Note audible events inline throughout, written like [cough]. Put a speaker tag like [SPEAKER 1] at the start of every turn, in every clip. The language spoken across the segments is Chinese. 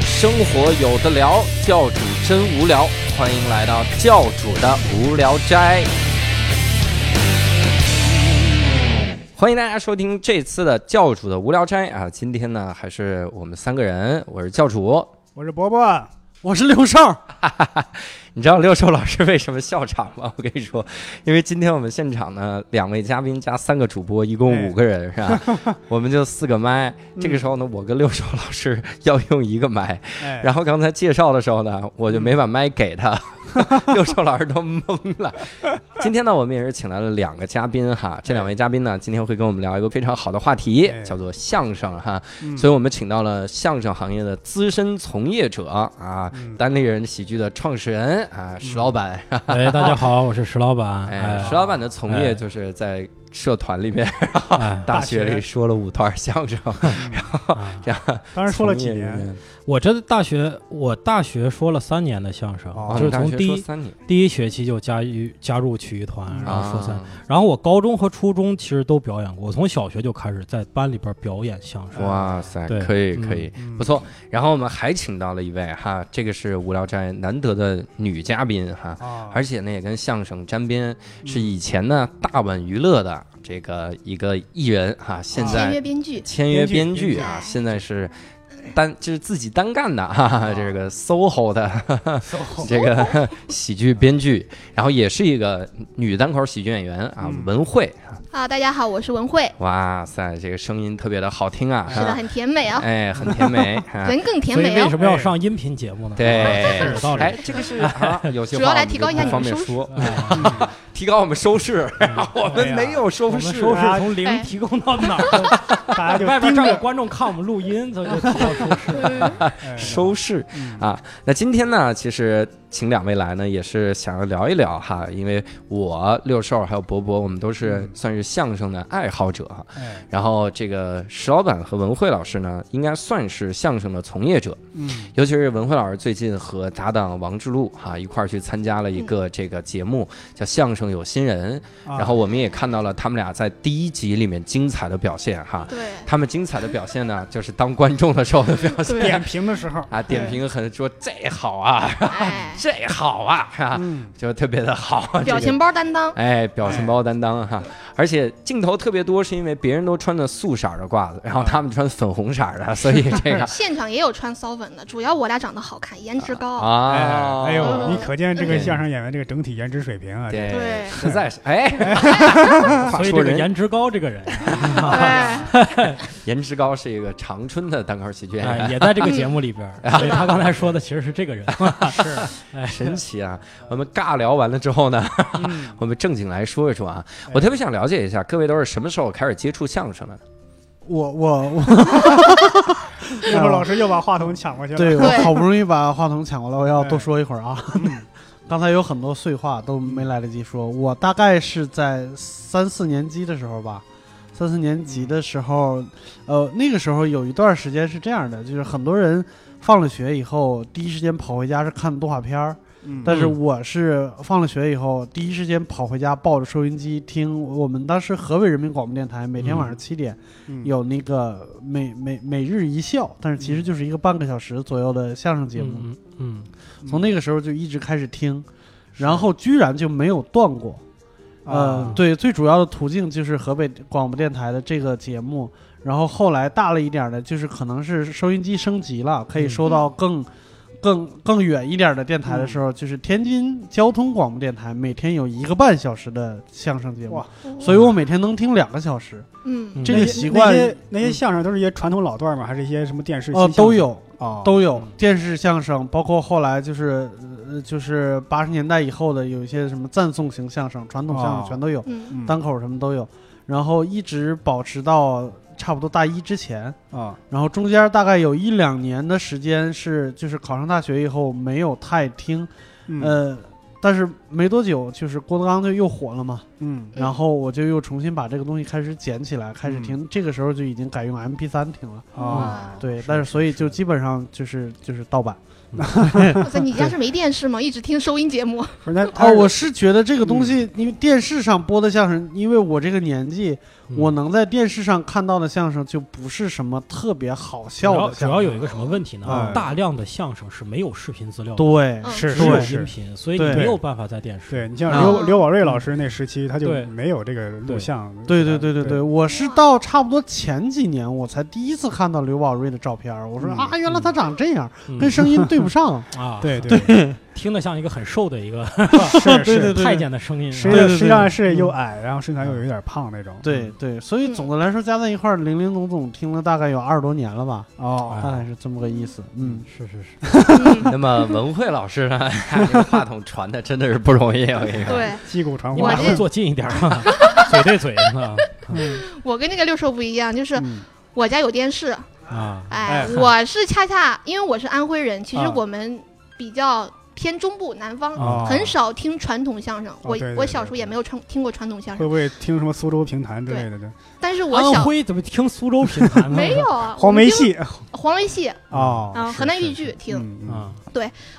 [SPEAKER 1] 生活有的聊，教主真无聊，欢迎来到教主的无聊斋。欢迎大家收听这次的教主的无聊斋啊！今天呢，还是我们三个人，我是教主。
[SPEAKER 2] 我是伯伯，
[SPEAKER 3] 我是六少，
[SPEAKER 1] 你知道六兽老师为什么笑场吗？我跟你说，因为今天我们现场呢，两位嘉宾加三个主播，一共
[SPEAKER 2] 哎
[SPEAKER 1] 五个人，是吧？我们就四个麦。这个时候呢，我跟六兽老师要用一个麦。
[SPEAKER 2] 哎，
[SPEAKER 1] 然后刚才介绍的时候呢，我就没把麦给他，六兽老师都懵了。今天呢，我们也是请来了两个嘉宾哈，这两位嘉宾呢，今天会跟我们聊一个非常好的话题
[SPEAKER 2] 哎，
[SPEAKER 1] 叫做相声哈。
[SPEAKER 2] 嗯
[SPEAKER 1] 所以我们请到了相声行业的资深从业者啊，单立人喜剧的创始人啊，石老板。 [laughs]
[SPEAKER 3] 哎，大家好，我是石老板，
[SPEAKER 1] 哎
[SPEAKER 3] 哎，，
[SPEAKER 1] 石老板的从业
[SPEAKER 3] 哎
[SPEAKER 1] 就是在社团里面、
[SPEAKER 3] 哎，
[SPEAKER 1] 大学里说了五段相声，
[SPEAKER 3] 啊
[SPEAKER 1] 这样
[SPEAKER 2] 嗯当然说了几
[SPEAKER 1] 从业人
[SPEAKER 2] 年，
[SPEAKER 1] 员
[SPEAKER 3] 我这大学，我大学说了三年的相声，
[SPEAKER 2] 哦
[SPEAKER 1] 哦，
[SPEAKER 3] 就是
[SPEAKER 1] 你大
[SPEAKER 3] 从
[SPEAKER 1] 学
[SPEAKER 3] 第
[SPEAKER 1] 说
[SPEAKER 3] 一
[SPEAKER 1] 三年
[SPEAKER 3] 第一学期就加入加入曲艺团，然后说三，
[SPEAKER 1] 啊
[SPEAKER 3] 然后我高中和初中其实都表演过，我从小学就开始在班里边表演相声，
[SPEAKER 1] 啊哇塞，
[SPEAKER 3] 对
[SPEAKER 1] 可以
[SPEAKER 3] 嗯
[SPEAKER 1] 可以，
[SPEAKER 2] 嗯
[SPEAKER 1] 不错。然后我们还请到了一位哈，这个是无聊斋难得的女嘉宾哈，
[SPEAKER 2] 啊，
[SPEAKER 1] 而且呢也跟相声沾边，是
[SPEAKER 2] 嗯
[SPEAKER 1] 以前呢大碗娱乐的这个一个艺人哈，现
[SPEAKER 4] 签
[SPEAKER 1] 在
[SPEAKER 4] 约啊编剧，
[SPEAKER 1] 签约编
[SPEAKER 2] 编
[SPEAKER 1] 剧
[SPEAKER 4] 剧
[SPEAKER 1] 啊，
[SPEAKER 4] 哎
[SPEAKER 1] 现在是。单就是自己单干的哈
[SPEAKER 4] 哦
[SPEAKER 1] 哈， [laughs] 这个 SOHO 的哈哈 [laughs] 这个喜剧编剧，然后也是一个女单口喜剧演员啊，
[SPEAKER 2] 嗯
[SPEAKER 1] 文慧啊，
[SPEAKER 4] 啊！大家好，我是文慧，
[SPEAKER 1] 哇塞，这个声音特别的好听啊，
[SPEAKER 4] 是的，
[SPEAKER 1] 哈
[SPEAKER 4] 很甜美啊，
[SPEAKER 1] 哎，很甜
[SPEAKER 4] [laughs]
[SPEAKER 1] 美，啊
[SPEAKER 4] 人更甜
[SPEAKER 3] 所以
[SPEAKER 4] 美
[SPEAKER 3] 为
[SPEAKER 4] 哦。
[SPEAKER 3] 什么要上音频节目呢？啊
[SPEAKER 1] 对，
[SPEAKER 3] 是有道理。
[SPEAKER 1] 哎，这个是啊， [laughs] 有些
[SPEAKER 4] 主要
[SPEAKER 1] 话
[SPEAKER 4] 来
[SPEAKER 1] 我们
[SPEAKER 4] 提
[SPEAKER 1] 就
[SPEAKER 4] 高一下
[SPEAKER 1] 不
[SPEAKER 4] 你
[SPEAKER 1] 方
[SPEAKER 4] 们
[SPEAKER 1] 便
[SPEAKER 4] 收视
[SPEAKER 1] 说，
[SPEAKER 2] 嗯
[SPEAKER 1] 提高我们收
[SPEAKER 3] [laughs]
[SPEAKER 1] 视， [laughs] 我们 [laughs] 没有
[SPEAKER 3] 我
[SPEAKER 1] 收
[SPEAKER 3] 们
[SPEAKER 1] 视
[SPEAKER 3] 收视
[SPEAKER 1] 啊。
[SPEAKER 3] 从零
[SPEAKER 4] 哎
[SPEAKER 3] 提供到
[SPEAKER 1] [laughs]
[SPEAKER 3] 哪儿？
[SPEAKER 2] 哎大家就
[SPEAKER 1] 哎
[SPEAKER 3] 外边
[SPEAKER 2] 盯
[SPEAKER 3] 站着
[SPEAKER 2] 着
[SPEAKER 3] 观众看我们录音，所以就提到
[SPEAKER 1] [laughs]
[SPEAKER 3] 收视。
[SPEAKER 2] 哎
[SPEAKER 1] 收视
[SPEAKER 2] 嗯
[SPEAKER 1] 啊，那今天呢，其实请两位来呢，也是想要聊一聊哈，因为我六兽还有博博，我们都
[SPEAKER 3] 嗯
[SPEAKER 1] 是算是相声的爱好者哈。
[SPEAKER 2] 哎
[SPEAKER 1] 然后这个石老板和文慧老师呢，应该算是相声的从业者，
[SPEAKER 2] 嗯
[SPEAKER 1] 尤其是文慧老师最近和搭档王志路哈、一块儿去参加
[SPEAKER 4] 嗯
[SPEAKER 1] 了一个这个节目，叫《相声有新人》，
[SPEAKER 2] 啊
[SPEAKER 1] 然后我们也看到了他们俩在第一集里面精彩的表现哈。
[SPEAKER 4] 对，
[SPEAKER 1] 他们精彩的表现呢，就是当观众的时候的表现
[SPEAKER 2] 点评的时候，
[SPEAKER 1] 啊，点评很说这好啊，
[SPEAKER 4] [laughs] 哎，
[SPEAKER 1] [laughs] 这好啊，哈、
[SPEAKER 2] 嗯
[SPEAKER 1] 就特别的好。啊这个
[SPEAKER 4] [laughs] 表情包担当，
[SPEAKER 1] 哎，表情包担当哈，而且镜头特别多，是因为别人都穿着素色儿的褂子，然后他们穿粉红色儿
[SPEAKER 4] [laughs]
[SPEAKER 1] 的，所以这个
[SPEAKER 4] 现场也有穿骚粉的，主要我俩长得好看，颜值高。
[SPEAKER 1] 啊，
[SPEAKER 2] 哎哎呦，
[SPEAKER 4] 哦
[SPEAKER 2] 你可见这个
[SPEAKER 1] 对
[SPEAKER 2] 相声演员这个整体颜值水平啊，
[SPEAKER 1] 对，
[SPEAKER 4] 对
[SPEAKER 1] 实在是
[SPEAKER 3] [laughs]
[SPEAKER 1] 哎，话
[SPEAKER 3] 哎所
[SPEAKER 1] 说
[SPEAKER 3] 以这个
[SPEAKER 1] 人
[SPEAKER 3] 颜值高这个人，
[SPEAKER 4] 对，
[SPEAKER 1] 颜值高是一个长春的单口喜剧演员
[SPEAKER 3] 哎，也在这个节目里边
[SPEAKER 1] [laughs]
[SPEAKER 3] 儿，所以他刚才说的其实是这个人，是
[SPEAKER 1] 神奇啊！ [laughs] 我们尬聊完了之后呢， [laughs] 我们正经来说一说啊，我特别想了解一下，各位都是什么时候开始接触相声的呢？
[SPEAKER 2] [laughs]
[SPEAKER 5] 我我我，
[SPEAKER 2] 然后老师又把话筒抢过去了，
[SPEAKER 5] [laughs] 对我
[SPEAKER 4] 对
[SPEAKER 5] 好不容易把话筒抢过来，我要
[SPEAKER 2] 哎
[SPEAKER 5] 多说一会儿啊。刚才有很多碎话都没来得及说，我大概是在三四年级的时候吧，三四年级的时候，呃，那个时候有一段时间是这样的，就是很多人放了学以后，第一时间跑回家是看动画片儿，
[SPEAKER 2] 嗯，
[SPEAKER 5] 但是我是放了学以后，第一时间跑回家，抱着收音机听。我们当时河北人民广播电台每天晚上七点、
[SPEAKER 2] 嗯
[SPEAKER 5] 有那个每每每日一笑，但是其实就是一个半个小时左右的相声节目。
[SPEAKER 3] 嗯嗯，
[SPEAKER 5] 从那个时候就一直开始听，然后居然就没有断过。呃
[SPEAKER 2] 啊，
[SPEAKER 5] 对，最主要的途径就是河北广播电台的这个节目，然后后来大了一点的，就是可能是收音机升级了，可以收到更、更更远一点的电台的时候，就是天津交通广播电台每天有一个半小时的相声节目
[SPEAKER 2] 哇，
[SPEAKER 5] 所以我每天能听两个小时，
[SPEAKER 4] 嗯，
[SPEAKER 5] 这
[SPEAKER 2] 那
[SPEAKER 5] 个
[SPEAKER 2] 些
[SPEAKER 5] 习惯
[SPEAKER 2] 那些那些
[SPEAKER 5] 嗯
[SPEAKER 2] 相声都是一些传统老段吗？还是一些什么电视？
[SPEAKER 5] 呃，
[SPEAKER 2] 新相声
[SPEAKER 5] 都有。
[SPEAKER 2] 哦，
[SPEAKER 5] 都有
[SPEAKER 3] 嗯
[SPEAKER 5] 电视相声，包括后来就是呃就是八十年代以后的有一些什么赞颂型相声、传统相
[SPEAKER 2] 哦
[SPEAKER 5] 声全都有，
[SPEAKER 4] 嗯，
[SPEAKER 2] 嗯
[SPEAKER 5] 单口什么都有，然后一直保持到差不多大一之前，
[SPEAKER 2] 啊
[SPEAKER 5] 然后中间大概有一两年的时间是就是考上大学以后没有太听，
[SPEAKER 2] 嗯
[SPEAKER 5] 呃，但是没多久就是郭德纲就又火了嘛，嗯，
[SPEAKER 4] 嗯
[SPEAKER 5] 然后我就又重新把这个东西开始捡起来，开始听。这个时候就已经改用 MP 3听了。
[SPEAKER 2] 嗯啊，
[SPEAKER 4] 哇
[SPEAKER 5] 对，
[SPEAKER 3] 是
[SPEAKER 5] 但是所以
[SPEAKER 3] 是
[SPEAKER 5] 就基本上就是就是盗版。
[SPEAKER 4] 哇塞，你家是没电视吗？一直听收音节目，
[SPEAKER 2] 不是嗯那
[SPEAKER 5] 哦，我是觉得这个东西，因为电视上播的相声，因为我这个年纪，我能在电视上看到的相声就不是什么特别好
[SPEAKER 3] 主
[SPEAKER 5] 笑
[SPEAKER 3] 要
[SPEAKER 5] 的
[SPEAKER 3] 主
[SPEAKER 5] 相
[SPEAKER 3] 要
[SPEAKER 5] 声。
[SPEAKER 3] 有一个什么问题呢？
[SPEAKER 5] 哎
[SPEAKER 3] 大量的相声是没有视频资料的，
[SPEAKER 5] 对
[SPEAKER 4] 嗯
[SPEAKER 2] 是
[SPEAKER 3] 只有
[SPEAKER 5] 对
[SPEAKER 3] 音频，所以
[SPEAKER 5] 对
[SPEAKER 3] 你没有办法在电视。
[SPEAKER 2] 对你像
[SPEAKER 5] 啊
[SPEAKER 2] 刘刘宝瑞老师那时期，他就
[SPEAKER 3] 对
[SPEAKER 2] 没有这个录像。
[SPEAKER 5] 对对对对对，
[SPEAKER 2] 对，
[SPEAKER 5] 我是到差不多前几年我才第一次看到刘宝瑞的照片儿，我说
[SPEAKER 2] 嗯
[SPEAKER 5] 啊，原来他长这样，
[SPEAKER 3] 嗯
[SPEAKER 5] 跟声音对不上。
[SPEAKER 3] [laughs] 啊，
[SPEAKER 2] 对对，
[SPEAKER 3] 听得像一个很瘦的一
[SPEAKER 5] [laughs]
[SPEAKER 3] 个 [laughs]
[SPEAKER 2] 是
[SPEAKER 5] 对对
[SPEAKER 2] 是，
[SPEAKER 5] 对
[SPEAKER 3] 太监的声音。
[SPEAKER 2] 实
[SPEAKER 5] 对对
[SPEAKER 2] 际
[SPEAKER 5] 对嗯
[SPEAKER 2] 实际上是又矮，然后身材又有一点胖那种。嗯
[SPEAKER 5] 对对，所以总的来说加在一块儿，零零总总听了大概有二十多年了吧，
[SPEAKER 2] 哦，
[SPEAKER 5] 大概哎是这么个意思。嗯，
[SPEAKER 3] 是是是，
[SPEAKER 4] 嗯
[SPEAKER 1] [laughs] 那么文慧老师 [laughs] 呢，哎这个话筒传的真的是不容易，啊我跟你说。
[SPEAKER 4] 对
[SPEAKER 2] 哎击鼓传
[SPEAKER 3] 你
[SPEAKER 4] 我
[SPEAKER 2] 花
[SPEAKER 3] 把
[SPEAKER 4] 这。
[SPEAKER 3] 门坐近一点
[SPEAKER 5] [laughs]
[SPEAKER 3] 啊，嘴对嘴啊
[SPEAKER 4] 我跟那个六兽不一样，就是
[SPEAKER 5] 嗯
[SPEAKER 4] 我家有电视，
[SPEAKER 3] 啊
[SPEAKER 4] 哎
[SPEAKER 2] 哎，
[SPEAKER 4] 我是恰恰因为我是安徽人，其实
[SPEAKER 2] 啊
[SPEAKER 4] 我们比较偏中部南方，
[SPEAKER 2] 哦
[SPEAKER 4] 很少听传统相声。我
[SPEAKER 2] 对对对
[SPEAKER 4] 我小时候也没有传听过传统相
[SPEAKER 2] 会
[SPEAKER 4] 声，
[SPEAKER 2] 不会听什么苏州评弹之类的？这
[SPEAKER 4] 但是我
[SPEAKER 3] 安
[SPEAKER 4] 小
[SPEAKER 3] 徽怎么听苏州评弹呢？
[SPEAKER 4] 没有啊
[SPEAKER 2] 啊黄梅戏
[SPEAKER 4] 我听黄梅戏
[SPEAKER 2] 哦，
[SPEAKER 4] 啊，
[SPEAKER 3] 是
[SPEAKER 4] 河南豫
[SPEAKER 3] 是
[SPEAKER 4] 剧听。
[SPEAKER 2] 嗯嗯
[SPEAKER 3] 啊，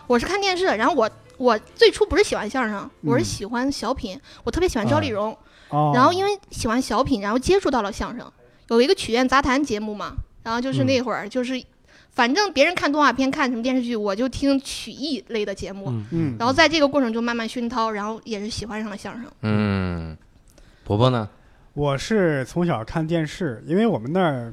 [SPEAKER 4] 我是看电视，然后我我最初不是喜欢相声，我是
[SPEAKER 2] 嗯
[SPEAKER 4] 喜欢小品，我特别喜欢赵丽蓉，
[SPEAKER 2] 哦，
[SPEAKER 4] 然后因为喜欢小品，然后接触到了相声，有一个曲苑杂谈节目嘛，然后
[SPEAKER 2] 嗯
[SPEAKER 4] 就是那会儿就是，反正别人看动画片看什么电视剧，我就听曲艺类的节目，
[SPEAKER 3] 嗯
[SPEAKER 2] 嗯，
[SPEAKER 4] 然后在这个过程中慢慢熏陶，然后也是喜欢上了相声。
[SPEAKER 1] [laughs] 嗯，伯伯呢？
[SPEAKER 2] 我是从小看电视，因为我们那儿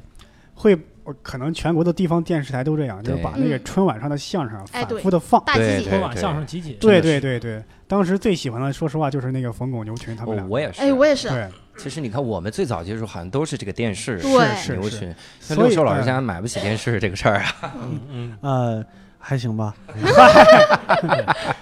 [SPEAKER 2] 会，我可能全国的地方电视台都这样，就是
[SPEAKER 1] 对
[SPEAKER 2] 把那个
[SPEAKER 4] 嗯
[SPEAKER 2] 春晚上的相声啊
[SPEAKER 4] 哎
[SPEAKER 2] 反
[SPEAKER 4] 对
[SPEAKER 2] 复的放。
[SPEAKER 4] 大集
[SPEAKER 1] 对
[SPEAKER 4] 体
[SPEAKER 1] 对
[SPEAKER 3] 春晚相声集锦，
[SPEAKER 2] 对
[SPEAKER 3] 真
[SPEAKER 2] 对
[SPEAKER 3] 的是
[SPEAKER 2] 对对，当时最喜欢的，说实话就是那个冯巩、牛群他们
[SPEAKER 1] 我
[SPEAKER 2] 俩。
[SPEAKER 1] 哦我也是。
[SPEAKER 4] 哎，我也是，
[SPEAKER 2] 对，
[SPEAKER 1] 其实你看，我们最早接触好像都是这个电视。
[SPEAKER 4] 对
[SPEAKER 2] 是
[SPEAKER 1] 牛
[SPEAKER 2] 是是，
[SPEAKER 1] 群，那
[SPEAKER 2] 所
[SPEAKER 1] 六
[SPEAKER 2] 以呃
[SPEAKER 1] 兽老师家买不起电视这个事儿啊，
[SPEAKER 3] 嗯
[SPEAKER 5] 呃，还行吧。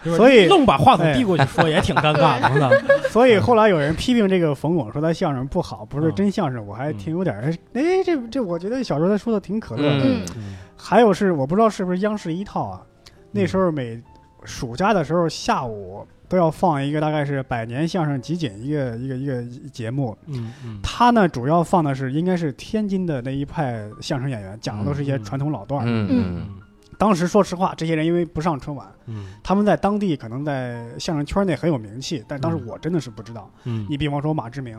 [SPEAKER 3] 嗯，
[SPEAKER 2] 所以
[SPEAKER 3] 愣把话筒递过去说也挺尴尬的，
[SPEAKER 2] 所以后来有人批评这个冯巩说他相声不好，不是真相声，我还挺有点儿哎，这这我觉得小时候他说的挺可乐的。
[SPEAKER 4] 嗯，
[SPEAKER 3] 嗯
[SPEAKER 2] 还有是我不知道是不是央视一套啊，那时候每暑假的时候下午都要放一个大概是百年相声集锦一个一个一个节目。
[SPEAKER 3] 嗯嗯
[SPEAKER 2] 他呢主要放的是应该是天津的那一派相声演员，讲的都是一些传统老段儿。
[SPEAKER 1] 嗯嗯
[SPEAKER 3] 嗯
[SPEAKER 2] 当时说实话，这些人因为不上春晚，
[SPEAKER 3] 嗯
[SPEAKER 2] 他们在当地可能在相声圈内很有名气，但当时我真的是不知道。
[SPEAKER 3] 嗯，
[SPEAKER 2] 你比方说马志明，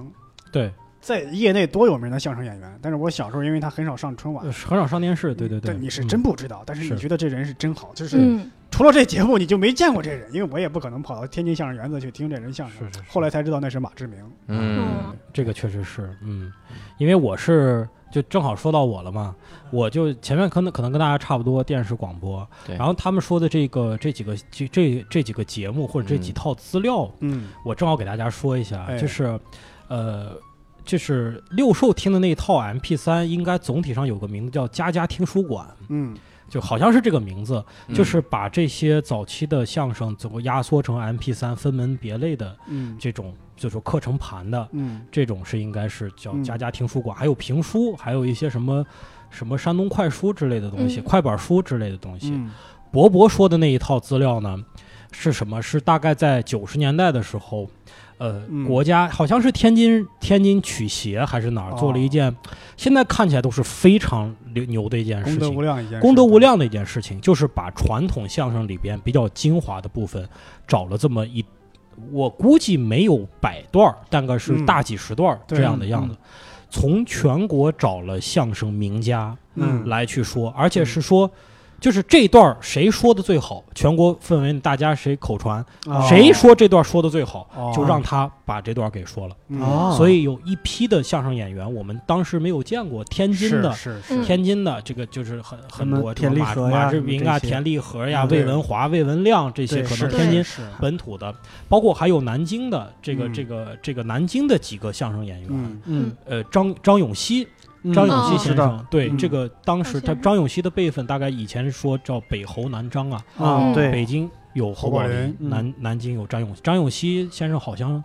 [SPEAKER 3] 对，
[SPEAKER 2] 在业内多有名的相声演员，但是我小时候因为他很少上春晚，
[SPEAKER 3] 很少上电视，呃对对嗯
[SPEAKER 2] 对，你是真不知道，但是
[SPEAKER 3] 是
[SPEAKER 2] 你觉得这人是真好，就是
[SPEAKER 4] 嗯，
[SPEAKER 2] 除了这节目，你就没见过这人，因为我也不可能跑到天津相声园子去听这人相声。
[SPEAKER 3] 是是是
[SPEAKER 2] 后来才知道那是马志明。
[SPEAKER 1] 嗯
[SPEAKER 4] 嗯
[SPEAKER 3] 这个确实是，嗯，因为我是就正好说到我了嘛，我就前面可能可能跟大家差不多，电视广播，
[SPEAKER 1] 对
[SPEAKER 3] 然后他们说的这个这几个这这这几个节目或者这几
[SPEAKER 1] 嗯
[SPEAKER 3] 套资料，
[SPEAKER 2] 嗯
[SPEAKER 3] 我正好给大家说一下，
[SPEAKER 2] 哎
[SPEAKER 3] 就是，呃。就是六兽听的那一套 MP 三，应该总体上有个名字叫“家家听书馆
[SPEAKER 2] 嗯”，
[SPEAKER 3] 就好像是这个名字，
[SPEAKER 1] 嗯
[SPEAKER 3] 就是把这些早期的相声总压缩成 MP 三分门别类的
[SPEAKER 2] 嗯
[SPEAKER 3] 这种，就是说课程盘的，
[SPEAKER 2] 嗯
[SPEAKER 3] 这种是应该是叫
[SPEAKER 2] 嗯
[SPEAKER 3] 家家听书馆，还有评书，还有一些什么什么山东快书之类的东西，
[SPEAKER 4] 嗯
[SPEAKER 3] 快板书之类的东西。
[SPEAKER 2] 嗯
[SPEAKER 3] 博博说的那一套资料呢，是什么？是大概在九十年代的时候，呃，
[SPEAKER 2] 嗯
[SPEAKER 3] 国家好像是天津天津曲协还是哪儿
[SPEAKER 2] 哦
[SPEAKER 3] 做了一件，现在看起来都是非常牛牛的一件
[SPEAKER 2] 功
[SPEAKER 3] 事
[SPEAKER 2] 德无
[SPEAKER 3] 情。
[SPEAKER 2] 量一件事，
[SPEAKER 3] 功德无量的一件事情，就是把传统相声里边比较精华的部分找了这么一，我估计没有百段儿，大概是
[SPEAKER 2] 嗯
[SPEAKER 3] 大几十段儿
[SPEAKER 2] 对嗯
[SPEAKER 3] 这样的样子。从全国找了相声名家
[SPEAKER 2] 嗯
[SPEAKER 3] 来去说，而且是说，就是这段儿谁说的最好，全国氛围大家谁口传，
[SPEAKER 2] 哦
[SPEAKER 3] 谁说这段儿说的最好，
[SPEAKER 2] 哦
[SPEAKER 3] 就让他把这段儿给说了。
[SPEAKER 2] 嗯
[SPEAKER 5] 哦，
[SPEAKER 3] 所以有一批的相声演员，我们当时没有见过，天津
[SPEAKER 2] 是
[SPEAKER 3] 的。
[SPEAKER 2] 是是
[SPEAKER 4] 嗯
[SPEAKER 3] 天津的这个就是很很
[SPEAKER 5] 么
[SPEAKER 3] 多这
[SPEAKER 5] 田
[SPEAKER 3] 个
[SPEAKER 5] 立
[SPEAKER 3] 马
[SPEAKER 5] 和呀
[SPEAKER 3] 马志
[SPEAKER 5] 什么
[SPEAKER 3] 明
[SPEAKER 5] 这
[SPEAKER 3] 啊、
[SPEAKER 5] 些
[SPEAKER 3] 田立和呀、魏
[SPEAKER 5] 嗯
[SPEAKER 2] 对
[SPEAKER 3] 文华、魏文亮这些，
[SPEAKER 2] 对
[SPEAKER 3] 可
[SPEAKER 2] 是
[SPEAKER 3] 能天津
[SPEAKER 2] 是
[SPEAKER 3] 本土的，包括还有南京的这个
[SPEAKER 2] 嗯
[SPEAKER 3] 这个这个南京的几个相声演员，
[SPEAKER 2] 嗯
[SPEAKER 5] 嗯，
[SPEAKER 3] 呃，张张永熙，张永熙
[SPEAKER 4] 哦
[SPEAKER 3] 先
[SPEAKER 5] 知道
[SPEAKER 3] 生，对
[SPEAKER 2] 嗯
[SPEAKER 3] 这个当时
[SPEAKER 4] 哦
[SPEAKER 3] 他
[SPEAKER 4] 先生
[SPEAKER 3] 张永熙的辈分大概以前说叫北侯南张啊，
[SPEAKER 5] 啊，
[SPEAKER 4] 嗯
[SPEAKER 5] 对
[SPEAKER 3] 北，京有侯
[SPEAKER 2] 侯
[SPEAKER 3] 宝
[SPEAKER 2] 宝
[SPEAKER 3] 林
[SPEAKER 2] 林，
[SPEAKER 5] 嗯
[SPEAKER 3] 南南京有张永张永熙先生，好像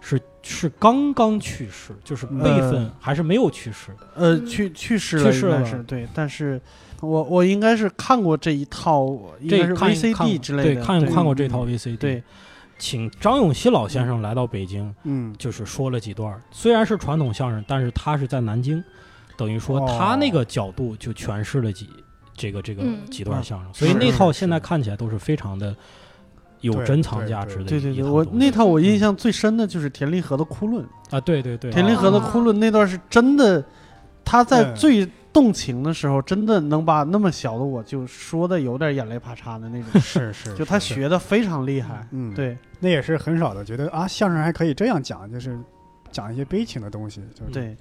[SPEAKER 3] 是是刚刚去世，就是辈分还是没有去世，
[SPEAKER 5] 呃，
[SPEAKER 4] 嗯
[SPEAKER 5] 去去世
[SPEAKER 3] 去
[SPEAKER 5] 了，
[SPEAKER 3] 世
[SPEAKER 5] 应该
[SPEAKER 3] 了
[SPEAKER 5] 嗯是对，但是我我应该是看过这一套，应
[SPEAKER 3] 这
[SPEAKER 5] 该是
[SPEAKER 3] 看看
[SPEAKER 5] VCD 之类的，
[SPEAKER 3] 对，看看过这
[SPEAKER 5] 嗯
[SPEAKER 3] 套 VCD，
[SPEAKER 5] 对，
[SPEAKER 3] 请张永熙老先生来到北京，
[SPEAKER 2] 嗯，
[SPEAKER 3] 就是说了几段儿，虽然是传统相声，但是他是在南京，等于说
[SPEAKER 2] 哦
[SPEAKER 3] 他那个角度就诠释了几这个这个
[SPEAKER 4] 嗯
[SPEAKER 3] 几段相声，
[SPEAKER 5] 嗯
[SPEAKER 3] 所以
[SPEAKER 5] 是
[SPEAKER 3] 那
[SPEAKER 5] 是
[SPEAKER 3] 套现在看起来都是非常的有
[SPEAKER 2] 对
[SPEAKER 3] 珍藏
[SPEAKER 2] 对
[SPEAKER 3] 价值的一。
[SPEAKER 5] 对对
[SPEAKER 3] 一
[SPEAKER 5] 对，
[SPEAKER 3] 套
[SPEAKER 5] 我
[SPEAKER 3] 东西
[SPEAKER 5] 那套我印象最深的就是田立和的《哭论》，
[SPEAKER 3] 啊，对对对，
[SPEAKER 5] 田
[SPEAKER 3] 啊。
[SPEAKER 5] 立和的《哭论》那段是真的，他在
[SPEAKER 2] 嗯
[SPEAKER 5] 最动情的时候，真的能把那么小的我就说的有点眼泪啪嚓的那种，
[SPEAKER 2] 是是，
[SPEAKER 5] 就他
[SPEAKER 2] 是，
[SPEAKER 5] 学的非常厉害。
[SPEAKER 2] 嗯，，
[SPEAKER 5] 对
[SPEAKER 2] 那也是很少的，觉得啊，相声还可以这样讲，就是讲一些悲情的东西，就是
[SPEAKER 5] 对，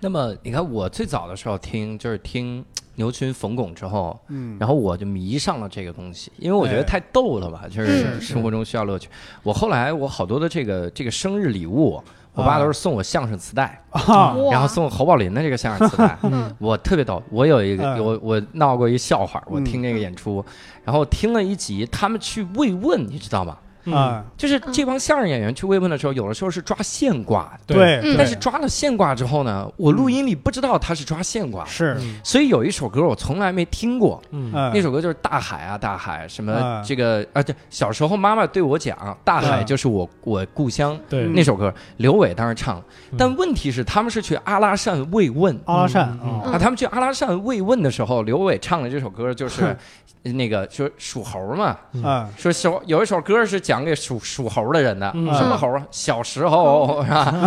[SPEAKER 1] 那么你看，我最早的时候听就是听牛群、冯巩之后，
[SPEAKER 2] 嗯，
[SPEAKER 1] 然后我就迷上了这个东西，因为我觉得
[SPEAKER 2] 哎
[SPEAKER 1] 太逗了吧，就是是
[SPEAKER 2] 是
[SPEAKER 1] 生活中需要乐趣。我后来我好多的这个这个生日礼物，我爸都是送我相声磁带，
[SPEAKER 2] 啊，
[SPEAKER 4] 哇
[SPEAKER 1] 嗯然后送侯宝林的这个相声磁带
[SPEAKER 2] [laughs]
[SPEAKER 3] 嗯
[SPEAKER 1] 我特别逗，我有一个
[SPEAKER 2] 嗯
[SPEAKER 1] 我我闹过一笑话，我
[SPEAKER 2] 嗯
[SPEAKER 1] 听这个演出，然后听了一集，他们去慰问，你知道吗？
[SPEAKER 3] 嗯，
[SPEAKER 2] 啊，
[SPEAKER 1] 就是这帮相声演员去慰问的时候，有的时候是抓现挂的，
[SPEAKER 2] 对，嗯对
[SPEAKER 4] 嗯
[SPEAKER 1] 但是抓了现挂之后呢，我录音里不知道他是抓现挂，
[SPEAKER 2] 是，
[SPEAKER 1] 所以有一首歌我从来没听过，
[SPEAKER 3] 嗯嗯
[SPEAKER 2] 嗯，
[SPEAKER 5] 啊
[SPEAKER 1] 那首歌就是《大海啊大海》，什么
[SPEAKER 3] 哎
[SPEAKER 2] 嗯
[SPEAKER 1] 这个啊，对，小时候妈妈对我讲，大海
[SPEAKER 2] 嗯
[SPEAKER 1] 就是我我故乡
[SPEAKER 5] 嗯
[SPEAKER 3] 对
[SPEAKER 1] 那首歌，刘伟当时唱
[SPEAKER 3] 嗯，
[SPEAKER 1] 但问题是他们是去阿拉善慰问。
[SPEAKER 2] 阿拉善
[SPEAKER 3] 嗯嗯
[SPEAKER 2] 啊，
[SPEAKER 1] 啊，他们去阿拉善慰问的时候，刘伟唱的这首歌就是
[SPEAKER 3] [laughs]
[SPEAKER 1] 那个说属猴嘛，
[SPEAKER 3] 嗯
[SPEAKER 2] 啊，
[SPEAKER 1] 说小有一首歌是讲给属属猴的人的，
[SPEAKER 3] 嗯
[SPEAKER 1] 什么猴啊？小时候是
[SPEAKER 3] [laughs]
[SPEAKER 1] 吧？
[SPEAKER 4] 嗯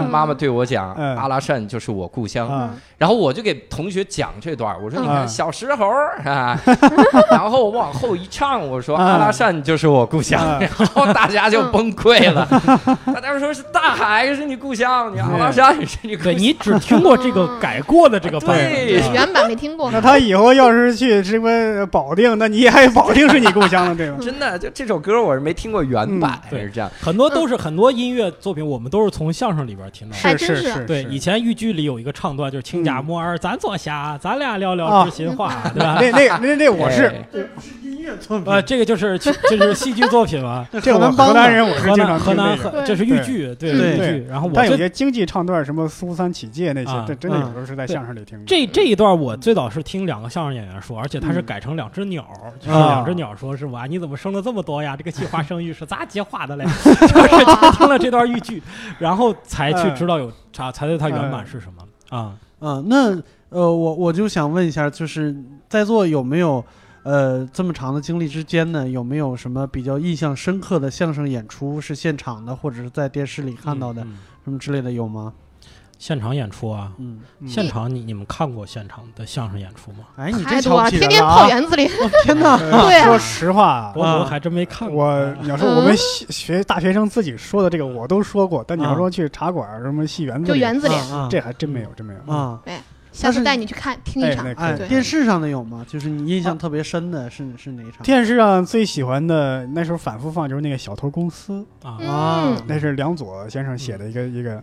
[SPEAKER 1] [laughs] 啊妈妈对我讲，
[SPEAKER 2] 嗯
[SPEAKER 1] 阿拉善就是我故乡。
[SPEAKER 2] 啊，
[SPEAKER 1] 然后我就给同学讲这段儿，我说你看
[SPEAKER 2] 嗯
[SPEAKER 1] 小石猴儿
[SPEAKER 3] [laughs]
[SPEAKER 1] 啊，然后我往后一唱，我说
[SPEAKER 2] 嗯
[SPEAKER 1] 阿拉善就是我故乡，
[SPEAKER 2] 嗯
[SPEAKER 1] 然后大家就崩溃了，[laughs]
[SPEAKER 3] 嗯
[SPEAKER 1] 大家说是大海是你故乡，你阿拉善是你故
[SPEAKER 3] 对
[SPEAKER 1] 乡，
[SPEAKER 3] 你只听过这个改过的这个版
[SPEAKER 1] 对
[SPEAKER 3] 本，
[SPEAKER 4] 原版没听过
[SPEAKER 2] 那， [laughs] 他以后要是去什么保定，那你还保定是你故乡
[SPEAKER 1] [laughs]
[SPEAKER 2] 了，对吧？
[SPEAKER 1] 真的就这首歌我是没听过原版，
[SPEAKER 3] 嗯
[SPEAKER 1] 是这样，
[SPEAKER 3] 很多都是很多音乐作品，我们都是从相声里边听到的。
[SPEAKER 4] 还
[SPEAKER 2] 是
[SPEAKER 4] 真
[SPEAKER 2] 是
[SPEAKER 4] 是
[SPEAKER 2] 是，
[SPEAKER 3] 对，
[SPEAKER 2] 是
[SPEAKER 3] 以前豫剧里有一个唱段，就是“亲家
[SPEAKER 2] 嗯
[SPEAKER 3] 母儿，咱坐下，咱俩聊聊
[SPEAKER 2] 啊
[SPEAKER 3] 知
[SPEAKER 2] [laughs]
[SPEAKER 3] 心话”，对吧？
[SPEAKER 2] 那那那那我是
[SPEAKER 1] 哎
[SPEAKER 5] 这不是音乐作
[SPEAKER 3] 呃，，这个就是就是戏剧作品
[SPEAKER 2] [laughs]
[SPEAKER 3] 嘛，
[SPEAKER 2] 这我河南人，我是
[SPEAKER 3] 哎河
[SPEAKER 2] 经
[SPEAKER 3] 南
[SPEAKER 2] 常
[SPEAKER 3] 河
[SPEAKER 2] 听
[SPEAKER 3] 南
[SPEAKER 2] 那
[SPEAKER 3] 河
[SPEAKER 2] 个。
[SPEAKER 4] 对
[SPEAKER 3] 这是豫剧，对
[SPEAKER 5] 对
[SPEAKER 3] 豫
[SPEAKER 2] 对
[SPEAKER 3] 剧。然后我
[SPEAKER 2] 但有
[SPEAKER 3] 最
[SPEAKER 2] 些京剧唱段，什么苏三起解那
[SPEAKER 3] 啊
[SPEAKER 2] 些，这真的
[SPEAKER 5] 嗯
[SPEAKER 2] 有时候是在
[SPEAKER 3] 对
[SPEAKER 2] 相声里听的。
[SPEAKER 3] 这这一段我最早是听两个相声演员说，而且他
[SPEAKER 2] 嗯
[SPEAKER 3] 是改成两只鸟，就是
[SPEAKER 5] 啊
[SPEAKER 3] 两只鸟说是哇，你怎么生了这么多呀？这个计划生育是咋计划的嘞？ [laughs] 就是他听了这段豫剧，然后才
[SPEAKER 2] 嗯
[SPEAKER 3] 去知道有查，才对他原版是什么啊？
[SPEAKER 5] 嗯，那呃，我我就想问一下，就是在座有没有呃这么长的经历之间呢，有没有什么比较印象深刻的相声演出是现场的，或者是在电视里看到的、
[SPEAKER 3] 嗯嗯
[SPEAKER 5] 什么之类的有吗？
[SPEAKER 3] 现场演出啊，
[SPEAKER 5] 嗯，
[SPEAKER 2] 嗯
[SPEAKER 3] 现场你你们看过现场的相声演出吗？
[SPEAKER 5] 哎，你
[SPEAKER 4] 太
[SPEAKER 5] 这
[SPEAKER 4] 多
[SPEAKER 5] 瞧
[SPEAKER 4] 了，
[SPEAKER 5] 不起
[SPEAKER 4] 天
[SPEAKER 5] 人
[SPEAKER 4] 天
[SPEAKER 5] 了
[SPEAKER 4] 跑
[SPEAKER 5] 啊！
[SPEAKER 4] 园子里，
[SPEAKER 5] 我天哪！
[SPEAKER 2] 呃
[SPEAKER 4] 对啊
[SPEAKER 2] 说实话，
[SPEAKER 3] 我我还嗯真没看过。
[SPEAKER 2] 我你要说我们学学大学生自己说的这个我都说过，但你
[SPEAKER 3] 啊
[SPEAKER 2] 要说去茶馆儿什么戏园子
[SPEAKER 4] 就
[SPEAKER 2] 里，
[SPEAKER 4] 园子里。
[SPEAKER 5] 啊
[SPEAKER 2] 这还真没
[SPEAKER 3] 嗯
[SPEAKER 2] 有，真没有
[SPEAKER 5] 啊！啊
[SPEAKER 4] 下
[SPEAKER 5] 但
[SPEAKER 4] 次
[SPEAKER 5] 是
[SPEAKER 4] 带你去看听一
[SPEAKER 2] 哎
[SPEAKER 4] 场
[SPEAKER 2] 那，
[SPEAKER 5] 哎，
[SPEAKER 4] 对
[SPEAKER 5] 电视上的有吗？就是你印象特别深的是是哪一场？
[SPEAKER 2] 电视上最喜欢的那时候反复放就是那个《小偷公司》，
[SPEAKER 3] 啊，
[SPEAKER 5] 啊
[SPEAKER 4] 嗯，
[SPEAKER 2] 那是梁左先生写的一个一个，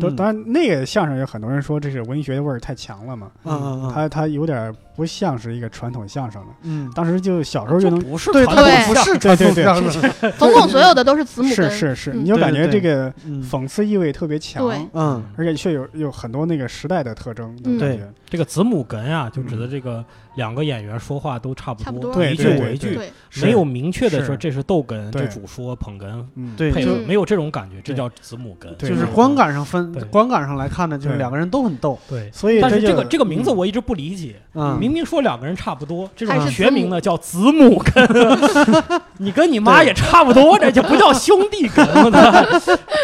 [SPEAKER 2] 都
[SPEAKER 5] 嗯
[SPEAKER 2] 当然那个相声有很多人说这是文学的味儿太强了嘛，
[SPEAKER 5] 嗯嗯嗯
[SPEAKER 2] 它它有点不像是一个传统相声了。
[SPEAKER 5] 嗯，
[SPEAKER 2] 当时就小时候就
[SPEAKER 3] 这
[SPEAKER 2] 能，
[SPEAKER 3] 不是
[SPEAKER 5] 对，
[SPEAKER 3] 传
[SPEAKER 5] 它
[SPEAKER 3] 统
[SPEAKER 4] 嗯对
[SPEAKER 5] 不
[SPEAKER 3] 相声
[SPEAKER 5] 是传统
[SPEAKER 2] 对对
[SPEAKER 5] 相声，
[SPEAKER 4] 冯巩所有的都是子母
[SPEAKER 2] 是
[SPEAKER 4] 根，
[SPEAKER 2] 是是，
[SPEAKER 4] 嗯
[SPEAKER 2] 你就感觉
[SPEAKER 5] 对对
[SPEAKER 2] 这个
[SPEAKER 5] 嗯
[SPEAKER 2] 讽刺意味特别强，
[SPEAKER 4] 对
[SPEAKER 5] 嗯
[SPEAKER 2] 而且却有有很多那个时代的特征的
[SPEAKER 4] 嗯
[SPEAKER 2] 感觉。
[SPEAKER 3] 这个子母哏啊，就指的这个两个演员说话都差不
[SPEAKER 4] 差不
[SPEAKER 3] 多，
[SPEAKER 4] 多
[SPEAKER 2] 嗯对
[SPEAKER 3] 一句
[SPEAKER 2] 对
[SPEAKER 3] 我
[SPEAKER 2] 对
[SPEAKER 3] 一句，
[SPEAKER 4] 对，
[SPEAKER 2] 是
[SPEAKER 3] 没有明确的
[SPEAKER 2] 是
[SPEAKER 3] 说这是逗哏，
[SPEAKER 2] 对
[SPEAKER 3] 这主说捧哏
[SPEAKER 2] 嗯，
[SPEAKER 5] 对，
[SPEAKER 3] 配
[SPEAKER 5] 就
[SPEAKER 3] 合，
[SPEAKER 4] 嗯
[SPEAKER 3] 没有这种感觉，这
[SPEAKER 2] 对
[SPEAKER 3] 叫子母哏，
[SPEAKER 2] 对
[SPEAKER 5] 就是
[SPEAKER 2] 对
[SPEAKER 5] 观感上分
[SPEAKER 3] 对，
[SPEAKER 5] 观感上来看呢，就是
[SPEAKER 2] 对
[SPEAKER 5] 两个人都很逗，
[SPEAKER 3] 对。
[SPEAKER 2] 所以
[SPEAKER 3] 但是
[SPEAKER 2] 就
[SPEAKER 3] 这个这个名字
[SPEAKER 2] 嗯
[SPEAKER 3] 我一直不理解，
[SPEAKER 5] 嗯，
[SPEAKER 3] 明明说两个人差不多，这
[SPEAKER 4] 还
[SPEAKER 3] 种
[SPEAKER 4] 是
[SPEAKER 3] 学名呢叫子母哏， [laughs] 你跟你妈
[SPEAKER 2] 对
[SPEAKER 3] 也差不多，这就不叫兄弟
[SPEAKER 2] [laughs]
[SPEAKER 3] 哏了，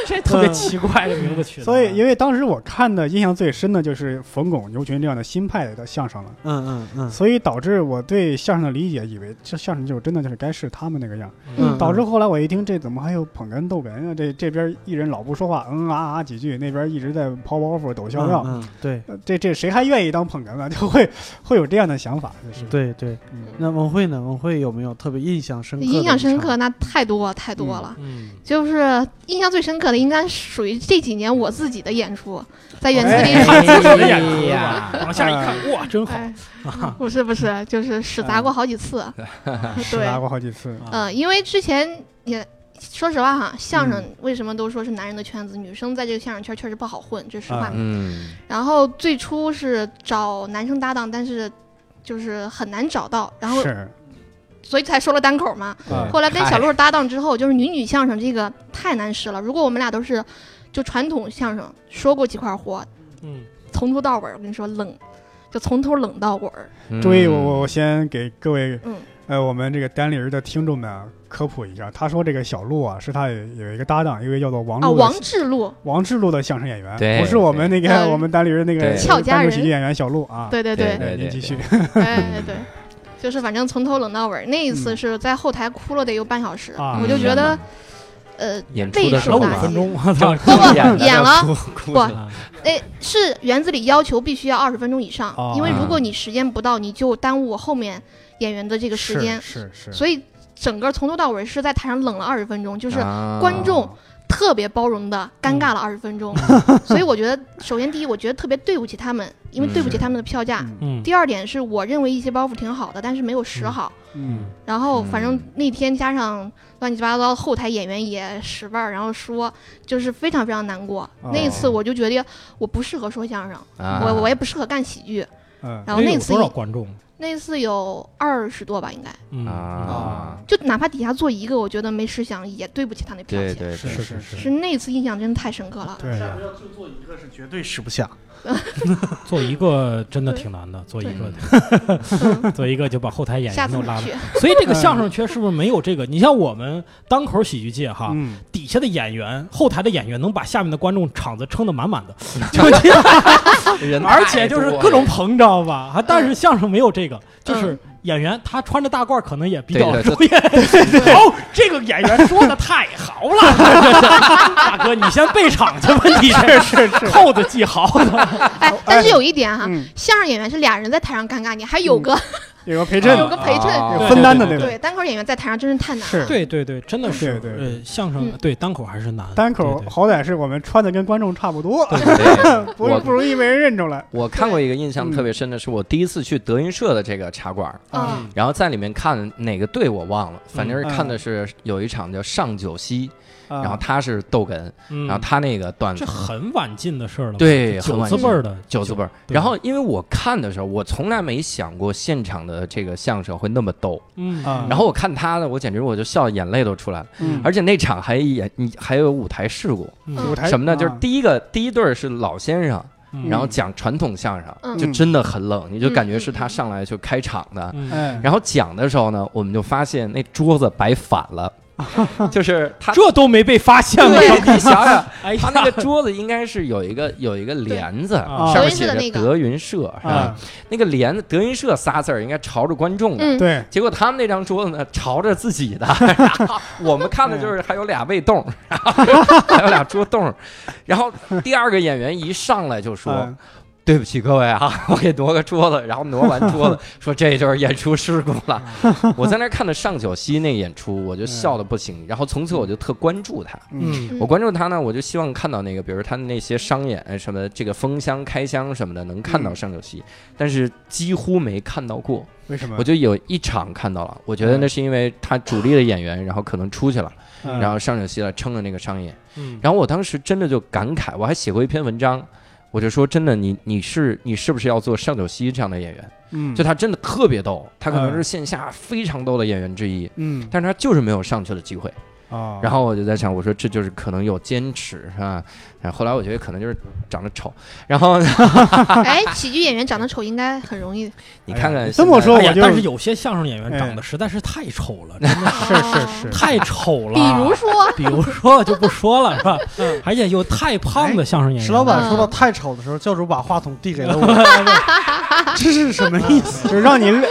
[SPEAKER 3] 这特别奇怪这名字取的。啊
[SPEAKER 2] 所以，因为当时我看的印象最深的就是冯巩、牛群这样的新派的相声了，
[SPEAKER 5] 嗯嗯嗯
[SPEAKER 2] 所以导致我对相声的理解，以为这相声就真的就是该是他们那个样。
[SPEAKER 5] 嗯，
[SPEAKER 2] 导致后来我一听，这怎么还有捧哏逗哏啊？这这边一人老不说话，嗯啊啊几句，那边一直在抛包袱、抖笑料，
[SPEAKER 5] 嗯，嗯对
[SPEAKER 2] 呃这这谁还愿意当捧哏啊？就 [laughs] 会会有这样的想法，就是
[SPEAKER 5] 对对。
[SPEAKER 2] 嗯
[SPEAKER 5] 那文慧呢？文慧有没有特别印象深刻？
[SPEAKER 4] 印象深刻，那太多太多了。
[SPEAKER 3] 嗯，
[SPEAKER 4] 就是印象最深刻的，应该属于这几年我自己的演出，在 [laughs] 园子
[SPEAKER 2] 哎
[SPEAKER 4] 里
[SPEAKER 2] 呀
[SPEAKER 3] 看自己的演
[SPEAKER 1] 哎
[SPEAKER 3] 出
[SPEAKER 1] 呀
[SPEAKER 3] 吧，往下一看，哇，真好
[SPEAKER 4] 哎，不是不是，就是屎砸过好几次。
[SPEAKER 2] 是
[SPEAKER 4] 对
[SPEAKER 2] 拿，过好几次，
[SPEAKER 3] 啊
[SPEAKER 4] 嗯，因为之前也说实话哈，相声为什么都说是男人的圈子，女生在这个相声圈确实不好混，这实话。
[SPEAKER 1] 嗯，
[SPEAKER 4] 然后最初是找男生搭档，但是就是很难找到。然后
[SPEAKER 2] 是
[SPEAKER 4] 所以才说了单口嘛。
[SPEAKER 1] 嗯
[SPEAKER 4] 后来跟小鹿搭档之后，就是女女相声这个太难吃了。如果我们俩都是就传统相声说过几块活，
[SPEAKER 3] 嗯，
[SPEAKER 4] 从头到尾儿，我跟你说冷，就从头冷到尾儿。
[SPEAKER 3] 嗯
[SPEAKER 1] 嗯
[SPEAKER 2] 注意，我我我先给各位
[SPEAKER 4] 嗯，
[SPEAKER 2] 呃，我们这个单立人的听众们啊科普一下，他说这个小鹿啊，是他有有一个搭档，一位叫做王
[SPEAKER 4] 啊，
[SPEAKER 2] 鹿的、
[SPEAKER 4] 王志路，
[SPEAKER 2] 王志路的相声演员，
[SPEAKER 1] 对
[SPEAKER 2] 不是我们那个、
[SPEAKER 4] 对
[SPEAKER 2] 我们单立人那
[SPEAKER 1] 对
[SPEAKER 2] 个
[SPEAKER 4] 俏佳
[SPEAKER 2] 单口
[SPEAKER 4] 人
[SPEAKER 2] 喜剧演员小鹿啊。
[SPEAKER 4] 对对对，
[SPEAKER 1] 对
[SPEAKER 2] 哎，您
[SPEAKER 1] 对
[SPEAKER 2] 继续。 [laughs]
[SPEAKER 4] 哎对，就是反正从头冷到尾儿。那一次
[SPEAKER 2] 嗯
[SPEAKER 4] 是在后台哭了得有半小时，
[SPEAKER 3] 啊
[SPEAKER 4] 我就觉得，呃，
[SPEAKER 1] 演出
[SPEAKER 4] 背
[SPEAKER 1] 的
[SPEAKER 4] 手
[SPEAKER 1] 时候
[SPEAKER 3] 了五
[SPEAKER 4] 拿
[SPEAKER 1] 吧
[SPEAKER 4] 起
[SPEAKER 3] 分钟，我操！ [laughs]
[SPEAKER 4] 不不
[SPEAKER 1] [laughs] 演
[SPEAKER 4] 演了，
[SPEAKER 1] 哭
[SPEAKER 4] 不
[SPEAKER 1] 哭
[SPEAKER 3] 啊
[SPEAKER 4] 哎，是园子里要求必须要二十分钟以上，
[SPEAKER 2] 哦
[SPEAKER 4] 因为如果你时间不到，你就耽误我后面演员的这个时间。
[SPEAKER 2] 是是是，
[SPEAKER 4] 所以整个从头到尾是在台上冷了二十分钟，就是
[SPEAKER 1] 啊
[SPEAKER 4] 观众特别包容的
[SPEAKER 2] 嗯
[SPEAKER 4] 尴尬了二十
[SPEAKER 2] [laughs]
[SPEAKER 4] 分钟。所以我觉得，首先第一，我觉得特别对不起他们，因为对不起他们的票价。
[SPEAKER 2] 嗯
[SPEAKER 3] 嗯，
[SPEAKER 4] 第二点是我认为一些包袱挺好的，但是没有使好。
[SPEAKER 2] 嗯
[SPEAKER 4] 然后
[SPEAKER 1] 嗯
[SPEAKER 4] 反正那天加上乱七八糟，后台演员也使绊儿，然后说就是非常非常难过。
[SPEAKER 2] 哦
[SPEAKER 4] 那一次我就觉得我不适合说相声，
[SPEAKER 1] 啊
[SPEAKER 4] 我我也不适合干喜剧。
[SPEAKER 2] 嗯
[SPEAKER 4] 然后
[SPEAKER 3] 那
[SPEAKER 4] 那
[SPEAKER 3] 有
[SPEAKER 4] 次
[SPEAKER 3] 多少观众？
[SPEAKER 4] 那次有二十多吧，应该
[SPEAKER 3] 嗯，
[SPEAKER 1] 啊，
[SPEAKER 4] 就哪怕底下坐一个，我觉得没事想也对不起他那票
[SPEAKER 1] 对
[SPEAKER 4] 钱。
[SPEAKER 1] 对
[SPEAKER 2] 是
[SPEAKER 1] 对，
[SPEAKER 2] 是
[SPEAKER 3] 是
[SPEAKER 2] 是
[SPEAKER 4] 是那次印象真的太深刻
[SPEAKER 1] [laughs]
[SPEAKER 4] 了。
[SPEAKER 2] 对，
[SPEAKER 5] 要就做一个是绝对吃不下。
[SPEAKER 3] 做一个真的挺难的，做一个 [laughs]
[SPEAKER 4] 嗯
[SPEAKER 3] 做一个就把后台演
[SPEAKER 4] 下
[SPEAKER 3] 员
[SPEAKER 4] 次
[SPEAKER 3] 都
[SPEAKER 4] 我
[SPEAKER 3] 拉
[SPEAKER 4] 去
[SPEAKER 3] 了。，所以这个相声圈是不是没有这个？你像我们单口喜剧界哈，
[SPEAKER 2] 嗯，
[SPEAKER 3] 底下的演员、后台的演员能把下面的观众场子撑得满满的，就这样
[SPEAKER 1] 人
[SPEAKER 3] 而且就是各种
[SPEAKER 1] 太
[SPEAKER 3] 捧，你知道吧？还
[SPEAKER 1] 嗯
[SPEAKER 3] 但是相声没有这个，就是演员他穿着大褂儿可能也比较
[SPEAKER 1] 对
[SPEAKER 3] 容
[SPEAKER 1] 对
[SPEAKER 3] 易。哦，这个演员说的太好了， [laughs] 大哥，你先备场去吧，你这是扣子系好了。
[SPEAKER 4] 哎，但是有一点哈
[SPEAKER 2] 嗯，
[SPEAKER 4] 相声演员是俩人在台上尴尬，你还有个
[SPEAKER 2] 有个陪
[SPEAKER 1] 多
[SPEAKER 2] 衬
[SPEAKER 1] 了，
[SPEAKER 4] 有个陪衬
[SPEAKER 1] 啊
[SPEAKER 2] 有
[SPEAKER 3] 对
[SPEAKER 2] 分担的
[SPEAKER 3] 对
[SPEAKER 2] 那种，
[SPEAKER 4] 对单口演员在台上真是太难了。
[SPEAKER 2] 是
[SPEAKER 3] 对对对，真的是，
[SPEAKER 2] 对对
[SPEAKER 3] 呃，相声
[SPEAKER 4] 嗯
[SPEAKER 3] 对单口还是难，
[SPEAKER 2] 单口
[SPEAKER 3] 对对
[SPEAKER 2] 好歹是我们穿的跟观众差不多，
[SPEAKER 3] [laughs]
[SPEAKER 1] 对
[SPEAKER 2] 不
[SPEAKER 1] 我
[SPEAKER 2] 不容易被人认出来。
[SPEAKER 1] 我看过一个印象特别深的是，我第一次去德云社的这个茶馆儿，
[SPEAKER 4] 啊，
[SPEAKER 3] 嗯
[SPEAKER 1] 然后在里面看哪个队我忘了，反正是看的是有一场叫上九溪，
[SPEAKER 2] 啊
[SPEAKER 1] 然后他是逗哏，
[SPEAKER 3] 嗯
[SPEAKER 1] 然后他那个段
[SPEAKER 3] 这
[SPEAKER 1] 子
[SPEAKER 3] 很晚进的事儿了吧，
[SPEAKER 1] 对很
[SPEAKER 3] 九
[SPEAKER 1] 晚
[SPEAKER 3] 字
[SPEAKER 1] 进
[SPEAKER 3] 辈儿的
[SPEAKER 1] 九字辈儿。
[SPEAKER 3] 对
[SPEAKER 1] 然后因为我看的时候，我从来没想过现场的这个相声会那么逗，
[SPEAKER 3] 嗯
[SPEAKER 2] 啊
[SPEAKER 1] 然后我看他的，我简直我就笑眼泪都出来了。
[SPEAKER 2] 嗯
[SPEAKER 1] 而且那场还演，你还有舞台事故，
[SPEAKER 2] 舞台
[SPEAKER 1] 什么呢？就是
[SPEAKER 2] 啊
[SPEAKER 1] 第一个第一对儿是老先生，
[SPEAKER 3] 嗯
[SPEAKER 1] 然后讲传统相声，
[SPEAKER 4] 嗯
[SPEAKER 1] 就真的很冷，你就感觉是他
[SPEAKER 4] 嗯嗯嗯
[SPEAKER 1] 上来就开场的。
[SPEAKER 3] 嗯，
[SPEAKER 2] 哎，
[SPEAKER 1] 然后讲的时候呢，我们就发现那桌子摆反
[SPEAKER 2] [laughs]
[SPEAKER 1] 了，就是他。
[SPEAKER 3] 嗯这都没被发现吗？
[SPEAKER 1] 对，你想想，
[SPEAKER 3] 哎呀
[SPEAKER 1] 他那个桌子应该是有一个有一个帘子，
[SPEAKER 3] 啊
[SPEAKER 1] 上面
[SPEAKER 4] 德云
[SPEAKER 1] 写
[SPEAKER 4] 社的
[SPEAKER 1] 着
[SPEAKER 4] 那个
[SPEAKER 1] 德云社，是吧？
[SPEAKER 2] 啊，
[SPEAKER 1] 那个帘子德云社仨字儿应该朝着观众的，
[SPEAKER 4] 嗯，
[SPEAKER 2] 对，
[SPEAKER 1] 结果他们那张桌子呢，朝着自
[SPEAKER 2] [laughs]
[SPEAKER 1] 己的，然后我们看的就是还有俩胃洞， [laughs] 然后还有俩桌洞，然后第二个演员一上来就说
[SPEAKER 2] 嗯：“
[SPEAKER 1] 对不起各位啊， [laughs] 我给挪个桌子。”然后挪完桌子说：“这就是演出事故了。”我在那儿看的上九溪那演出，我就笑的不行，然后从此我就特关注他。
[SPEAKER 2] 嗯
[SPEAKER 4] 嗯
[SPEAKER 1] 我关注他呢，我就希望看到那个，比如他那些商演什么的，这个封箱、开箱什么的，能看到上九溪，但是几乎没看到过。
[SPEAKER 2] 为什么？
[SPEAKER 1] 我就有一场看到了，我觉得那是因为他主力的演员，然后可能出去了，
[SPEAKER 2] 嗯
[SPEAKER 1] 然后上九溪了撑了那个商演，
[SPEAKER 3] 嗯
[SPEAKER 1] 然后我当时真的就感慨，我还写过一篇文章。我就说真的，你你是你是不是要做上九溪这样的演员？
[SPEAKER 2] 嗯
[SPEAKER 1] 就他真的特别逗，他可能
[SPEAKER 2] 嗯
[SPEAKER 1] 是线下非常逗的演员之一，
[SPEAKER 2] 嗯
[SPEAKER 1] 但是他就是没有上去的机会。
[SPEAKER 2] 啊，
[SPEAKER 1] 然后我就在想，我说这就是可能有坚持是吧？然后后来我觉得可能就是长得丑，然后
[SPEAKER 3] [laughs]
[SPEAKER 4] 哎，喜剧演员长得丑应该很容易。
[SPEAKER 1] 你看
[SPEAKER 2] 哎
[SPEAKER 1] 看
[SPEAKER 2] 呀这
[SPEAKER 1] 现
[SPEAKER 2] 么
[SPEAKER 1] 在
[SPEAKER 2] 说
[SPEAKER 3] 哎呀
[SPEAKER 2] 我就
[SPEAKER 3] 但是有些相声演员长得实在是太丑了，真的
[SPEAKER 2] 是是是，
[SPEAKER 3] 太丑了。
[SPEAKER 4] [laughs] 比如，
[SPEAKER 3] [laughs]
[SPEAKER 4] 说，
[SPEAKER 3] [laughs] 比如说就不说了，是吧？而且有太胖的相声演员，
[SPEAKER 5] 石哎老板说到
[SPEAKER 4] 嗯
[SPEAKER 5] 太丑的时候，教主把话筒递给
[SPEAKER 4] [laughs]
[SPEAKER 5] 了 [laughs] 我，这是什么意思？
[SPEAKER 2] 就是让
[SPEAKER 1] [laughs]
[SPEAKER 2] 你列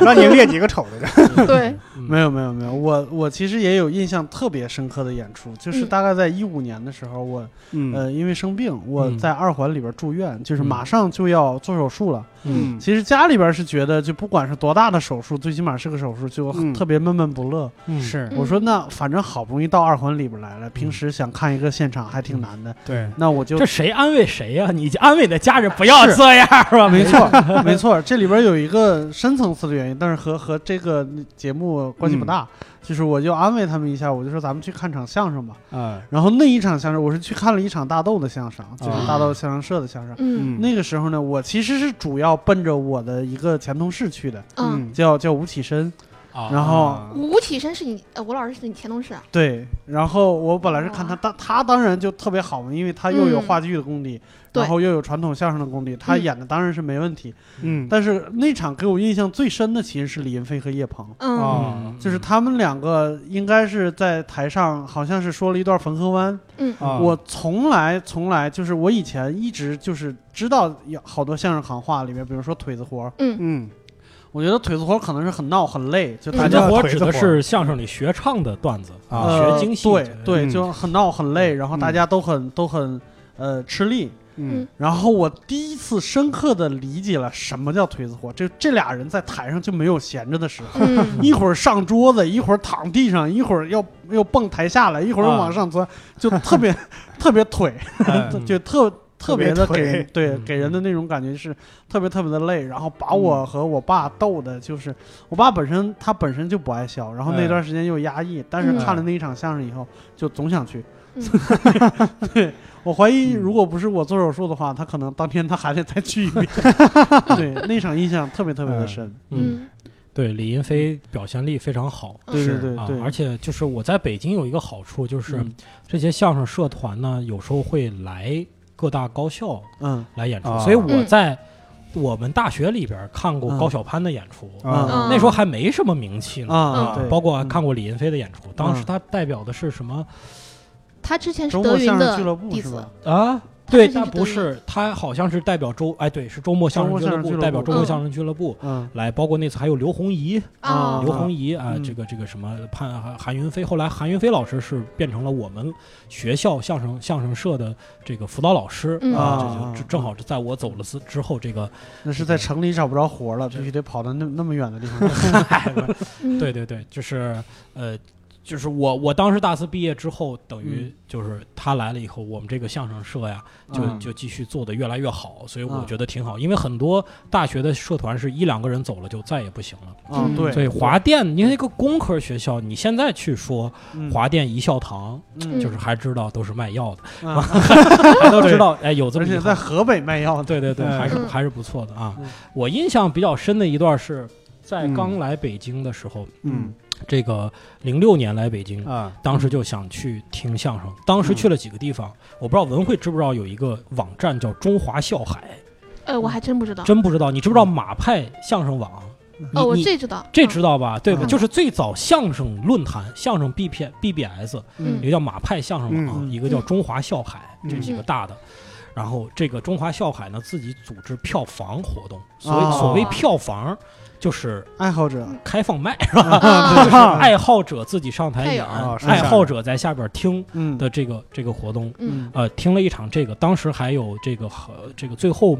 [SPEAKER 2] 让你列几个丑的，
[SPEAKER 4] 对，
[SPEAKER 5] [laughs]
[SPEAKER 3] 嗯
[SPEAKER 5] 没有没有没有，我我其实也有印象特别深刻的演出，就是
[SPEAKER 4] 嗯
[SPEAKER 5] 大概在一五年的时候，我
[SPEAKER 2] 嗯
[SPEAKER 5] 呃因为生病，我
[SPEAKER 3] 嗯
[SPEAKER 5] 在二环里边住院，就是
[SPEAKER 3] 嗯
[SPEAKER 5] 马上就要做手术了。
[SPEAKER 3] 嗯，
[SPEAKER 5] 其实家里边是觉得，就不管是多大的手术，最起码是个手术，就
[SPEAKER 2] 嗯
[SPEAKER 5] 特别闷闷不乐。
[SPEAKER 3] 嗯
[SPEAKER 2] 是，
[SPEAKER 4] 嗯
[SPEAKER 5] 我说那反正好不容易到二环里边来了，平时想看一个现场还
[SPEAKER 4] 嗯
[SPEAKER 5] 挺难的，
[SPEAKER 2] 对，
[SPEAKER 5] 那我就
[SPEAKER 3] 这谁安慰谁呀？你安慰的家人不要这样吧？
[SPEAKER 5] 没错没错，这里边有一个深层次的原因，但是和和这个节目关系
[SPEAKER 4] 嗯
[SPEAKER 5] 不大。就是我就安慰他们一下，我就说咱们去看场相声吧。
[SPEAKER 2] 啊
[SPEAKER 5] 然后那一场相声，我是去看了一场大豆的相声，就是大豆相声社的相声。
[SPEAKER 4] 嗯
[SPEAKER 2] 嗯
[SPEAKER 5] 那个时候呢，我其实是主要奔着我的一个前同事去的，
[SPEAKER 4] 嗯
[SPEAKER 5] 叫叫吴启深。
[SPEAKER 3] 啊
[SPEAKER 5] 然后
[SPEAKER 2] 啊
[SPEAKER 4] 吴启生是你呃吴老师是你前同事啊？
[SPEAKER 5] 对，然后我本来是看他，当他当然就特别好嘛，因为他又有
[SPEAKER 4] 嗯
[SPEAKER 5] 话剧的功底，
[SPEAKER 4] 对
[SPEAKER 5] 然后又有传统相声的功底，他
[SPEAKER 4] 嗯
[SPEAKER 5] 演的当然是没问题。
[SPEAKER 2] 嗯
[SPEAKER 5] 但是那场给我印象最深的其实是李云飞和叶鹏，
[SPEAKER 4] 嗯，
[SPEAKER 2] 哦
[SPEAKER 3] 嗯
[SPEAKER 5] 就是他们两个应该是在台上好像是说了一段冯河湾。
[SPEAKER 4] 嗯
[SPEAKER 2] 啊
[SPEAKER 5] 我从来从来就是我以前一直就是知道有好多相声行话里面，比如说腿子活儿，
[SPEAKER 2] 嗯
[SPEAKER 5] 我觉得腿子活儿可能是很闹很累，就大
[SPEAKER 3] 腿
[SPEAKER 5] 家
[SPEAKER 3] 子
[SPEAKER 2] 嗯
[SPEAKER 3] 活
[SPEAKER 2] 腿
[SPEAKER 3] 指
[SPEAKER 2] 子
[SPEAKER 3] 的
[SPEAKER 2] 活
[SPEAKER 3] 是相声里学唱的段子
[SPEAKER 2] 啊
[SPEAKER 5] 呃
[SPEAKER 3] 学京戏
[SPEAKER 5] 对对，
[SPEAKER 2] 嗯
[SPEAKER 5] 就很闹很累，然后大
[SPEAKER 2] 嗯
[SPEAKER 5] 家都很都很呃吃力。
[SPEAKER 2] 嗯
[SPEAKER 5] 然后我第一次深刻的理解了什么叫腿子活，这这俩人在台上就没有闲着的时候，
[SPEAKER 4] 嗯，
[SPEAKER 5] [laughs] 一会儿上桌子，一会儿躺地上，一会儿要又蹦台下来，一会儿又
[SPEAKER 2] 啊
[SPEAKER 5] 往上钻，就特别特别腿，
[SPEAKER 2] 哎
[SPEAKER 3] 嗯
[SPEAKER 5] 就特特别的给人
[SPEAKER 2] 特别腿
[SPEAKER 5] 对
[SPEAKER 3] 嗯
[SPEAKER 5] 给人的那种感觉是特别特别的累，然后把我和我爸逗的，就是我爸本身他本身就不爱笑，然后那
[SPEAKER 2] 哎
[SPEAKER 5] 段时间又压抑，但是
[SPEAKER 2] [laughs]
[SPEAKER 4] 嗯
[SPEAKER 5] 看了那一场相声以后，就总想去
[SPEAKER 4] 嗯。
[SPEAKER 5] [laughs] 对，我怀疑如果不是我做手术的话，他可能当天他还得再去一遍。对，那场印象特别特别的深。
[SPEAKER 3] 嗯，
[SPEAKER 4] 嗯
[SPEAKER 3] 对，李云飞表现力非常好。
[SPEAKER 5] 对对
[SPEAKER 2] 是
[SPEAKER 5] 对
[SPEAKER 3] 啊
[SPEAKER 5] 对，，
[SPEAKER 3] 而且就是我在北京有一个好处，就是
[SPEAKER 5] 嗯
[SPEAKER 3] 这些相声社团呢，有时候会来各大高校
[SPEAKER 5] 嗯
[SPEAKER 3] 来演出，
[SPEAKER 2] 啊
[SPEAKER 3] 所以我
[SPEAKER 4] 嗯
[SPEAKER 3] 在我们大学里边看过
[SPEAKER 5] 嗯哦
[SPEAKER 3] 高晓攀的演出，
[SPEAKER 2] 啊
[SPEAKER 4] 嗯
[SPEAKER 3] 那时候还没什么名气呢，
[SPEAKER 5] 啊，对，
[SPEAKER 3] 包括
[SPEAKER 5] 嗯
[SPEAKER 3] 看过李云飞的演出，当时他代表的是什么
[SPEAKER 4] 他之前是
[SPEAKER 5] 周
[SPEAKER 4] 德
[SPEAKER 5] 末
[SPEAKER 4] 云
[SPEAKER 5] 相声
[SPEAKER 4] 的
[SPEAKER 5] 俱乐部
[SPEAKER 4] 弟
[SPEAKER 5] 是
[SPEAKER 4] 子
[SPEAKER 5] 吧，？
[SPEAKER 3] 啊？
[SPEAKER 4] 他
[SPEAKER 3] 对，
[SPEAKER 4] 之前
[SPEAKER 3] 但
[SPEAKER 4] 是
[SPEAKER 3] 不
[SPEAKER 4] 德云
[SPEAKER 3] 是，他好像是代表周，哎，对，是周末相声
[SPEAKER 5] 周末
[SPEAKER 3] 俱
[SPEAKER 5] 相
[SPEAKER 3] 乐
[SPEAKER 5] 声俱
[SPEAKER 3] 部
[SPEAKER 5] 乐部
[SPEAKER 3] 代表周末
[SPEAKER 4] 嗯
[SPEAKER 3] 相声俱乐部
[SPEAKER 5] 嗯
[SPEAKER 3] 来，包括那次还有刘洪怡，
[SPEAKER 5] 啊
[SPEAKER 3] 刘
[SPEAKER 4] 哦，
[SPEAKER 3] 洪怡啊，
[SPEAKER 5] 嗯
[SPEAKER 3] 这个这个什么潘韩韩云飞，后来韩云飞老师是变成了我们学校相声相声社的这个辅导老师
[SPEAKER 4] 嗯
[SPEAKER 3] 啊，
[SPEAKER 5] 啊
[SPEAKER 3] 这就正好是在我走了之之后，这
[SPEAKER 5] [laughs]
[SPEAKER 3] 个 [laughs]
[SPEAKER 5] 那是在城里找不着活了，必须得跑到那那么远的地方。
[SPEAKER 3] 哎不是
[SPEAKER 4] 嗯
[SPEAKER 3] 对对对，就是呃。就是我，我当时大四毕业之后，等于就是他来了以后，我们这个相声社呀，就
[SPEAKER 5] 嗯
[SPEAKER 3] 就继续做得越来越好，所以我
[SPEAKER 5] 嗯
[SPEAKER 3] 觉得挺好。因为很多大学的社团是一两个人走了就再也不行了，
[SPEAKER 5] 啊，对，
[SPEAKER 3] 所以华电，因为一个工科学校，你现在去说
[SPEAKER 5] 嗯
[SPEAKER 3] 华电一校堂，
[SPEAKER 5] 嗯
[SPEAKER 3] 就是还知道都是卖药的，
[SPEAKER 5] 啊
[SPEAKER 3] [laughs] 还都知道哎有这么
[SPEAKER 5] 而
[SPEAKER 3] 一
[SPEAKER 5] 且
[SPEAKER 3] 行
[SPEAKER 5] 在河北卖药，
[SPEAKER 3] 对对对，
[SPEAKER 2] 嗯
[SPEAKER 3] 还是
[SPEAKER 4] 嗯
[SPEAKER 3] 还是不错的啊
[SPEAKER 5] 嗯。
[SPEAKER 3] 我印象比较深的一段是在
[SPEAKER 2] 嗯
[SPEAKER 3] 刚来北京的时候，
[SPEAKER 5] 嗯
[SPEAKER 3] 这个零六年来北京，
[SPEAKER 2] 啊
[SPEAKER 3] 当时就想去听相声，当时去了几个地方，我不知道文慧知不知道有一个网站叫中华笑海，
[SPEAKER 4] 呃，我还真不知道，
[SPEAKER 3] 真不知道，你知不知道马派相声网？
[SPEAKER 4] 哦，我
[SPEAKER 3] 你你
[SPEAKER 4] 这知道，
[SPEAKER 3] 这
[SPEAKER 4] 嗯
[SPEAKER 3] 知道吧？对吧？
[SPEAKER 4] 嗯
[SPEAKER 3] 就是最早相声论坛、相声 B P B B S，
[SPEAKER 5] 嗯
[SPEAKER 3] 一个叫马派相声网，
[SPEAKER 5] 嗯
[SPEAKER 3] 一个叫中华笑海，
[SPEAKER 2] 嗯
[SPEAKER 3] 哦
[SPEAKER 2] [laughs]
[SPEAKER 3] 这几个大的。然后这个中华笑海呢，自己组织票房活动，所以
[SPEAKER 5] 哦
[SPEAKER 3] 所谓票房就是
[SPEAKER 5] 爱好者
[SPEAKER 3] 开放麦，
[SPEAKER 4] 啊
[SPEAKER 5] 对 [laughs]
[SPEAKER 2] 啊
[SPEAKER 3] 爱好者自己上台演，
[SPEAKER 4] 哎
[SPEAKER 2] 呦哦是
[SPEAKER 3] 爱好者在下边听
[SPEAKER 5] 嗯
[SPEAKER 3] 的这个这个活动。
[SPEAKER 4] 嗯
[SPEAKER 3] 呃，听了一场这个，当时还有这个呃这个最后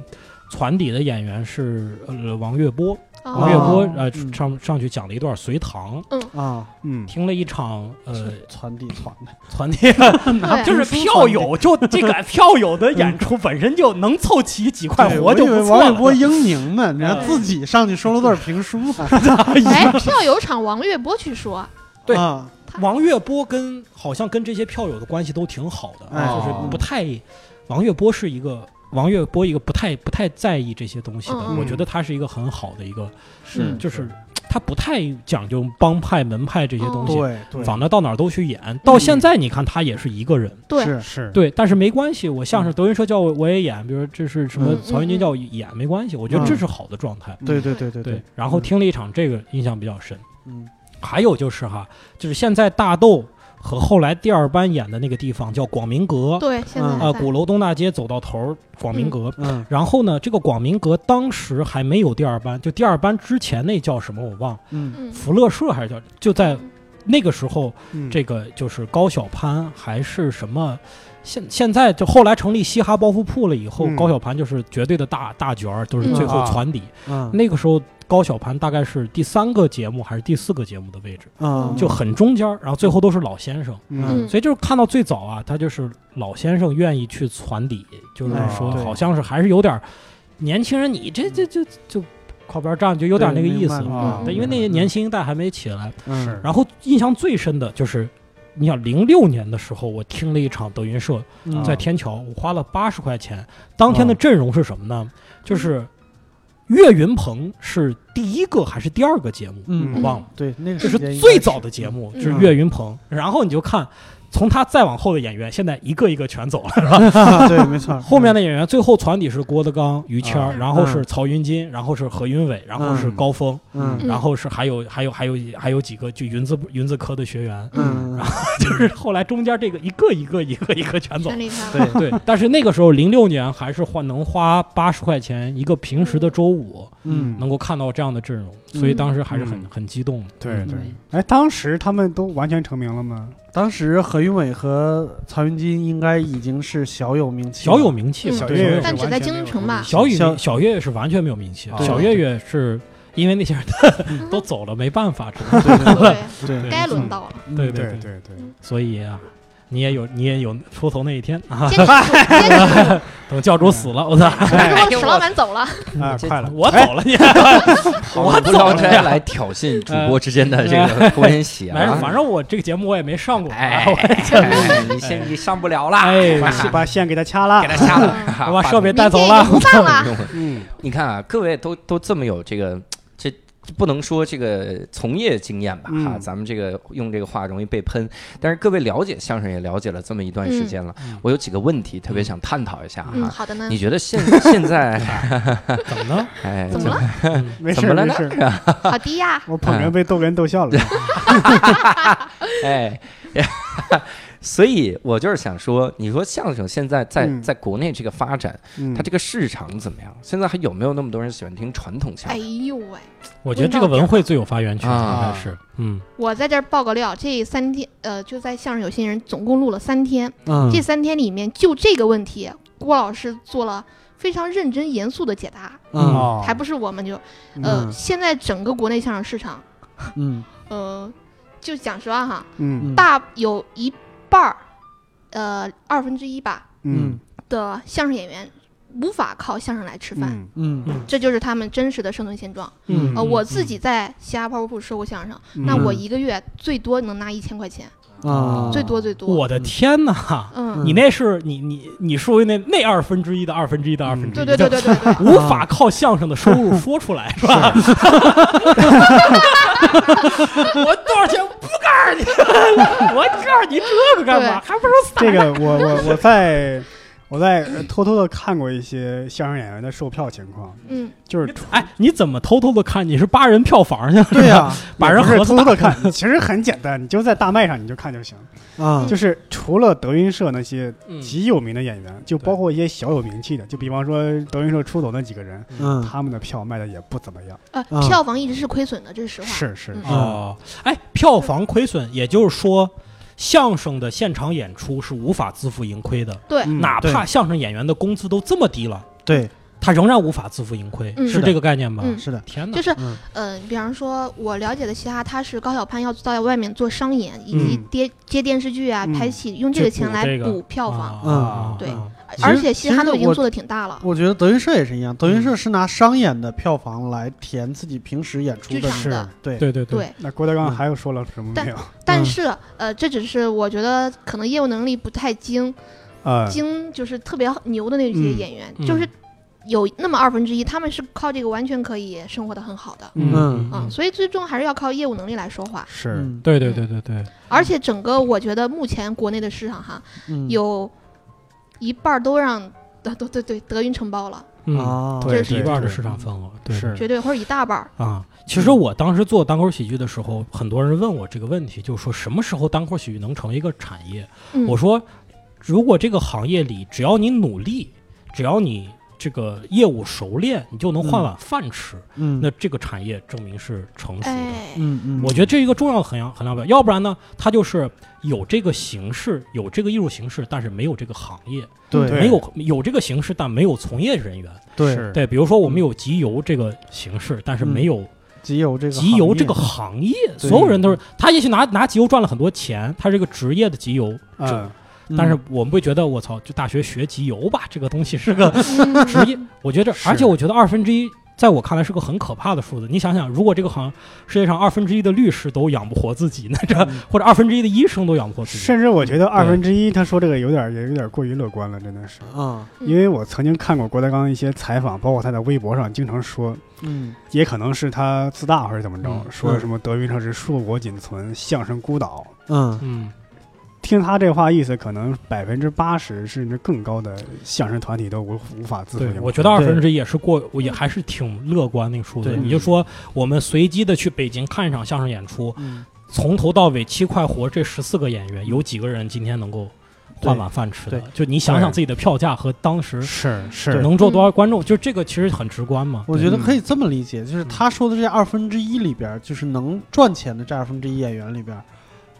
[SPEAKER 3] 传底的演员是呃王月波，
[SPEAKER 4] 哦
[SPEAKER 3] 王月波
[SPEAKER 5] 哦
[SPEAKER 3] 呃
[SPEAKER 5] 嗯
[SPEAKER 3] 上上去讲了一段隋唐，
[SPEAKER 5] 啊，
[SPEAKER 2] 嗯
[SPEAKER 3] 听了一场呃
[SPEAKER 5] 传递传递，
[SPEAKER 3] 传递，
[SPEAKER 4] 对
[SPEAKER 3] 啊 [laughs] 就是票友就这个票友的演
[SPEAKER 5] [laughs]
[SPEAKER 3] 出本身就能凑齐几块
[SPEAKER 5] 对
[SPEAKER 3] 活就
[SPEAKER 5] 我以为
[SPEAKER 3] 不错
[SPEAKER 5] 王一
[SPEAKER 3] 了。嗯
[SPEAKER 5] 波英明呢，人家自己上去收了段评书，
[SPEAKER 4] 哎，票友场王月波去说，
[SPEAKER 3] [laughs] 对
[SPEAKER 5] 啊，
[SPEAKER 3] 王月波跟好像跟这些票友的关系都挺好的，啊
[SPEAKER 5] 哎
[SPEAKER 3] 就是
[SPEAKER 2] 哦
[SPEAKER 3] 不太。王月波是一个王月波一个不太不太在意这些东西的，
[SPEAKER 4] 嗯
[SPEAKER 3] 我觉得他是一个很好的一个，
[SPEAKER 5] 是
[SPEAKER 3] 就是他不太讲究帮派门派这些
[SPEAKER 4] 哦
[SPEAKER 3] 东西。
[SPEAKER 5] 对对，
[SPEAKER 3] 反正到哪儿都去演，到现在你看他也是一个人，
[SPEAKER 4] 对，
[SPEAKER 5] 是
[SPEAKER 2] 是
[SPEAKER 3] 对，但是没关系，我
[SPEAKER 5] 嗯
[SPEAKER 3] 相声德云社叫我我也演，比如这是什么
[SPEAKER 4] 嗯
[SPEAKER 3] 曹云金叫我演，没关系，我觉得
[SPEAKER 5] 嗯
[SPEAKER 3] 这是好的状态。
[SPEAKER 5] 对对对对
[SPEAKER 3] 对，，然后听了一场这个印象比较深。
[SPEAKER 5] 嗯
[SPEAKER 3] 还有就是哈，就是现在大豆和后来第二班演的那个地方叫广明阁，
[SPEAKER 4] 对，现在
[SPEAKER 5] 嗯
[SPEAKER 3] 啊，
[SPEAKER 4] 还在
[SPEAKER 3] 鼓楼东大街走到头儿广明阁。
[SPEAKER 5] 嗯
[SPEAKER 3] 然后呢，这个广明阁当时还没有第二班，就第二班之前那叫什么我忘，了，
[SPEAKER 5] 嗯
[SPEAKER 4] 嗯，
[SPEAKER 3] 福乐社还是叫，就在那个时候，
[SPEAKER 2] 嗯
[SPEAKER 3] 这个就是高晓攀还是什么，现现在就后来成立嘻哈包袱铺了以后，
[SPEAKER 2] 嗯
[SPEAKER 3] 高晓攀就是绝对的大大角儿，就是最后
[SPEAKER 2] 嗯
[SPEAKER 3] 传底。
[SPEAKER 5] 嗯
[SPEAKER 3] 那个时候高晓攀大概是第三个节目还是第四个节目的位置，
[SPEAKER 5] 嗯，
[SPEAKER 3] 就很中间儿，然后最后都是老先生。
[SPEAKER 2] 嗯
[SPEAKER 4] 嗯
[SPEAKER 3] 所以就是看到最早啊，他就是老先生愿意去传底，就是说
[SPEAKER 2] 哎
[SPEAKER 5] 哦对
[SPEAKER 3] 好像是还是有点儿年轻人，你这这这就靠边站，就有点那个意思
[SPEAKER 5] 对明白嗯
[SPEAKER 3] 了。
[SPEAKER 2] 啊
[SPEAKER 3] 嗯对，因为那年轻一代还没起来。
[SPEAKER 2] 嗯
[SPEAKER 5] 是
[SPEAKER 3] 然后印象最深的就是，你想零六年的时候，我听了一场德云社
[SPEAKER 5] 嗯啊
[SPEAKER 3] 在天桥，我花了八十块钱。当天的阵容是什么呢？就是岳云鹏是第一个还是第二个节目？
[SPEAKER 5] 嗯
[SPEAKER 3] 我忘了，
[SPEAKER 5] 对，那个
[SPEAKER 3] 这
[SPEAKER 5] 时间
[SPEAKER 3] 是
[SPEAKER 5] 应
[SPEAKER 3] 最
[SPEAKER 5] 该
[SPEAKER 3] 早
[SPEAKER 5] 是
[SPEAKER 3] 的节目，
[SPEAKER 4] 嗯
[SPEAKER 3] 就是岳云鹏。然后你就看，从他再往后的演员，现在一个一个全走了，是吧？
[SPEAKER 5] 啊， [laughs] 对，没错。
[SPEAKER 3] 后面的演员最后船底是郭德纲、于谦儿，
[SPEAKER 4] 嗯
[SPEAKER 3] 然后是曹云金，然后是何云伟，然后是高峰，
[SPEAKER 5] 嗯
[SPEAKER 4] 嗯
[SPEAKER 3] 然后是还有还有还有还有几个就云字云字科的学员， [laughs]
[SPEAKER 5] 嗯，
[SPEAKER 3] 就是后来中间这个一个一个一个一个全走
[SPEAKER 4] 全。力发
[SPEAKER 5] 对
[SPEAKER 3] 对，但是那个时候零六年还是花能花八十块钱一个平时的周五，
[SPEAKER 5] 嗯
[SPEAKER 3] 能够看到这样的阵容，所以当时还是很
[SPEAKER 2] 嗯
[SPEAKER 3] 很激动的。
[SPEAKER 2] 对对。
[SPEAKER 5] 嗯
[SPEAKER 2] 哎，当时他们都完全成名了吗？
[SPEAKER 5] 当时何云伟和曹云金应该已经是小有名气了，
[SPEAKER 3] 小有名气，
[SPEAKER 4] 嗯
[SPEAKER 3] 小
[SPEAKER 2] 对
[SPEAKER 3] 岳
[SPEAKER 2] 对
[SPEAKER 3] 岳
[SPEAKER 4] 但
[SPEAKER 2] 是
[SPEAKER 4] 只
[SPEAKER 2] 完
[SPEAKER 4] 在
[SPEAKER 2] 全没
[SPEAKER 4] 京
[SPEAKER 2] 有
[SPEAKER 4] 城吧
[SPEAKER 3] 小
[SPEAKER 5] 小
[SPEAKER 3] 雨小岳岳是完全没有名气，
[SPEAKER 2] 啊
[SPEAKER 3] 小岳岳是因为那些人都走了，没办法，只能
[SPEAKER 5] 对对
[SPEAKER 4] 对，
[SPEAKER 5] 对
[SPEAKER 4] 该轮到了。
[SPEAKER 3] 对
[SPEAKER 2] 对
[SPEAKER 3] 对，
[SPEAKER 2] 对对，
[SPEAKER 3] 所以啊，你也有你也有出头那一天 [laughs] 啊！
[SPEAKER 4] 坚持住，坚持住。
[SPEAKER 3] 等教主死了，我操，
[SPEAKER 4] 反
[SPEAKER 1] 哎
[SPEAKER 4] 正
[SPEAKER 1] 呦
[SPEAKER 4] 史老板走了，
[SPEAKER 2] 啊，
[SPEAKER 1] 这
[SPEAKER 2] 快了，
[SPEAKER 3] [laughs] 我走了你，我
[SPEAKER 1] 我不
[SPEAKER 3] 走
[SPEAKER 1] 聊
[SPEAKER 3] 了
[SPEAKER 1] 斋
[SPEAKER 3] 呀。
[SPEAKER 1] 来挑衅主播之间的这个关系
[SPEAKER 3] 反正
[SPEAKER 1] 啊！
[SPEAKER 3] 反正我这个节目我也没上过，
[SPEAKER 1] 哎
[SPEAKER 3] 啊，
[SPEAKER 1] 哎 [laughs] 你先你上不了啦，
[SPEAKER 3] 哎
[SPEAKER 2] 把
[SPEAKER 1] 把
[SPEAKER 2] 把线给他掐了
[SPEAKER 1] 给。他下了，
[SPEAKER 3] 我把设备带
[SPEAKER 4] 明
[SPEAKER 3] 走
[SPEAKER 4] 天
[SPEAKER 3] 了
[SPEAKER 4] 也。不
[SPEAKER 3] [laughs]
[SPEAKER 4] 办了。
[SPEAKER 5] 嗯
[SPEAKER 1] 你看啊，各位都都这么有这个，这不能说这个从业经验吧，哈，
[SPEAKER 2] 嗯
[SPEAKER 1] 咱们这个用这个话容易被喷。但是各位了解相声也了解了这么一段时间了，
[SPEAKER 3] 嗯
[SPEAKER 1] 我有几个问题特别想探讨一下哈。
[SPEAKER 4] 嗯，好的呢
[SPEAKER 1] 你。觉得现现在，
[SPEAKER 4] [laughs]
[SPEAKER 3] 怎么呢？
[SPEAKER 1] 哎，
[SPEAKER 4] 怎么了？
[SPEAKER 2] 没
[SPEAKER 1] 怎
[SPEAKER 2] 事
[SPEAKER 1] 么了嗯
[SPEAKER 2] 儿没
[SPEAKER 1] 呢
[SPEAKER 2] 事儿，
[SPEAKER 4] 好的呀，
[SPEAKER 2] 我捧哏被逗哏逗
[SPEAKER 1] [laughs]
[SPEAKER 2] 笑了。
[SPEAKER 1] 哎， [laughs] 所以我就是想说，你说相声现在在、
[SPEAKER 2] 嗯
[SPEAKER 1] 在国内这个发展，
[SPEAKER 2] 嗯
[SPEAKER 1] 它这个市场怎么样？现在还有没有那么多人喜欢听传统相
[SPEAKER 4] 哎
[SPEAKER 1] 声？
[SPEAKER 4] 呦喂，
[SPEAKER 3] 我觉得这个文汇最有发言权，
[SPEAKER 1] 啊
[SPEAKER 3] 应该是嗯，
[SPEAKER 4] 我在这儿报个料，这三天呃就在相声有新人总共录了三天，
[SPEAKER 5] 嗯
[SPEAKER 4] 这三天里面就这个问题，郭老师做了非常认真严肃的解答，
[SPEAKER 5] 嗯
[SPEAKER 2] 哦
[SPEAKER 4] 还不是我们就呃
[SPEAKER 5] 嗯
[SPEAKER 4] 现在整个国内相声市场
[SPEAKER 5] 嗯
[SPEAKER 4] 呃就讲实话哈，
[SPEAKER 2] 嗯
[SPEAKER 5] 嗯
[SPEAKER 4] 大有一半儿呃二分之一吧
[SPEAKER 2] 嗯
[SPEAKER 4] 的相声演员无法靠相声来吃饭。
[SPEAKER 2] 嗯
[SPEAKER 5] 嗯
[SPEAKER 4] 这就是他们真实的生存现状。
[SPEAKER 5] 嗯
[SPEAKER 4] 呃，我自己在西雅泡泡铺说过相声，
[SPEAKER 2] 嗯
[SPEAKER 4] 那我一个月最多能拿一千块钱，
[SPEAKER 3] 嗯
[SPEAKER 5] 啊，
[SPEAKER 4] 最多最多。
[SPEAKER 3] 我的天哪！
[SPEAKER 4] 嗯，
[SPEAKER 3] 你那是你你你属于那那二分之一的二分之一的二分之一，
[SPEAKER 4] 对对对对对对，
[SPEAKER 3] 无法靠相声的收入说出来，是吧？ [laughs] 我多少钱不告诉你，我告诉你这个干嘛？还不如散
[SPEAKER 2] 这
[SPEAKER 4] [laughs]
[SPEAKER 2] 个我我我在我在呃偷偷的看过一些相声演员的售票情况，
[SPEAKER 4] 嗯，
[SPEAKER 2] 就是
[SPEAKER 3] 哎，你怎么偷偷的看？你是扒人票房去？
[SPEAKER 5] 对呀
[SPEAKER 3] 把人
[SPEAKER 2] 不是
[SPEAKER 3] 盒子
[SPEAKER 2] 偷
[SPEAKER 3] 打
[SPEAKER 2] 偷的看，其实很简单，你就在大麦上你就看就行。
[SPEAKER 5] 啊，
[SPEAKER 2] 就是除了德云社那些
[SPEAKER 3] 嗯
[SPEAKER 2] 极有名的演员，就包括一些小有名气的，就比方说德云社出走那几个人，
[SPEAKER 5] 嗯
[SPEAKER 2] 他们的票卖的也不怎么样。
[SPEAKER 4] 呃，
[SPEAKER 5] 啊
[SPEAKER 4] 票房一直是亏损的，这是实话。
[SPEAKER 2] 是是
[SPEAKER 4] 嗯
[SPEAKER 3] 哦，哎，票房亏损，也就是说，相声的现场演出是无法自负盈亏的，
[SPEAKER 4] 对，
[SPEAKER 2] 嗯
[SPEAKER 3] 哪
[SPEAKER 5] 对
[SPEAKER 3] 怕相声演员的工资都这么低了，
[SPEAKER 5] 对，
[SPEAKER 3] 他仍然无法自负盈亏，
[SPEAKER 4] 嗯
[SPEAKER 3] 是这个概念吧？
[SPEAKER 4] 嗯
[SPEAKER 5] 是的，
[SPEAKER 3] 天哪
[SPEAKER 4] 就！是
[SPEAKER 5] 嗯
[SPEAKER 4] 嗯，比方说，我了解的嘻哈，他是高晓攀要到外面做商演，以及
[SPEAKER 2] 嗯
[SPEAKER 4] 接接电视剧啊、
[SPEAKER 2] 嗯
[SPEAKER 4] 拍戏，用这
[SPEAKER 3] 去
[SPEAKER 4] 个
[SPEAKER 3] 补
[SPEAKER 4] 钱来
[SPEAKER 3] 这个
[SPEAKER 4] 补票房。
[SPEAKER 5] 嗯
[SPEAKER 3] 啊
[SPEAKER 4] 对
[SPEAKER 3] 啊
[SPEAKER 5] 其
[SPEAKER 4] 而
[SPEAKER 5] 实
[SPEAKER 4] 且嘻
[SPEAKER 5] 其
[SPEAKER 4] 哈
[SPEAKER 5] 实
[SPEAKER 4] 都已经
[SPEAKER 5] 我
[SPEAKER 4] 做的挺大了，
[SPEAKER 5] 我觉得德云社也是一样，德云社是拿商演的票房来填自己平时演出
[SPEAKER 4] 剧
[SPEAKER 5] 的，
[SPEAKER 4] 场的。
[SPEAKER 5] 对，
[SPEAKER 3] 对对对，
[SPEAKER 4] 对，
[SPEAKER 2] 那郭德
[SPEAKER 3] 嗯
[SPEAKER 2] 纲还有说了什么没有？
[SPEAKER 4] 但
[SPEAKER 5] 嗯
[SPEAKER 4] 是呃，这只是我觉得可能业务能力不太精，
[SPEAKER 2] 呃，
[SPEAKER 4] 精就是特别牛的那些演员，
[SPEAKER 3] 嗯
[SPEAKER 4] 就是有那么二分之一，他们是靠这个完全可以生活的很好的。
[SPEAKER 5] 嗯
[SPEAKER 4] 嗯，所以最终还是要靠业务能力来说话。
[SPEAKER 2] 是
[SPEAKER 5] 嗯
[SPEAKER 3] 对对对对对，
[SPEAKER 4] 而且整个我觉得目前国内的市场哈，
[SPEAKER 5] 嗯
[SPEAKER 4] 有一半儿都让德对对对德云承包了，
[SPEAKER 3] 嗯，
[SPEAKER 5] 啊，
[SPEAKER 2] 对
[SPEAKER 4] 这
[SPEAKER 3] 一
[SPEAKER 4] 是
[SPEAKER 3] 半的市场份额，对
[SPEAKER 2] 是
[SPEAKER 4] 绝对或者一大半儿。
[SPEAKER 3] 啊。其实我当时做单口喜剧的时候，很多人问我这个问题，就是说什么时候单口喜剧能成为一个产业？
[SPEAKER 4] 嗯，
[SPEAKER 3] 我说，如果这个行业里只要你努力，只要你这个业务熟练，你就能换碗饭吃，
[SPEAKER 5] 嗯
[SPEAKER 3] 那这个产业证明是成熟的。
[SPEAKER 4] 哎，
[SPEAKER 5] 嗯嗯，
[SPEAKER 3] 我觉得这是一个重要的衡量衡量标，要不然呢，它就是有这个形式，有这个艺术形式，但是没有这个行业，
[SPEAKER 5] 对
[SPEAKER 2] 对
[SPEAKER 3] 没有有这个形式，但没有从业人员。
[SPEAKER 5] 对
[SPEAKER 2] 是
[SPEAKER 3] 对，比如说我们有集邮这个形式，但是没有
[SPEAKER 5] 集邮这个
[SPEAKER 3] 集邮这个
[SPEAKER 5] 行
[SPEAKER 3] 行业，
[SPEAKER 5] 对
[SPEAKER 3] 所有人都是他，也许拿拿集邮赚了很多钱，他是个职业的集邮，
[SPEAKER 2] 嗯
[SPEAKER 5] 业
[SPEAKER 3] 但是我们会觉得我操，就大学学集邮吧，这个东西是个
[SPEAKER 4] 嗯
[SPEAKER 5] [laughs]
[SPEAKER 3] 职业，我觉得，而且我觉得二分之一在我看来是个很可怕的数字。你想想，如果这个行世界上二分之一的律师都养不活自己，那这
[SPEAKER 5] 嗯
[SPEAKER 3] 或者二分之一的医生都养不活自己，嗯
[SPEAKER 2] 甚至我觉得二分之一，他说这个有点儿也有点儿过于乐观了，真的是。
[SPEAKER 5] 嗯
[SPEAKER 4] 嗯
[SPEAKER 2] 因为我曾经看过郭德纲一些采访，包括他在微博上经常说，
[SPEAKER 5] 嗯
[SPEAKER 2] 也可能是他自大还是怎么着，
[SPEAKER 3] 嗯
[SPEAKER 2] 说什么德云社是硕果仅存，相声孤岛。
[SPEAKER 5] 嗯
[SPEAKER 3] 嗯，
[SPEAKER 2] 听他这话意思，可能百分之八十甚至更高的相声团体都无无法自负
[SPEAKER 3] 对
[SPEAKER 2] 盈，亏。
[SPEAKER 3] 我觉得二分之一也是过，我也还是挺乐观那个数字。
[SPEAKER 5] 对
[SPEAKER 3] 你就说我们随机的去北京看一场相声演出，
[SPEAKER 5] 嗯，
[SPEAKER 3] 从头到尾七块活这十四个演员，有几个人今天能够换碗饭吃的
[SPEAKER 5] 对？
[SPEAKER 3] 就你想想
[SPEAKER 2] 对
[SPEAKER 3] 自己的票价和当时
[SPEAKER 2] 是是，
[SPEAKER 5] 对
[SPEAKER 3] 能坐多少观众，就这个其实很直观嘛。
[SPEAKER 5] 我
[SPEAKER 3] 对
[SPEAKER 5] 觉得可以这么理解，就是他说的这二分之一里边儿，就是能赚钱的这二分之一演员里边儿，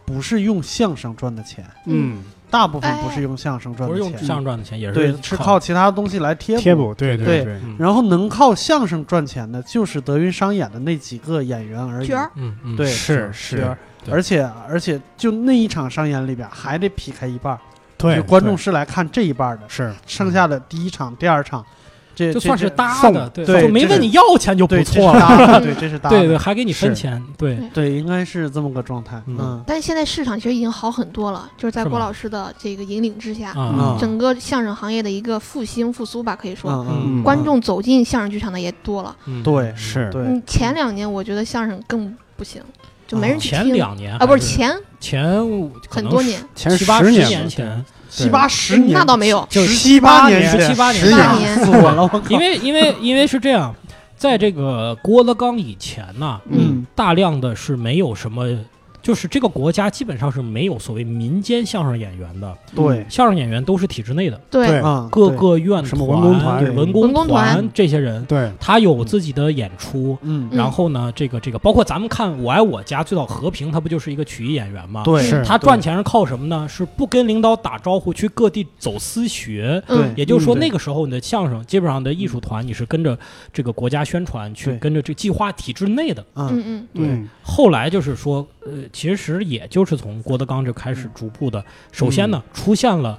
[SPEAKER 5] 不是用相声赚的钱，
[SPEAKER 2] 嗯，
[SPEAKER 5] 大部分
[SPEAKER 4] 哎
[SPEAKER 5] 不是用相声赚
[SPEAKER 3] 不
[SPEAKER 5] 的
[SPEAKER 3] 是用
[SPEAKER 5] 钱，
[SPEAKER 3] 相声赚的钱，也
[SPEAKER 5] 对，是靠其他东西来
[SPEAKER 2] 嗯
[SPEAKER 5] 贴
[SPEAKER 2] 贴补，对
[SPEAKER 5] 对
[SPEAKER 2] 对，
[SPEAKER 3] 嗯
[SPEAKER 5] 然后能靠相声赚钱的，就是德云商演的那几个演员而已。
[SPEAKER 4] 角儿，
[SPEAKER 3] 嗯嗯
[SPEAKER 5] 对，啊
[SPEAKER 2] 是
[SPEAKER 5] 角
[SPEAKER 2] 是
[SPEAKER 5] 儿，
[SPEAKER 3] 对
[SPEAKER 5] 而且而且就那一场商演里边还得劈开一半儿，
[SPEAKER 2] 对
[SPEAKER 5] 就观众是来看这一半儿的
[SPEAKER 2] 对，是
[SPEAKER 5] 剩下的第一场、第二场，这
[SPEAKER 3] 就
[SPEAKER 5] 这
[SPEAKER 3] 算是
[SPEAKER 5] 这
[SPEAKER 3] 搭
[SPEAKER 2] 送
[SPEAKER 3] 的，对
[SPEAKER 5] 对
[SPEAKER 3] 就没
[SPEAKER 5] 这
[SPEAKER 3] 问
[SPEAKER 5] 是
[SPEAKER 3] 你要钱就不
[SPEAKER 5] 对
[SPEAKER 3] 错
[SPEAKER 5] 这是
[SPEAKER 3] 了，
[SPEAKER 5] 搭的
[SPEAKER 4] 嗯
[SPEAKER 5] 对，这是搭
[SPEAKER 3] 对
[SPEAKER 5] 的
[SPEAKER 3] 对，还给你分
[SPEAKER 2] 是
[SPEAKER 3] 钱，对，
[SPEAKER 5] 对，应该是这么个状态。
[SPEAKER 3] 嗯
[SPEAKER 5] 嗯
[SPEAKER 4] 但是现在市场其实已经好很多了，就是在
[SPEAKER 3] 是
[SPEAKER 4] 郭
[SPEAKER 3] 吗
[SPEAKER 4] 老师的这个引领之下，
[SPEAKER 5] 嗯
[SPEAKER 3] 啊，
[SPEAKER 4] 整个相声行业的一个复兴复苏吧，可以说，
[SPEAKER 5] 嗯嗯，
[SPEAKER 4] 观众走进相声剧场的也多了。
[SPEAKER 3] 嗯
[SPEAKER 5] 对
[SPEAKER 2] 是，
[SPEAKER 5] 对，
[SPEAKER 4] 嗯，前两年我觉得相声更不行，就没
[SPEAKER 5] 啊
[SPEAKER 4] 人去
[SPEAKER 3] 前
[SPEAKER 4] 听
[SPEAKER 3] 两年
[SPEAKER 4] 啊，不是
[SPEAKER 3] 还
[SPEAKER 4] 前
[SPEAKER 3] 前五可
[SPEAKER 4] 很
[SPEAKER 3] 能
[SPEAKER 4] 多
[SPEAKER 3] 是
[SPEAKER 4] 年，嗯
[SPEAKER 2] 前
[SPEAKER 3] 七八十
[SPEAKER 2] 年
[SPEAKER 3] 年
[SPEAKER 2] 吧
[SPEAKER 3] 前，
[SPEAKER 5] 七八十年，
[SPEAKER 4] 那倒没有，
[SPEAKER 3] 就
[SPEAKER 5] 十
[SPEAKER 3] 是
[SPEAKER 5] 七八
[SPEAKER 3] 十
[SPEAKER 5] 前
[SPEAKER 3] 七八年
[SPEAKER 2] 十
[SPEAKER 3] 前
[SPEAKER 4] 年，
[SPEAKER 5] 吓死我了，我靠！
[SPEAKER 3] 因为因为因为是这样，在这个郭德纲以前呢，
[SPEAKER 5] 嗯
[SPEAKER 3] 大量的是没有什么。就是这个国家基本上是没有所谓民间相声演员的，
[SPEAKER 5] 对
[SPEAKER 3] 相声演员都是体制内的，
[SPEAKER 2] 嗯对
[SPEAKER 5] 啊，
[SPEAKER 3] 各
[SPEAKER 5] 对
[SPEAKER 3] 个院
[SPEAKER 2] 什么文工团
[SPEAKER 3] 团、文工
[SPEAKER 4] 文工团
[SPEAKER 3] 这些人，
[SPEAKER 2] 对
[SPEAKER 3] 他有自己的演出，
[SPEAKER 5] 嗯
[SPEAKER 3] 然后呢，这个这个，包括咱们看《我爱我家》，最早和平他不就是一个曲艺演员吗？
[SPEAKER 5] 对，
[SPEAKER 2] 是
[SPEAKER 3] 他赚嗯钱是靠什么呢？是不跟领导打招呼，去各地走私学。
[SPEAKER 5] 对
[SPEAKER 4] 嗯，
[SPEAKER 3] 也就是说，
[SPEAKER 5] 嗯对
[SPEAKER 3] 那个时候你的相声，基本上你的艺术团，你是跟着这个国家宣传，去
[SPEAKER 5] 对
[SPEAKER 3] 跟着这计划体制内的。
[SPEAKER 5] 嗯
[SPEAKER 4] 嗯嗯，
[SPEAKER 2] 嗯
[SPEAKER 3] 后来就是说，呃，其实也就是从郭德纲就开始逐步的，首先呢，出现了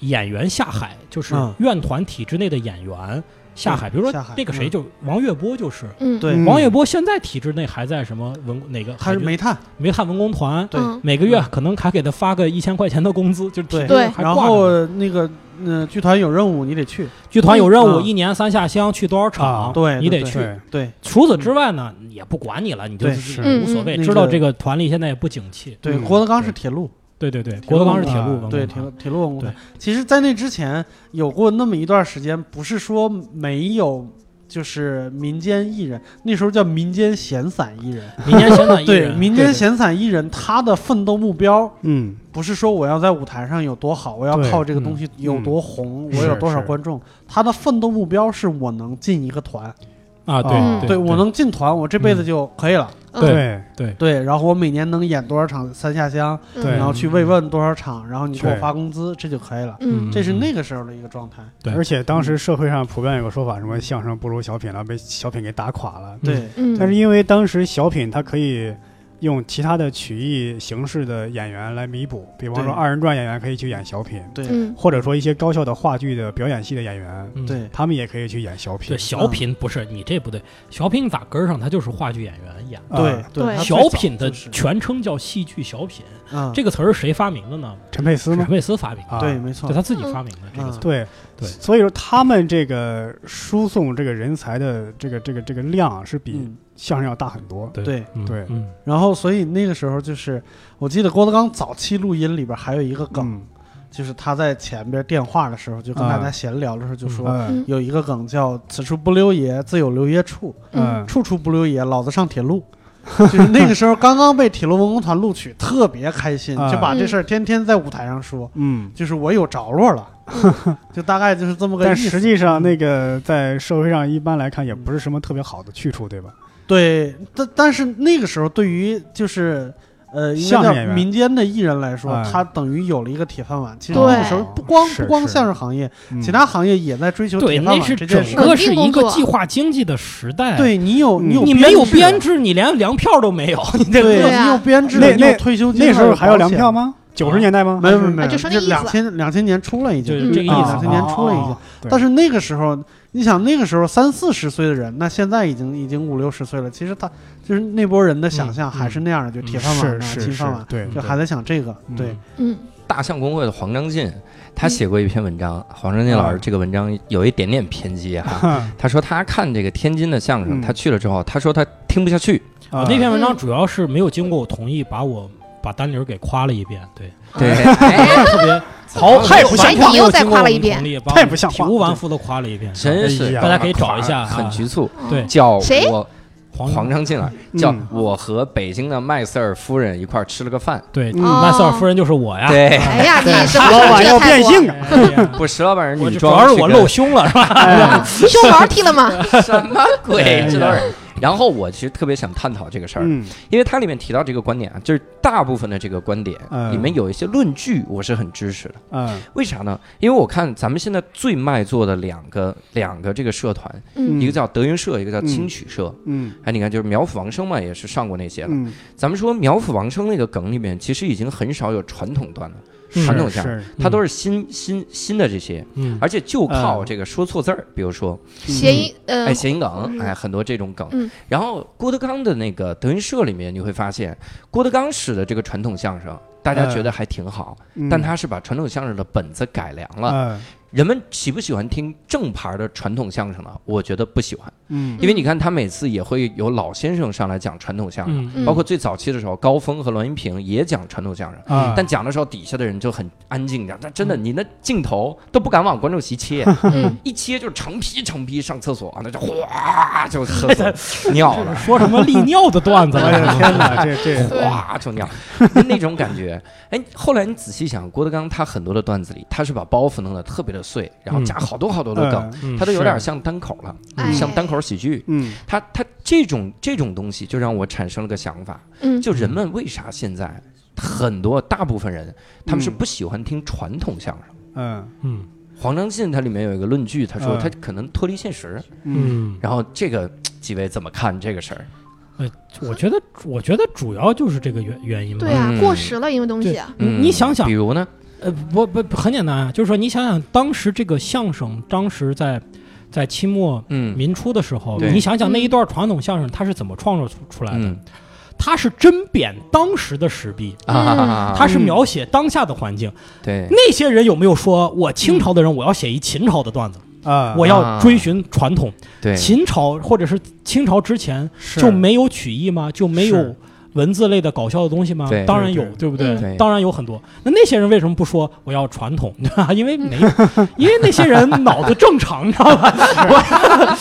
[SPEAKER 3] 演员下海，就是
[SPEAKER 5] 嗯
[SPEAKER 3] 院团体制内的演员下海，比如说
[SPEAKER 5] 下海
[SPEAKER 3] 那个谁
[SPEAKER 5] 嗯
[SPEAKER 3] 就王月波就是。
[SPEAKER 4] 嗯，
[SPEAKER 5] 对
[SPEAKER 2] 嗯
[SPEAKER 3] 王月波现在体制内还在什么文哪个
[SPEAKER 5] 他
[SPEAKER 3] 海
[SPEAKER 5] 是
[SPEAKER 3] 军
[SPEAKER 5] 煤炭，
[SPEAKER 3] 煤炭文工团，
[SPEAKER 5] 对
[SPEAKER 4] 嗯
[SPEAKER 3] 每个月可能还给他发个一千块钱的工资，就是体制
[SPEAKER 4] 对
[SPEAKER 3] 还
[SPEAKER 5] 然
[SPEAKER 3] 挂着呢
[SPEAKER 5] 后那个嗯，剧团有任务你得去，
[SPEAKER 3] 剧团有任务，
[SPEAKER 5] 嗯
[SPEAKER 3] 一年三下乡去多少场，
[SPEAKER 2] 啊
[SPEAKER 5] 对
[SPEAKER 3] 你
[SPEAKER 5] 对
[SPEAKER 3] 得去。
[SPEAKER 2] 对
[SPEAKER 5] 对
[SPEAKER 3] 除此之外呢，也不管你了，你就
[SPEAKER 5] 对
[SPEAKER 3] 自己
[SPEAKER 4] 是
[SPEAKER 3] 无所谓。
[SPEAKER 5] 嗯嗯
[SPEAKER 3] 知道这个团里现在也不景气，
[SPEAKER 5] 对，
[SPEAKER 2] 嗯
[SPEAKER 5] 郭德纲是
[SPEAKER 2] 对
[SPEAKER 5] 铁路，
[SPEAKER 3] 对对对，
[SPEAKER 5] 铁路
[SPEAKER 3] 郭德纲是铁
[SPEAKER 2] 文
[SPEAKER 3] 路
[SPEAKER 2] 化
[SPEAKER 3] 文
[SPEAKER 5] 对
[SPEAKER 3] 工
[SPEAKER 5] 铁
[SPEAKER 3] [laughs]
[SPEAKER 5] 路
[SPEAKER 3] 团，
[SPEAKER 5] 铁路文工团
[SPEAKER 3] 对。
[SPEAKER 5] 其实，在那之前有过那么一段时间，不是说没有。就是民间艺人，那时候叫民间闲散艺人。
[SPEAKER 3] 民间现在艺
[SPEAKER 5] 对，
[SPEAKER 3] 人，
[SPEAKER 5] 民
[SPEAKER 2] 对
[SPEAKER 5] 间
[SPEAKER 2] 对
[SPEAKER 5] 闲散艺人，他的奋斗目标
[SPEAKER 2] 嗯
[SPEAKER 5] 不是说我要在舞台上有多好，我要
[SPEAKER 2] 对
[SPEAKER 5] 靠这个
[SPEAKER 3] 嗯
[SPEAKER 5] 东西有多红，
[SPEAKER 2] 嗯
[SPEAKER 5] 我有
[SPEAKER 2] 是
[SPEAKER 5] 多少
[SPEAKER 2] 是
[SPEAKER 5] 观众。他的奋斗目标是我能进一个团，
[SPEAKER 3] 啊，
[SPEAKER 2] 嗯
[SPEAKER 3] 对
[SPEAKER 5] 对我能进团，我这辈子就可以了。
[SPEAKER 4] 嗯
[SPEAKER 3] 对
[SPEAKER 2] 对
[SPEAKER 5] 对，然后我每年能演多少场三下乡，
[SPEAKER 4] 嗯
[SPEAKER 2] 对
[SPEAKER 5] 然后去慰问多少场，然后你给我
[SPEAKER 2] 对
[SPEAKER 5] 发工资，这就可以了。
[SPEAKER 4] 嗯，
[SPEAKER 5] 这是那个时候的一个状态。
[SPEAKER 3] 对
[SPEAKER 2] 而且当时
[SPEAKER 5] 嗯
[SPEAKER 2] 社会上普遍有个说法，什么相声不如小品啊了，被小品给打垮了。
[SPEAKER 5] 对，
[SPEAKER 4] 嗯，
[SPEAKER 2] 但是因为当时小品它可以用其他的曲艺形式的演员来弥补，比方说
[SPEAKER 5] 对
[SPEAKER 2] 二人转演员可以去演小品，
[SPEAKER 5] 对，
[SPEAKER 4] 嗯
[SPEAKER 2] 或者说一些高校的话剧的表演系的演员，
[SPEAKER 3] 嗯
[SPEAKER 5] 对，嗯
[SPEAKER 2] 他们也可以去演小品
[SPEAKER 3] 对。小品不是你这不对，小品打根儿上他就是话剧演员演的。
[SPEAKER 2] 啊
[SPEAKER 5] 对，
[SPEAKER 4] 对
[SPEAKER 5] 他最
[SPEAKER 3] 小品的
[SPEAKER 5] 早就是
[SPEAKER 3] 全称叫戏剧小品，
[SPEAKER 5] 嗯，
[SPEAKER 3] 这个词儿是谁发明的呢？
[SPEAKER 2] 陈佩斯
[SPEAKER 3] 陈
[SPEAKER 2] 吗？
[SPEAKER 3] 佩斯发明的，
[SPEAKER 2] 啊，
[SPEAKER 5] 对，没错嗯
[SPEAKER 3] 就，他自己发明的这个词儿。
[SPEAKER 2] 对
[SPEAKER 3] 对
[SPEAKER 2] 所以说他们这个输送这个人才的这个这个这个量啊是比
[SPEAKER 5] 嗯，
[SPEAKER 2] 相声要大很多。
[SPEAKER 5] 对。
[SPEAKER 3] 嗯
[SPEAKER 2] 对
[SPEAKER 3] 嗯，
[SPEAKER 5] 然后，所以那个时候就是，我记得郭德纲早期录音里边还有一个梗，
[SPEAKER 2] 嗯
[SPEAKER 5] 就是他在前边电话的时候，就跟
[SPEAKER 2] 啊
[SPEAKER 5] 大家闲聊的时候就说，
[SPEAKER 2] 嗯
[SPEAKER 5] 有一个梗叫“此处不留爷，自有留爷处”。
[SPEAKER 2] 嗯
[SPEAKER 5] 处处不留爷，老子上
[SPEAKER 2] [laughs]
[SPEAKER 5] 铁路。就是那个时候刚刚被铁路文工团录取，特别开心，
[SPEAKER 2] 啊
[SPEAKER 5] 就把这事儿天天在舞台上说，
[SPEAKER 2] 嗯，
[SPEAKER 5] 就是我有着落
[SPEAKER 2] [laughs]
[SPEAKER 5] 了，就大概就是这么个意
[SPEAKER 2] 但
[SPEAKER 5] 思。嗯
[SPEAKER 2] 实际上，那个在社会上一般来看也不是什么特别好的去处，对吧？
[SPEAKER 5] 对，但但是那个时候对于就是。呃，应该
[SPEAKER 2] 相声演
[SPEAKER 5] 叫
[SPEAKER 2] 员
[SPEAKER 5] 民间的艺人来说，
[SPEAKER 2] 哎
[SPEAKER 5] 他等于有了一个铁饭碗。其实
[SPEAKER 4] 对
[SPEAKER 5] 那个时候不光
[SPEAKER 2] 是
[SPEAKER 5] 不光
[SPEAKER 2] 是
[SPEAKER 5] 相声行业，
[SPEAKER 2] 嗯
[SPEAKER 5] 其他行业也在追求
[SPEAKER 3] 对，
[SPEAKER 5] 铁饭
[SPEAKER 3] 那是
[SPEAKER 5] 碗这
[SPEAKER 3] 整
[SPEAKER 5] 件事。
[SPEAKER 3] 个是一
[SPEAKER 4] 稳定
[SPEAKER 3] 个
[SPEAKER 4] 工作
[SPEAKER 3] 计划经济的时代。，
[SPEAKER 5] 对你有
[SPEAKER 2] 嗯
[SPEAKER 5] 有
[SPEAKER 3] 你没有
[SPEAKER 5] 制
[SPEAKER 3] 编制，你连粮票都没有，你这
[SPEAKER 5] 对，
[SPEAKER 4] 对啊
[SPEAKER 5] 你有编制，
[SPEAKER 2] 那
[SPEAKER 5] 你有
[SPEAKER 2] 那
[SPEAKER 5] 退休
[SPEAKER 2] 嗯
[SPEAKER 5] 金，
[SPEAKER 2] 那时候还有粮
[SPEAKER 5] 粮
[SPEAKER 2] 票吗？九十年代吗？
[SPEAKER 5] 没有没有没有，
[SPEAKER 4] 啊就说那意思
[SPEAKER 5] 两千两千年出了已经，
[SPEAKER 3] 就
[SPEAKER 4] 嗯
[SPEAKER 3] 是这个意
[SPEAKER 5] 两
[SPEAKER 3] 思
[SPEAKER 5] 千。年出了已经
[SPEAKER 2] 啊。
[SPEAKER 5] 但是那个时候，你想那个时候三四十岁的人，那现在已经已经五六十岁了，其实他就是那波人的想
[SPEAKER 3] 嗯
[SPEAKER 5] 象还是那样的，就铁饭碗
[SPEAKER 2] 是
[SPEAKER 5] 啊、
[SPEAKER 2] 是
[SPEAKER 5] 金
[SPEAKER 2] 是
[SPEAKER 5] 饭碗，，
[SPEAKER 2] 对，
[SPEAKER 5] 就
[SPEAKER 2] 对
[SPEAKER 5] 还在想这个。
[SPEAKER 2] 嗯
[SPEAKER 5] 对，
[SPEAKER 4] 嗯
[SPEAKER 1] 大象公会的黄章进，他写过一篇文章，黄章进
[SPEAKER 2] 啊
[SPEAKER 1] 老师这个文章有一点点偏激哈。
[SPEAKER 2] [laughs]
[SPEAKER 1] 他说他看这个天津的相声，
[SPEAKER 2] 嗯
[SPEAKER 1] 他去了之后，他说他听不下去，
[SPEAKER 3] 我啊那篇文章主要是没有经过我同意，把我把丹妮儿给夸了一遍，对，
[SPEAKER 1] 对，
[SPEAKER 3] 特别
[SPEAKER 1] 好
[SPEAKER 3] 太不像
[SPEAKER 4] 谁
[SPEAKER 3] 话，
[SPEAKER 4] 你又再夸了一遍，
[SPEAKER 2] 太不像话
[SPEAKER 3] 体无完肤的夸了一遍，
[SPEAKER 1] [laughs] 真是
[SPEAKER 2] 哎呀
[SPEAKER 3] 大家可以找一下
[SPEAKER 1] 很
[SPEAKER 3] 啊
[SPEAKER 1] 局促，
[SPEAKER 3] 对
[SPEAKER 1] 叫
[SPEAKER 4] 谁
[SPEAKER 1] 我
[SPEAKER 3] 黄
[SPEAKER 1] 黄章进来，
[SPEAKER 2] 嗯
[SPEAKER 1] 叫我和北京的麦瑟尔夫人一块儿吃了个饭，
[SPEAKER 3] 对，
[SPEAKER 2] 嗯
[SPEAKER 3] 麦瑟尔夫人就是我呀，
[SPEAKER 1] 对，
[SPEAKER 4] 哦
[SPEAKER 1] [laughs]
[SPEAKER 4] 哎呀，你这
[SPEAKER 2] 老板要变性啊！
[SPEAKER 3] 哎呀
[SPEAKER 1] 不，石老板是
[SPEAKER 3] 我
[SPEAKER 1] 女
[SPEAKER 3] 主要
[SPEAKER 1] 装，
[SPEAKER 3] 是
[SPEAKER 1] [laughs]
[SPEAKER 3] 我露胸了，是吧？
[SPEAKER 2] 哎
[SPEAKER 4] 胸毛剃了吗？
[SPEAKER 1] 什么
[SPEAKER 3] 哎
[SPEAKER 1] 鬼
[SPEAKER 3] 呀？
[SPEAKER 1] 这都是。然后我其实特别想探讨这个事儿，
[SPEAKER 2] 嗯
[SPEAKER 1] 因为它里面提到这个观点啊，就是大部分的这个观点
[SPEAKER 2] 嗯
[SPEAKER 1] 里面有一些论据，我是很支持的。
[SPEAKER 2] 嗯
[SPEAKER 1] 为啥呢？因为我看咱们现在最卖座的两个两个这个社团，
[SPEAKER 4] 嗯
[SPEAKER 1] 一个叫德云社，一个叫
[SPEAKER 2] 嗯
[SPEAKER 1] 青曲社。
[SPEAKER 2] 嗯
[SPEAKER 1] 哎，你看，就是苗阜、王声嘛，也是上过那些了。
[SPEAKER 2] 嗯，
[SPEAKER 1] 咱们说苗阜、王声那个梗里面，其实已经很少有传统段了，
[SPEAKER 3] 嗯
[SPEAKER 1] 传
[SPEAKER 2] 是
[SPEAKER 1] 统相声，
[SPEAKER 2] 是
[SPEAKER 1] 它都是新新新的这些，
[SPEAKER 3] 嗯，
[SPEAKER 1] 而且就靠
[SPEAKER 2] 嗯
[SPEAKER 1] 这个说错字儿，比如说
[SPEAKER 4] 谐音呃
[SPEAKER 1] 哎，谐音梗，哎，很多这种梗。
[SPEAKER 4] 嗯
[SPEAKER 1] 然后郭德纲的那个德云社里面，你会发现郭德纲式的这个传统相声，大家觉得还挺好，
[SPEAKER 2] 嗯
[SPEAKER 1] 但他是把传统相声的本子改良了。
[SPEAKER 2] 嗯
[SPEAKER 1] 人们喜不喜欢听正牌的传统相声呢？我觉得不喜欢，
[SPEAKER 2] 嗯
[SPEAKER 1] 因为你看他每次也会有老先生上来讲传统相声，
[SPEAKER 3] 嗯
[SPEAKER 4] 嗯
[SPEAKER 1] 包括最早期的时候，高峰和栾云平也讲传统相声。
[SPEAKER 2] 啊，
[SPEAKER 1] 但讲的时候，底下的人就很安静的，但真的，你那镜头都不敢往观众席切，
[SPEAKER 4] 嗯
[SPEAKER 1] 一切就是成批成批上厕所，那就哗就厕所尿
[SPEAKER 3] 这
[SPEAKER 1] 了
[SPEAKER 3] 是，说什么利尿的
[SPEAKER 1] [laughs]
[SPEAKER 3] 段子
[SPEAKER 2] 我
[SPEAKER 1] 哎
[SPEAKER 2] 的
[SPEAKER 3] 了？
[SPEAKER 2] 天哪，这这
[SPEAKER 4] 对
[SPEAKER 1] 哗就尿，就那种感觉。 [laughs] 哎，后来你仔细想，郭德纲他很多的段子里，他是把包袱弄得特别的碎，然后加好多好多的梗，
[SPEAKER 2] 嗯
[SPEAKER 3] 嗯
[SPEAKER 1] 他都有点像单口了，
[SPEAKER 4] 哎
[SPEAKER 1] 像单口喜剧。
[SPEAKER 2] 嗯
[SPEAKER 1] 他他这种这种东西就让我产生了个想法，
[SPEAKER 4] 嗯
[SPEAKER 1] 就人们为啥现在很多大部分人他们是
[SPEAKER 2] 嗯
[SPEAKER 1] 不喜欢听传统相声。
[SPEAKER 2] 嗯
[SPEAKER 3] 嗯
[SPEAKER 1] 黄章信他里面有一个论据，他说
[SPEAKER 2] 嗯
[SPEAKER 1] 他可能脱离现实，
[SPEAKER 2] 嗯
[SPEAKER 3] 嗯，
[SPEAKER 1] 然后这个几位怎么看这个事儿？
[SPEAKER 3] 我觉得我觉得主要就是这个原原因吧
[SPEAKER 4] 对。啊
[SPEAKER 1] 嗯，
[SPEAKER 4] 过时了，因为东西啊
[SPEAKER 3] 对你你想想
[SPEAKER 1] 比，如呢？
[SPEAKER 3] 呃，不不不很简单啊，就是说你想想当时这个相声，当时在在清末
[SPEAKER 1] 嗯
[SPEAKER 3] 民初的时候，
[SPEAKER 1] 对
[SPEAKER 3] 你想想那一段传统相声它是怎么创作出出来的？
[SPEAKER 1] 嗯
[SPEAKER 3] 它是针砭当时的时弊，
[SPEAKER 1] 啊，嗯
[SPEAKER 3] 它是描写当下的环境。
[SPEAKER 1] 对，
[SPEAKER 3] 嗯那些人有没有说，我清朝的人，我要写一秦朝的段子，
[SPEAKER 2] 啊，
[SPEAKER 3] 我要追寻传统？
[SPEAKER 1] 嗯对，
[SPEAKER 3] 秦朝或者是清朝之前
[SPEAKER 2] 是
[SPEAKER 3] 就没有曲艺吗？就没有
[SPEAKER 2] 是
[SPEAKER 3] 文字类的搞笑的东西吗
[SPEAKER 1] 对？
[SPEAKER 3] 当然有
[SPEAKER 2] 对，
[SPEAKER 3] 对不对
[SPEAKER 1] 嗯对？
[SPEAKER 3] 当然有很多。那那些人为什么不说我要传统？ [laughs] 对吧？因
[SPEAKER 2] [laughs]
[SPEAKER 3] 为没，因为那些人脑子正常，你知道吧？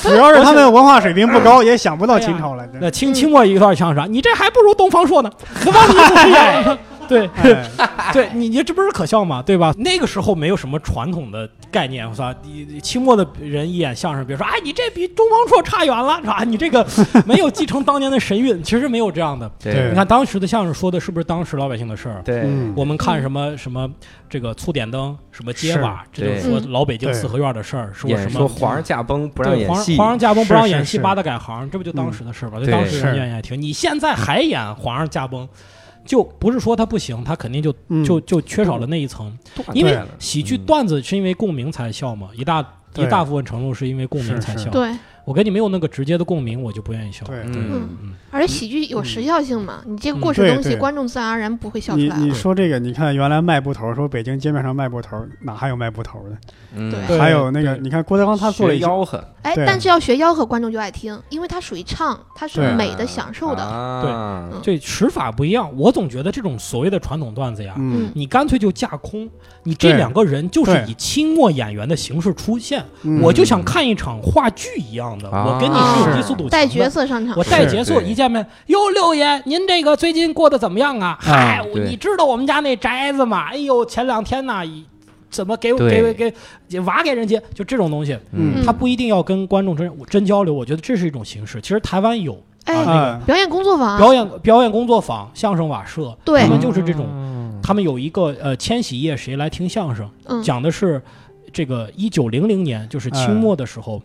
[SPEAKER 2] 主要是他们文化水平不高，也想不到清朝来的。
[SPEAKER 3] 那清清末一段相声，你这还不如东方朔呢，何方你不
[SPEAKER 2] [laughs]
[SPEAKER 3] 是也？对，
[SPEAKER 2] 哎
[SPEAKER 3] 对你你这不是可笑吗？对吧？那个时候没有什么传统的概念，我操！你清末的人一演相声，比如说，哎，你这比东方朔差远了，是吧？你这个没有继承当年的神韵，其实没有这样的。
[SPEAKER 2] 对
[SPEAKER 3] 你看当时的相声说的是不是当时老百姓的事儿？
[SPEAKER 1] 对
[SPEAKER 2] 嗯
[SPEAKER 3] 我们看什么什么这个醋点灯，什么揭瓦，这
[SPEAKER 1] 对
[SPEAKER 3] 就是说
[SPEAKER 4] 嗯
[SPEAKER 3] 老北京
[SPEAKER 2] 对
[SPEAKER 3] 四合院的事儿，说
[SPEAKER 1] 演
[SPEAKER 3] 什
[SPEAKER 1] 说
[SPEAKER 3] 么
[SPEAKER 1] 皇上驾崩不让
[SPEAKER 3] 对
[SPEAKER 1] 演
[SPEAKER 3] 皇
[SPEAKER 1] 戏，
[SPEAKER 3] 皇上驾崩不让演
[SPEAKER 2] 是是
[SPEAKER 3] 戏，
[SPEAKER 2] 是
[SPEAKER 3] 八大改行，这不就当时的事儿吗？
[SPEAKER 1] 嗯
[SPEAKER 3] 就当时
[SPEAKER 2] 对
[SPEAKER 3] 人愿意爱听。你现在还演皇上驾崩，就不是说他不行，他肯定就
[SPEAKER 2] 嗯
[SPEAKER 3] 就就缺少了那一层。因为喜剧
[SPEAKER 1] 嗯
[SPEAKER 3] 段子是因为共鸣才笑嘛，一大
[SPEAKER 2] 对
[SPEAKER 3] 一大部分程度是因为共鸣才
[SPEAKER 2] 是是
[SPEAKER 3] 笑。
[SPEAKER 4] 对，
[SPEAKER 3] 我跟你没有那个直接的共鸣，我就不愿意笑。
[SPEAKER 2] 对
[SPEAKER 1] 嗯
[SPEAKER 4] 嗯而且喜剧有时效性嘛，你这个过时
[SPEAKER 2] 嗯
[SPEAKER 4] 的
[SPEAKER 2] 对
[SPEAKER 4] 东西，
[SPEAKER 2] 对
[SPEAKER 4] 观众自然而然不会笑出
[SPEAKER 2] 你
[SPEAKER 4] 来
[SPEAKER 2] 你
[SPEAKER 4] 了。
[SPEAKER 2] 说这个，你看原来卖布头，说北京街面上卖布头，哪还有卖布头的？
[SPEAKER 1] 嗯
[SPEAKER 4] 对
[SPEAKER 3] 对
[SPEAKER 2] 还有那个，
[SPEAKER 3] 对
[SPEAKER 2] 你看郭德纲他做了
[SPEAKER 1] 学
[SPEAKER 2] 一些
[SPEAKER 1] 吆喝
[SPEAKER 4] 哎，
[SPEAKER 2] 对
[SPEAKER 4] 但是要学吆喝，观众就爱听，因为它属于唱，它是
[SPEAKER 2] 对
[SPEAKER 4] 美的、享受
[SPEAKER 3] 啊
[SPEAKER 4] 的。
[SPEAKER 1] 啊的
[SPEAKER 4] 嗯
[SPEAKER 3] 这使法不一样，我总觉得这种所谓的传统段子呀，
[SPEAKER 2] 嗯
[SPEAKER 3] 你干脆就架空，你这两个人就是
[SPEAKER 2] 对
[SPEAKER 3] 以清末演员的形式出现，
[SPEAKER 2] 嗯
[SPEAKER 3] 我就想看一场话剧一样的，
[SPEAKER 1] 啊
[SPEAKER 3] 我跟你是
[SPEAKER 2] 是
[SPEAKER 3] 有低速度
[SPEAKER 4] 带
[SPEAKER 3] 强
[SPEAKER 4] 角
[SPEAKER 3] 的。
[SPEAKER 4] 色上场
[SPEAKER 3] 我，带
[SPEAKER 1] 是
[SPEAKER 3] 角色
[SPEAKER 1] 对
[SPEAKER 3] 一见面，哟，六爷，您这个最近过得怎么样啊？嗨，我
[SPEAKER 1] 对
[SPEAKER 3] 你知道我们家那宅子吗？哎呦，前两天呐，一怎么给我
[SPEAKER 1] 对
[SPEAKER 3] 给我给给娃给人家，就这种东西，
[SPEAKER 2] 嗯
[SPEAKER 3] 他不一定要跟观众真真交流，我觉得这是一种形式。其实台湾有
[SPEAKER 4] 哎，
[SPEAKER 2] 啊
[SPEAKER 4] 表演工作坊啊，
[SPEAKER 3] 表演表演工作坊、相声瓦舍，
[SPEAKER 4] 对
[SPEAKER 3] 他们就是这种
[SPEAKER 1] 种
[SPEAKER 3] 他们有一个呃千禧夜谁来听相声，
[SPEAKER 4] 嗯，
[SPEAKER 3] 讲的是这个一九零零年，就是
[SPEAKER 2] 哎
[SPEAKER 3] 清末的时候，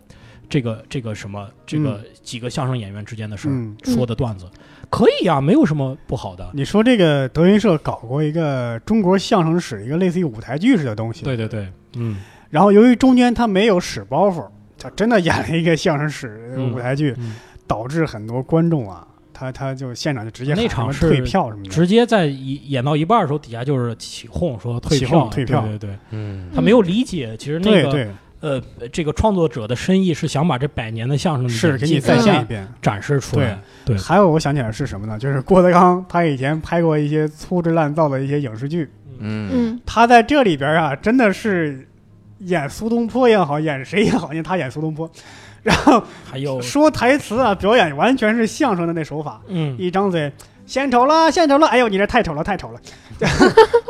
[SPEAKER 3] 这个这个什么这个几个相声演员之间的事儿、
[SPEAKER 2] 嗯，
[SPEAKER 3] 说的段子，可以啊，没有什么不好的。
[SPEAKER 2] 你说这个德云社搞过一个中国相声史，一个类似于舞台剧似的东西。
[SPEAKER 3] 对对对，嗯，
[SPEAKER 2] 然后由于中间他没有屎包袱，他真的演了一个相声史
[SPEAKER 3] 嗯
[SPEAKER 2] 舞台剧，
[SPEAKER 3] 嗯
[SPEAKER 2] 导致很多观众啊，他他就现场就直接
[SPEAKER 3] 那
[SPEAKER 2] 喊
[SPEAKER 3] 场
[SPEAKER 2] 什么
[SPEAKER 3] 是
[SPEAKER 2] 退票什么的，
[SPEAKER 3] 直接在演演到一半的时候，底下就是起哄说退
[SPEAKER 2] 起
[SPEAKER 3] 票
[SPEAKER 2] 哄退票
[SPEAKER 3] 对对对，
[SPEAKER 1] 嗯
[SPEAKER 3] 他没有理解，其实那
[SPEAKER 2] 对
[SPEAKER 3] 个
[SPEAKER 2] 对，
[SPEAKER 3] 呃，这个创作者的深意是想把这百年的相声
[SPEAKER 2] 是
[SPEAKER 3] 演
[SPEAKER 2] 给
[SPEAKER 3] 技
[SPEAKER 2] 你
[SPEAKER 3] 更
[SPEAKER 2] 再
[SPEAKER 3] 加
[SPEAKER 2] 现一遍。
[SPEAKER 3] 展示出来。对
[SPEAKER 2] 还有我想起来是什么呢？就是郭德纲他以前拍过一些粗制滥造的一些影视剧，
[SPEAKER 1] 嗯
[SPEAKER 4] 嗯，
[SPEAKER 2] 他在这里边啊，真的是演苏东坡也好，演谁也好，因为他演苏东坡， [laughs] 然后
[SPEAKER 3] 还有
[SPEAKER 2] 说台词啊，表演完全是相声的那手法，
[SPEAKER 3] 嗯，
[SPEAKER 2] 一张嘴。献丑了，献丑了！哎呦，你这太丑了，太丑了， [laughs]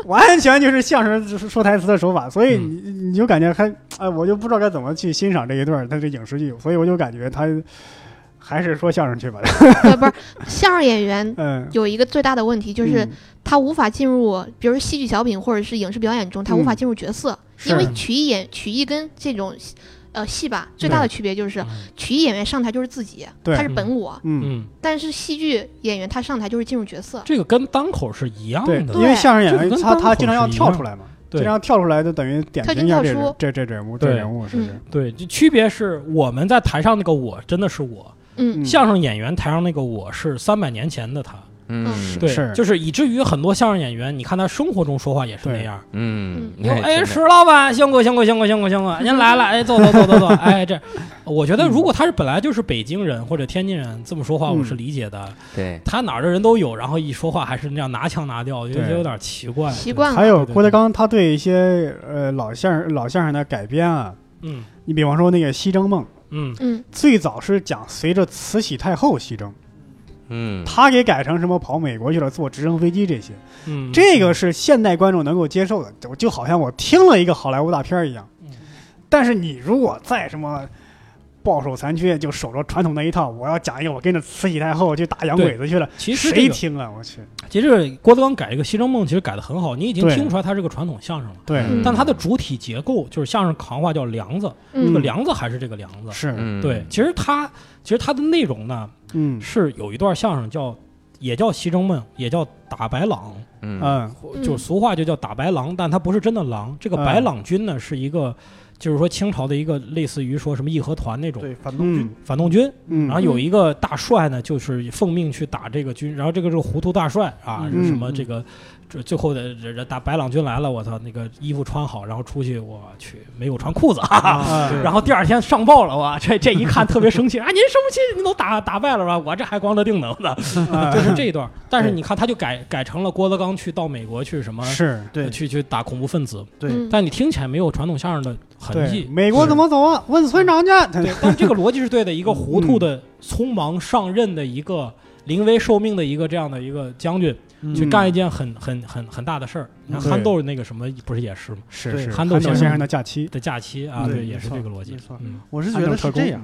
[SPEAKER 2] 完全就是相声说说台词的手法，所
[SPEAKER 3] 嗯
[SPEAKER 2] 以你你就感觉还，哎，我就不知道该怎么去欣赏这一段儿他这影视剧，所以我就感觉他还是说相声去吧，
[SPEAKER 4] 呃，不是，相声演员
[SPEAKER 2] 嗯，
[SPEAKER 4] 有一个最大的问题就是
[SPEAKER 2] 嗯
[SPEAKER 4] 他无法进入，比如戏剧小品或者是影视表演中，他无法进入角色，
[SPEAKER 2] 嗯是
[SPEAKER 4] 因为曲艺演曲艺跟这种呃戏吧最大的区别就是
[SPEAKER 3] 嗯
[SPEAKER 4] 曲艺演员上台就是自己，
[SPEAKER 2] 对
[SPEAKER 4] 他是本我，
[SPEAKER 2] 嗯，
[SPEAKER 3] 嗯，
[SPEAKER 4] 但是戏剧演员他上台就是进入角色，
[SPEAKER 3] 这个跟单口是一样
[SPEAKER 2] 对，
[SPEAKER 3] 的
[SPEAKER 2] 因。为相声演
[SPEAKER 3] 这
[SPEAKER 2] 员
[SPEAKER 3] 跟
[SPEAKER 2] 他
[SPEAKER 3] 单
[SPEAKER 2] 他
[SPEAKER 3] 口
[SPEAKER 2] 经常
[SPEAKER 3] 啊是
[SPEAKER 2] 要
[SPEAKER 3] 一
[SPEAKER 2] 跳
[SPEAKER 3] 样
[SPEAKER 2] 出来嘛，
[SPEAKER 3] 对
[SPEAKER 2] 经常跳出来就等于典
[SPEAKER 4] 跳
[SPEAKER 2] 型
[SPEAKER 4] 进
[SPEAKER 2] 一下
[SPEAKER 4] 跳
[SPEAKER 2] 这人
[SPEAKER 4] 出
[SPEAKER 2] 这这人物这
[SPEAKER 3] 对
[SPEAKER 2] 人
[SPEAKER 4] 嗯
[SPEAKER 2] 物是不是？
[SPEAKER 3] 对，就区别是我们在台上那个我真的是我，
[SPEAKER 4] 嗯
[SPEAKER 2] 嗯
[SPEAKER 3] 相声演员台上那个我是三百年前的他。
[SPEAKER 1] 嗯
[SPEAKER 3] 对，
[SPEAKER 2] 是
[SPEAKER 3] 就是以至于很多相声演员，你看他生活中说话也是那样。
[SPEAKER 1] 嗯，
[SPEAKER 3] 说哎，
[SPEAKER 1] 哎
[SPEAKER 3] 石老板，辛苦辛苦辛苦辛苦辛苦，您来了，哎，坐坐坐坐坐，哎，这，我觉得如果他是本来就是北京人或者天津人，这么说话
[SPEAKER 2] 嗯
[SPEAKER 3] 我是理解的。
[SPEAKER 1] 对，
[SPEAKER 3] 他哪儿的人都有，然后一说话还是那样拿腔拿调，我觉得
[SPEAKER 2] 对
[SPEAKER 3] 有点奇怪。
[SPEAKER 4] 习惯
[SPEAKER 2] 还
[SPEAKER 4] 了，
[SPEAKER 2] 有
[SPEAKER 3] 对对
[SPEAKER 2] 郭
[SPEAKER 3] 对
[SPEAKER 2] 德纲他对一些呃老相声老相声的改编啊，
[SPEAKER 3] 嗯
[SPEAKER 2] 你比方说那个《西征梦》，
[SPEAKER 3] 嗯
[SPEAKER 4] 嗯，
[SPEAKER 2] 最早是讲随着慈禧太后西征，
[SPEAKER 1] 嗯，
[SPEAKER 2] 他给改成什么跑美国去了，坐直升飞机这些，
[SPEAKER 3] 嗯，
[SPEAKER 2] 这个是现代观众能够接受的，就就好像我听了一个好莱坞大片儿一样
[SPEAKER 3] 嗯。
[SPEAKER 2] 但是你如果再什么抱手残缺，就守着传统那一套，我要讲一个我跟着慈禧太后去打洋鬼子去了，
[SPEAKER 3] 其实
[SPEAKER 2] 谁
[SPEAKER 3] 这个
[SPEAKER 2] 听啊？我去，
[SPEAKER 3] 其实郭德纲改这个《西征梦》，其实改的很好，你已经
[SPEAKER 2] 对
[SPEAKER 3] 听出来它是个传统相声了。
[SPEAKER 2] 对，
[SPEAKER 1] 嗯
[SPEAKER 3] 但它的主体结构就是相声行话叫梁子，这
[SPEAKER 4] 嗯
[SPEAKER 3] 个
[SPEAKER 2] 嗯
[SPEAKER 3] 梁子还是这个梁子。
[SPEAKER 2] 是，
[SPEAKER 1] 嗯
[SPEAKER 3] 对，其实它其实它的内容呢
[SPEAKER 2] 嗯
[SPEAKER 3] 是有一段相声叫也叫《西征梦》，也叫打白狼，呃
[SPEAKER 1] 嗯
[SPEAKER 2] 嗯
[SPEAKER 4] 嗯
[SPEAKER 3] 就俗话就叫打白狼，但它不是真的狼。这个
[SPEAKER 2] 嗯
[SPEAKER 3] 白狼军呢是一个，就是说清朝的一个类似于说什么义和团那种
[SPEAKER 5] 对，反动
[SPEAKER 2] 嗯
[SPEAKER 5] 军，
[SPEAKER 3] 反动军，
[SPEAKER 2] 嗯，
[SPEAKER 3] 然后有一个大帅呢，就是奉命去打这个军，然后这个是糊涂大帅啊，
[SPEAKER 2] 嗯
[SPEAKER 3] 是什么这个，这最后的人人打白狼军来了，我操，那个衣服穿好，然后出去，我去没有穿裤子，哈哈。
[SPEAKER 2] 啊
[SPEAKER 3] 然后第二天上报了，哇，这这一看特别生气，啊， [laughs] 您生不气？您都打打败了吧？我这还光着腚呢，呢，
[SPEAKER 2] 啊
[SPEAKER 3] 就是这
[SPEAKER 2] [laughs]
[SPEAKER 3] 一段。但是你看，他就改改成了郭德纲去到美国去什么，
[SPEAKER 2] 是
[SPEAKER 5] 对
[SPEAKER 3] 去去打恐怖分子，
[SPEAKER 5] 对，
[SPEAKER 4] 嗯
[SPEAKER 3] 但你听起来没有传统相声的痕
[SPEAKER 2] 对，
[SPEAKER 3] 迹。
[SPEAKER 2] 美国怎么走啊？问村长去。
[SPEAKER 5] [laughs]
[SPEAKER 3] 对，但这个逻辑是对的。一个糊涂的、
[SPEAKER 5] 嗯
[SPEAKER 3] 匆忙上任的一个临危受命的一个这样的一个将军，
[SPEAKER 5] 嗯
[SPEAKER 3] 去干一件很很很很大的事儿。你看
[SPEAKER 2] 对
[SPEAKER 3] 憨豆那个什么，不是也是吗？
[SPEAKER 2] 是
[SPEAKER 5] 对
[SPEAKER 2] 是，
[SPEAKER 3] 憨
[SPEAKER 2] 憨
[SPEAKER 3] 豆
[SPEAKER 2] 豆
[SPEAKER 3] 先
[SPEAKER 2] 先
[SPEAKER 3] 生
[SPEAKER 2] 生的假期，
[SPEAKER 3] 的假期啊，
[SPEAKER 5] 嗯对
[SPEAKER 3] 对，也
[SPEAKER 5] 没
[SPEAKER 3] 是
[SPEAKER 5] 错
[SPEAKER 3] 这个逻辑
[SPEAKER 5] 没错。
[SPEAKER 3] 嗯
[SPEAKER 5] 我是觉
[SPEAKER 2] 憨豆
[SPEAKER 5] 得是
[SPEAKER 2] 特
[SPEAKER 5] 这
[SPEAKER 2] 工
[SPEAKER 5] 样，，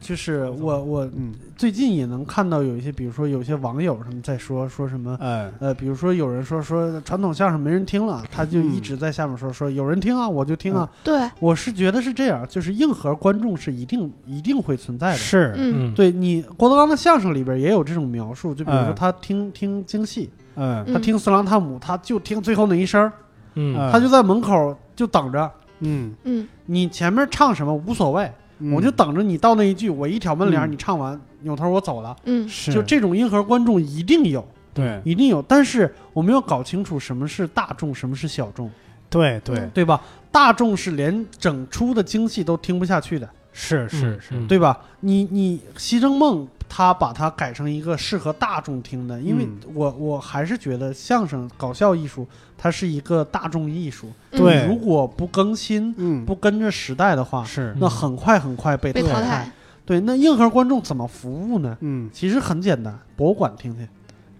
[SPEAKER 5] 就是我我
[SPEAKER 2] 嗯
[SPEAKER 5] 最近也能看到有一些，比如说有些网友他们在说说什么。
[SPEAKER 2] 嗯
[SPEAKER 5] 呃，比如说有人说说传统相声没人听了，他就一直在下面说说有人听啊，我就听啊。
[SPEAKER 4] 对，
[SPEAKER 5] 我是觉得是这样，就是硬核观众是一定一定会存在的。
[SPEAKER 2] 呃是
[SPEAKER 4] 嗯
[SPEAKER 3] 嗯，
[SPEAKER 5] 对你郭德纲的相声里边也有这种描述，就比如说
[SPEAKER 2] 嗯
[SPEAKER 5] 他听、听京戏，
[SPEAKER 2] 嗯
[SPEAKER 5] 他听四郎探母，他就听最后那一声儿，
[SPEAKER 3] 嗯，
[SPEAKER 2] 哎
[SPEAKER 5] 他就在门口就等着
[SPEAKER 2] 嗯，
[SPEAKER 4] 嗯
[SPEAKER 5] 你前面唱什么无所谓，我就等着你到那一句，我一挑门帘儿，
[SPEAKER 2] 嗯
[SPEAKER 5] 你唱完扭头我走了。
[SPEAKER 4] 嗯
[SPEAKER 2] 是
[SPEAKER 5] 就这种硬核观众一定有，
[SPEAKER 2] 对
[SPEAKER 5] 一定有，但是我们要搞清楚什么是大众，什么是小众，
[SPEAKER 2] 对对
[SPEAKER 4] 嗯
[SPEAKER 5] 对吧？大众是连整出的京戏都听不下去的，
[SPEAKER 2] 是是是，
[SPEAKER 3] 嗯，
[SPEAKER 5] 对吧？你你《西征梦》他把它改成一个适合大众听的，因为
[SPEAKER 2] 嗯
[SPEAKER 5] 我我还是觉得相声搞笑艺术它是一个大众艺术，
[SPEAKER 4] 嗯
[SPEAKER 2] 对
[SPEAKER 5] 如果不更新、
[SPEAKER 2] 嗯
[SPEAKER 5] 不跟着时代的
[SPEAKER 3] 嗯
[SPEAKER 5] 话，
[SPEAKER 2] 是
[SPEAKER 5] 那很快很快被
[SPEAKER 4] 被淘汰
[SPEAKER 5] 汰。，对，那硬核观众怎么服务呢？
[SPEAKER 2] 嗯
[SPEAKER 5] 其实很简单，博物馆听去，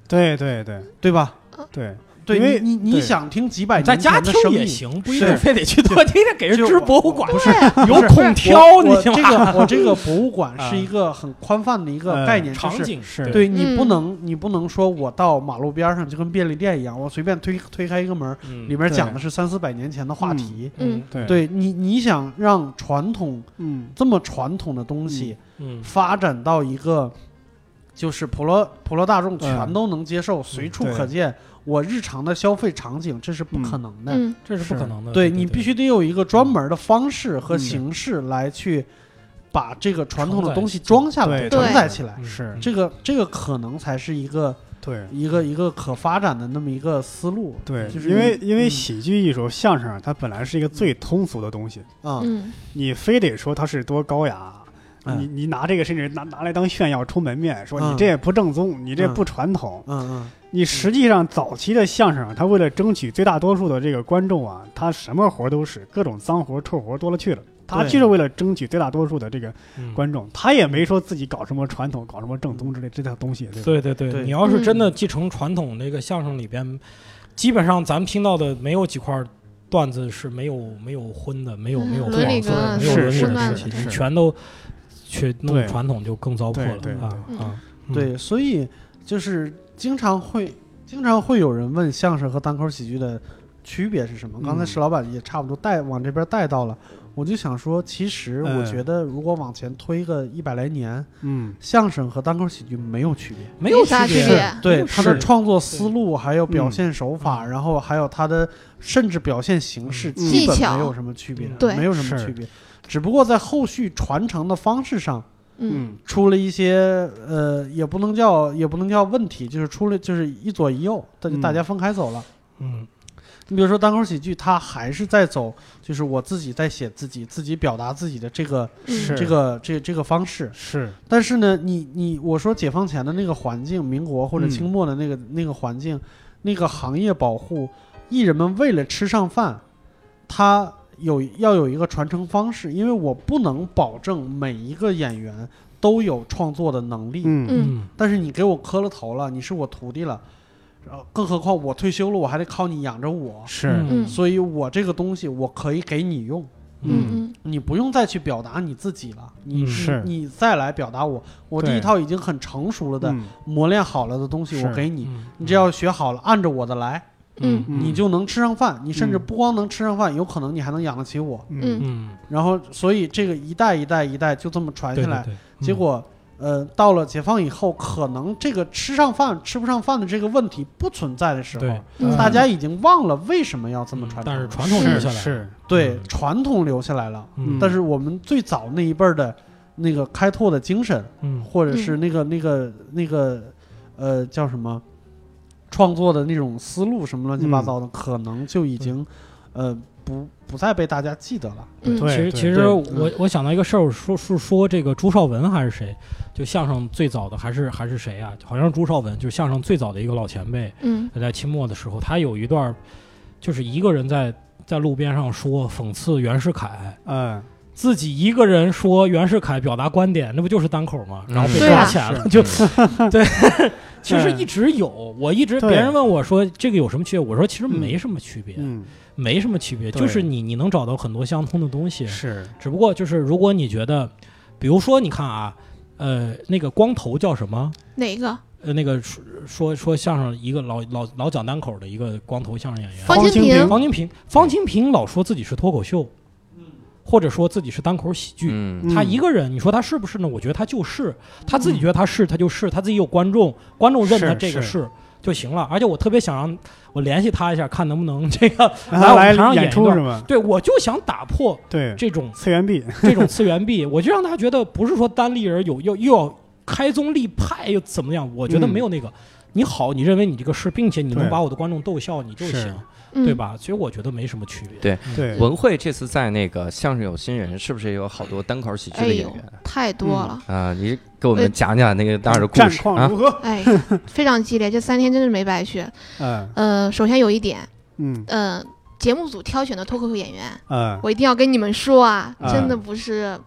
[SPEAKER 2] 对对对
[SPEAKER 5] 对吧？
[SPEAKER 2] 对，
[SPEAKER 5] 对
[SPEAKER 2] 因为
[SPEAKER 5] 你你你
[SPEAKER 2] 对
[SPEAKER 5] 想听几百
[SPEAKER 3] 你在
[SPEAKER 5] 年
[SPEAKER 3] 哎家听
[SPEAKER 5] 前的生
[SPEAKER 3] 也
[SPEAKER 5] 意，
[SPEAKER 3] 行，不一
[SPEAKER 5] 是
[SPEAKER 3] 定非得去 [laughs] 多听听，给人
[SPEAKER 5] 就
[SPEAKER 3] 支
[SPEAKER 5] 我
[SPEAKER 3] 博物馆
[SPEAKER 5] 不是
[SPEAKER 3] 有孔挑，
[SPEAKER 5] 我
[SPEAKER 3] 你
[SPEAKER 5] 我
[SPEAKER 3] 信
[SPEAKER 5] 这
[SPEAKER 3] 吗？
[SPEAKER 5] 个我这个博物馆
[SPEAKER 2] 啊
[SPEAKER 5] 是一个很宽泛的一个
[SPEAKER 2] 嗯
[SPEAKER 5] 概念，
[SPEAKER 3] [laughs]
[SPEAKER 5] 就
[SPEAKER 3] 场
[SPEAKER 5] 是
[SPEAKER 3] 景
[SPEAKER 2] 是
[SPEAKER 5] 对你不
[SPEAKER 4] 嗯
[SPEAKER 5] 能你不能说我到马路边上就跟便利店一样，我随便推推开一个门儿，里
[SPEAKER 3] 嗯
[SPEAKER 5] 面讲
[SPEAKER 2] 对
[SPEAKER 5] 的是三四百年前的话
[SPEAKER 2] 嗯
[SPEAKER 5] 题。
[SPEAKER 4] 嗯
[SPEAKER 2] 对
[SPEAKER 5] 对你你想让传统
[SPEAKER 2] 嗯
[SPEAKER 5] 这么传统的东西
[SPEAKER 3] 嗯
[SPEAKER 5] 发展到一个。就是普罗普罗大众全
[SPEAKER 2] 嗯
[SPEAKER 5] 都能接受，随处
[SPEAKER 2] 对
[SPEAKER 5] 可见。我日常的消费场景，这是不可能的。
[SPEAKER 4] 嗯
[SPEAKER 3] 这是不可能的。
[SPEAKER 5] 对你必须得有一个专门的方式和
[SPEAKER 2] 嗯
[SPEAKER 5] 形式来去把这个传统的
[SPEAKER 3] 承载
[SPEAKER 5] 东西装下来、
[SPEAKER 2] 对
[SPEAKER 5] 承载起来。
[SPEAKER 3] 嗯
[SPEAKER 2] 是
[SPEAKER 5] 这个这个可能才是一个
[SPEAKER 2] 对
[SPEAKER 5] 一个一个可发展的那么一个思路。
[SPEAKER 2] 对，
[SPEAKER 5] 就是
[SPEAKER 2] 因为
[SPEAKER 5] 你
[SPEAKER 2] 因为
[SPEAKER 5] 嗯
[SPEAKER 2] 喜剧艺术相声啊它本来是一个最通俗的东西，
[SPEAKER 5] 啊，
[SPEAKER 4] 嗯，
[SPEAKER 2] 你非得说它是多高雅。
[SPEAKER 5] 嗯
[SPEAKER 2] 你你拿这个甚至拿拿来当炫耀充门面，说你
[SPEAKER 5] 嗯
[SPEAKER 2] 这也不正宗，你这
[SPEAKER 5] 嗯
[SPEAKER 2] 不传统。
[SPEAKER 5] 嗯
[SPEAKER 2] 你实际上早期的相声啊，他为了争取最大多数的这个观众啊，他什么活儿都使，各种脏活儿臭活儿多了去了。他
[SPEAKER 5] 对
[SPEAKER 2] 就是为了争取最大多数的这个
[SPEAKER 3] 嗯
[SPEAKER 2] 观众，他也没说自己搞什么传统、搞什么正宗之类这套东西，对吧？
[SPEAKER 3] 对对对，
[SPEAKER 5] 对
[SPEAKER 3] 你要是真的继承传统这个相声里边，基本上咱们听到的没有几块段子是没有没有荤的，没有
[SPEAKER 4] 嗯
[SPEAKER 3] 没有
[SPEAKER 4] 伦
[SPEAKER 3] 黄
[SPEAKER 4] 理
[SPEAKER 3] 色的，
[SPEAKER 4] 梗
[SPEAKER 3] 没有
[SPEAKER 2] 是
[SPEAKER 3] 伦理
[SPEAKER 2] 是
[SPEAKER 3] 的东
[SPEAKER 4] 是
[SPEAKER 3] 西，
[SPEAKER 2] 是
[SPEAKER 3] 你全都去弄
[SPEAKER 2] 对
[SPEAKER 3] 传统就更糟粕了
[SPEAKER 2] 对对
[SPEAKER 3] 啊
[SPEAKER 4] 对
[SPEAKER 3] 啊！
[SPEAKER 5] 嗯，对，所以就是经常会经常会有人问相声和单口喜剧的区别是什么。刚才
[SPEAKER 2] 嗯
[SPEAKER 5] 石老板也差不多带往这边带到了，我就想说，其实我
[SPEAKER 2] 嗯
[SPEAKER 5] 觉得如果往前推个一百来年，
[SPEAKER 2] 嗯，
[SPEAKER 5] 相声和单口喜剧没有区别。
[SPEAKER 3] 没有
[SPEAKER 4] 啥
[SPEAKER 3] 区别
[SPEAKER 4] 区别
[SPEAKER 5] 对
[SPEAKER 3] 是
[SPEAKER 5] 他的创作思路，还
[SPEAKER 2] 嗯
[SPEAKER 5] 有表现手法，然后还有他的甚至表现形式，
[SPEAKER 2] 嗯
[SPEAKER 5] 基本
[SPEAKER 4] 技巧嗯
[SPEAKER 5] 没有什么区别，
[SPEAKER 4] 对
[SPEAKER 5] 没有什么
[SPEAKER 2] 是
[SPEAKER 5] 区别，只不过在后续传承的方式上
[SPEAKER 4] 嗯
[SPEAKER 2] 嗯
[SPEAKER 5] 出了一些呃，也不能叫也不能叫问题，就是出了就是一左一右，大家
[SPEAKER 2] 嗯
[SPEAKER 5] 大家分开走了。
[SPEAKER 3] 嗯，
[SPEAKER 5] 你比如说单口喜剧，它还是在走，就是我自己在写自己，自己表达自己的这个
[SPEAKER 4] 嗯
[SPEAKER 2] 是
[SPEAKER 5] 这个这这个方式。
[SPEAKER 2] 是，
[SPEAKER 5] 但是呢，你你我说解放前的那个环境，民国或者清末的那个、那个环境，那个行业保护，艺人们为了吃上饭，他有要有一个传承方式，因为我不能保证每一个演员都有创作的能力。
[SPEAKER 2] 嗯
[SPEAKER 4] 嗯
[SPEAKER 3] 嗯
[SPEAKER 5] 但是你给我磕了头了，你是我徒弟了，然后更何况我退休了，我还得靠你养着我，
[SPEAKER 2] 是，
[SPEAKER 4] 嗯
[SPEAKER 5] 所以我这个东西我可以给你用。
[SPEAKER 3] 嗯
[SPEAKER 4] 嗯
[SPEAKER 5] 你不用再去表达你自己了，你、
[SPEAKER 3] 嗯
[SPEAKER 2] 是
[SPEAKER 5] 你你再来表达我，我这
[SPEAKER 2] 对
[SPEAKER 5] 一套已经很成熟了的、
[SPEAKER 2] 嗯
[SPEAKER 5] 磨练好了的东西，
[SPEAKER 2] 是
[SPEAKER 5] 我给你，
[SPEAKER 3] 嗯
[SPEAKER 5] 你只要学好了，按着我的来，
[SPEAKER 4] 嗯
[SPEAKER 2] 嗯
[SPEAKER 5] 你就能吃上饭。你甚至
[SPEAKER 2] 嗯
[SPEAKER 5] 不光能吃上饭，有可能你还能养得起我。
[SPEAKER 2] 嗯
[SPEAKER 3] 嗯
[SPEAKER 5] 然后，所以这个一代一代一代就这么传
[SPEAKER 3] 对
[SPEAKER 5] 下
[SPEAKER 3] 对
[SPEAKER 5] 来，
[SPEAKER 3] 对，嗯
[SPEAKER 5] 结果。呃，到了解放以后，可能这个吃上饭吃不上饭的这个问题不存在的时
[SPEAKER 3] 对嗯
[SPEAKER 5] 候，
[SPEAKER 4] 嗯
[SPEAKER 5] 大家已经忘了为什么要这么传承
[SPEAKER 3] 但
[SPEAKER 5] 了、
[SPEAKER 3] 是传统留
[SPEAKER 2] 是
[SPEAKER 3] 下来了，
[SPEAKER 2] 是，
[SPEAKER 5] 对传统留下来了，
[SPEAKER 3] 嗯
[SPEAKER 5] 但是我们最早那一辈儿的那个开拓的精神，
[SPEAKER 3] 嗯
[SPEAKER 5] 或者是那个、那个那个呃叫什么创作的那种思路什么乱七八
[SPEAKER 3] 嗯
[SPEAKER 5] 糟的，可能就已经呃不不再被大家记得了。
[SPEAKER 4] 嗯，
[SPEAKER 2] 对嗯
[SPEAKER 3] 其实，其实
[SPEAKER 5] 对
[SPEAKER 3] 我我想到一个事儿，说说说这个朱绍文还是谁，就相声最早的还是还是谁啊？好像是朱绍文，就是相声最早的一个老前辈，
[SPEAKER 4] 嗯
[SPEAKER 3] 在清末的时候，他有一段儿，就是一个人在在路边上说讽刺袁世凯，
[SPEAKER 2] 嗯，
[SPEAKER 3] 自己一个人说袁世凯表达观点，那不就是单口吗？然后被
[SPEAKER 4] 对
[SPEAKER 3] 抓
[SPEAKER 4] 啊
[SPEAKER 3] 起来了，
[SPEAKER 1] 是
[SPEAKER 3] 就
[SPEAKER 1] 嗯
[SPEAKER 3] 其实一直有，我一直
[SPEAKER 2] 对
[SPEAKER 3] 别人问我说这个有什么区别，我说其实没什么区别，
[SPEAKER 2] 嗯
[SPEAKER 3] 没什么区别，
[SPEAKER 2] 对
[SPEAKER 3] 就是你你能找到很多相通的东西，
[SPEAKER 2] 是，
[SPEAKER 3] 只不过就是如果你觉得，比如说你看啊，呃，那个光头叫什么？
[SPEAKER 4] 哪个？
[SPEAKER 3] 呃，那个说说说相声一个老老老讲单口的一个光头相声演员
[SPEAKER 4] 方清
[SPEAKER 2] 清
[SPEAKER 4] 平
[SPEAKER 2] 平
[SPEAKER 3] 方清平，方清平老说自己是脱口秀，或者说自己是单口喜剧。
[SPEAKER 1] 嗯
[SPEAKER 3] 他一个人，你说他是不是呢？我觉得他就是，他自己觉得他是，他就是，他自己有观众，观众认他
[SPEAKER 2] 是
[SPEAKER 3] 这
[SPEAKER 2] 是
[SPEAKER 3] 个是就行了。而且我特别想让我联系他一下，看能不能这个
[SPEAKER 2] 他
[SPEAKER 3] 来我们台
[SPEAKER 2] 啊来
[SPEAKER 3] 上演
[SPEAKER 2] 演
[SPEAKER 3] 一
[SPEAKER 2] 出
[SPEAKER 3] 段
[SPEAKER 2] 是。吗？
[SPEAKER 3] 对，我就想打破
[SPEAKER 2] 对，
[SPEAKER 3] 这种
[SPEAKER 2] 次元壁，
[SPEAKER 3] [laughs] 这种次元壁，我就让他觉得不是说单立人有又又要开宗立派又怎么样，我觉得
[SPEAKER 2] 嗯
[SPEAKER 3] 没有那个。你好，你认为你这个是，并且你能
[SPEAKER 2] 对
[SPEAKER 3] 把我的观众逗笑，你就是行，
[SPEAKER 4] 嗯
[SPEAKER 3] 对？吧？所以我觉得没什么区别。
[SPEAKER 1] 对
[SPEAKER 2] 对，
[SPEAKER 1] 文慧这次在那个相声有新人，是不是也有好多单口喜剧
[SPEAKER 4] 哎
[SPEAKER 1] 的演
[SPEAKER 4] 呦
[SPEAKER 1] 员，
[SPEAKER 4] 太多
[SPEAKER 2] 嗯
[SPEAKER 4] 了。
[SPEAKER 1] 啊？你给
[SPEAKER 3] 呃
[SPEAKER 1] 我们讲讲那个大的故
[SPEAKER 2] 战
[SPEAKER 1] 事
[SPEAKER 2] 况
[SPEAKER 1] 啊
[SPEAKER 2] 如？何？
[SPEAKER 4] 哎，非常激烈，这三天真是没白学。
[SPEAKER 2] 嗯
[SPEAKER 4] 呃，首先有一点，
[SPEAKER 2] 嗯
[SPEAKER 4] 呃，节目组挑选的脱口秀演员，
[SPEAKER 2] 嗯
[SPEAKER 4] 我一定要跟你们说啊，
[SPEAKER 2] 嗯
[SPEAKER 4] 真的不是，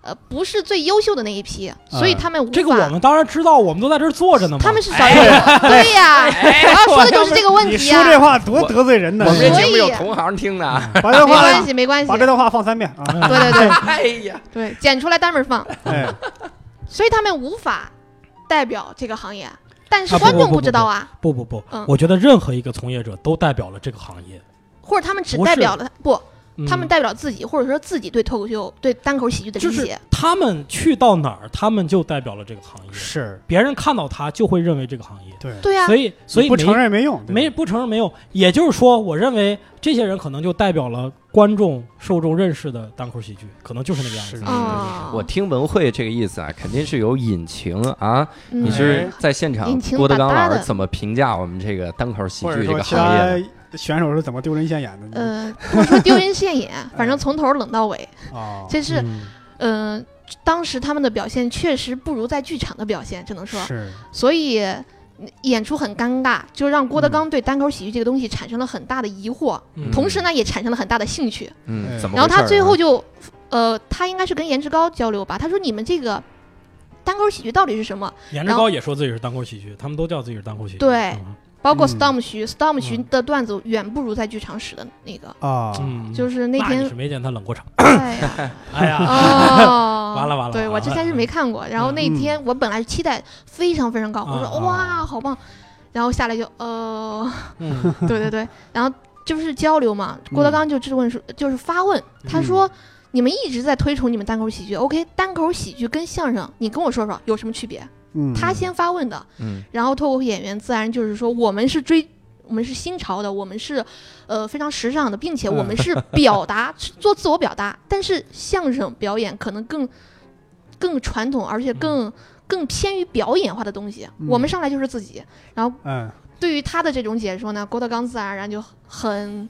[SPEAKER 4] 呃，不是最优秀的那一批，所以他们无法。
[SPEAKER 3] 这个我们当然知道，我们都在这儿坐着呢嘛。
[SPEAKER 4] 他们是少数，对呀，我要说的就是这个问
[SPEAKER 2] 你
[SPEAKER 4] 题
[SPEAKER 2] 说
[SPEAKER 4] 啊。
[SPEAKER 2] 这话多
[SPEAKER 1] 我
[SPEAKER 2] 得罪人呢
[SPEAKER 1] 我！们这
[SPEAKER 4] 所
[SPEAKER 1] 节目
[SPEAKER 4] 以
[SPEAKER 1] 有同行听的
[SPEAKER 3] [laughs]
[SPEAKER 1] 啊！
[SPEAKER 3] 哎
[SPEAKER 2] 把这
[SPEAKER 4] 没
[SPEAKER 2] 话
[SPEAKER 4] 关系，没关系
[SPEAKER 2] 把，这段话放三遍啊！
[SPEAKER 4] 对对对
[SPEAKER 1] 哎呀，
[SPEAKER 4] 对，剪出来单门放，
[SPEAKER 2] 哎，
[SPEAKER 4] 所以他们无法代表这个行业，但是
[SPEAKER 3] 啊不
[SPEAKER 4] 观
[SPEAKER 3] 不
[SPEAKER 4] 众
[SPEAKER 3] 不
[SPEAKER 4] 不知
[SPEAKER 3] 不
[SPEAKER 4] 道啊，
[SPEAKER 3] 不不不
[SPEAKER 4] 嗯，
[SPEAKER 3] 我觉得任何一个从业者都代表了这个行业。
[SPEAKER 4] 或者他们只
[SPEAKER 3] 不
[SPEAKER 4] 代
[SPEAKER 3] 是
[SPEAKER 4] 表了不，
[SPEAKER 3] 嗯
[SPEAKER 4] 他们代表自己，或者说自己对脱口秀、对单口喜剧的
[SPEAKER 3] 就
[SPEAKER 4] 理
[SPEAKER 3] 是
[SPEAKER 4] 解。
[SPEAKER 3] 他们去到哪儿，他们就代表了这个行业。
[SPEAKER 2] 是
[SPEAKER 3] 别人看到他就会认为这个行业。
[SPEAKER 2] 对，
[SPEAKER 4] 对啊呀
[SPEAKER 3] 所，以，所以
[SPEAKER 2] 不
[SPEAKER 3] 没
[SPEAKER 2] 承认没用，对
[SPEAKER 3] 没不承认没有，也就是说，我认为这些人可能就代表了观众受众认识的单口喜剧，可能就是那个样
[SPEAKER 5] 是
[SPEAKER 3] 子。
[SPEAKER 4] 哦，
[SPEAKER 1] 嗯我听文慧这个意思啊，肯定是有隐情啊。
[SPEAKER 4] 嗯
[SPEAKER 1] 你是在现场
[SPEAKER 4] 隐，情
[SPEAKER 1] 郭德纲
[SPEAKER 4] 大大
[SPEAKER 1] 老师
[SPEAKER 4] 的
[SPEAKER 1] 怎么评价我们这个单口喜
[SPEAKER 2] 或者
[SPEAKER 1] 剧这
[SPEAKER 2] 说
[SPEAKER 1] 个
[SPEAKER 2] 其
[SPEAKER 1] 行业
[SPEAKER 3] 哎
[SPEAKER 2] 他
[SPEAKER 1] 的？
[SPEAKER 2] 选手是怎么丢人现眼的？你
[SPEAKER 4] 呃，不说丢人现眼，反正从头冷到尾，
[SPEAKER 2] 哦，
[SPEAKER 4] 这是
[SPEAKER 5] 嗯
[SPEAKER 4] 嗯、呃当时他们的表现确实不如在剧场的表现，只能说，
[SPEAKER 2] 是
[SPEAKER 4] 所以嗯演出很尴尬，就让郭德
[SPEAKER 3] 嗯
[SPEAKER 4] 纲对单口喜剧这个东西产生了很大的疑惑，
[SPEAKER 1] 嗯
[SPEAKER 4] 同时呢也产生了很大的兴趣。
[SPEAKER 1] 嗯，
[SPEAKER 2] 哎
[SPEAKER 1] 怎么
[SPEAKER 4] 然后
[SPEAKER 1] 回事儿啊？
[SPEAKER 4] 他最后就，呃，他应该是跟颜值高交流吧，他说你们这个单口喜剧到底是什么？
[SPEAKER 3] 颜值
[SPEAKER 4] 然后
[SPEAKER 3] 高也说自己是单口喜剧，他们都叫自己是单口喜剧。
[SPEAKER 4] 对
[SPEAKER 3] 嗯
[SPEAKER 4] 包括
[SPEAKER 2] 嗯
[SPEAKER 4] Storm 徐、s t o r m 徐
[SPEAKER 3] 嗯
[SPEAKER 4] 的段子远不如在剧场使的那个，
[SPEAKER 2] 啊，
[SPEAKER 3] 嗯，
[SPEAKER 4] 就是那
[SPEAKER 3] 你
[SPEAKER 4] 天
[SPEAKER 3] 是，没见他冷过场。
[SPEAKER 4] [laughs] 哎呀。
[SPEAKER 3] [laughs] 哎呀，，
[SPEAKER 4] 哦
[SPEAKER 3] 完了完了
[SPEAKER 4] 对
[SPEAKER 3] 完
[SPEAKER 4] 我之前是
[SPEAKER 3] 了
[SPEAKER 4] 没看过，然后那
[SPEAKER 2] 嗯
[SPEAKER 4] 天我本来期待非常非常高，我
[SPEAKER 3] 啊
[SPEAKER 4] 说
[SPEAKER 3] 啊
[SPEAKER 4] 哇好棒，然后下来就呃，
[SPEAKER 3] 嗯，
[SPEAKER 4] 对对对，然后就是交流嘛，郭德纲就质问说，就是发问，他说。你们一直在推崇你们单口喜剧，OK？单口喜剧跟相声，你跟我说说有什么区别？
[SPEAKER 2] 嗯，
[SPEAKER 4] 他先发问的，
[SPEAKER 1] 嗯
[SPEAKER 4] 然后脱口秀演员自然就是说，我们是追，我们是新潮的，我们是，呃，非常时尚的，并且我们是表达，是做自我表达。但是相声表演可能更更传统，而且更更偏于表演化的东西。我们上来就是自己。
[SPEAKER 2] 嗯
[SPEAKER 4] 对于他的这种解说呢，郭德纲自然而然就很，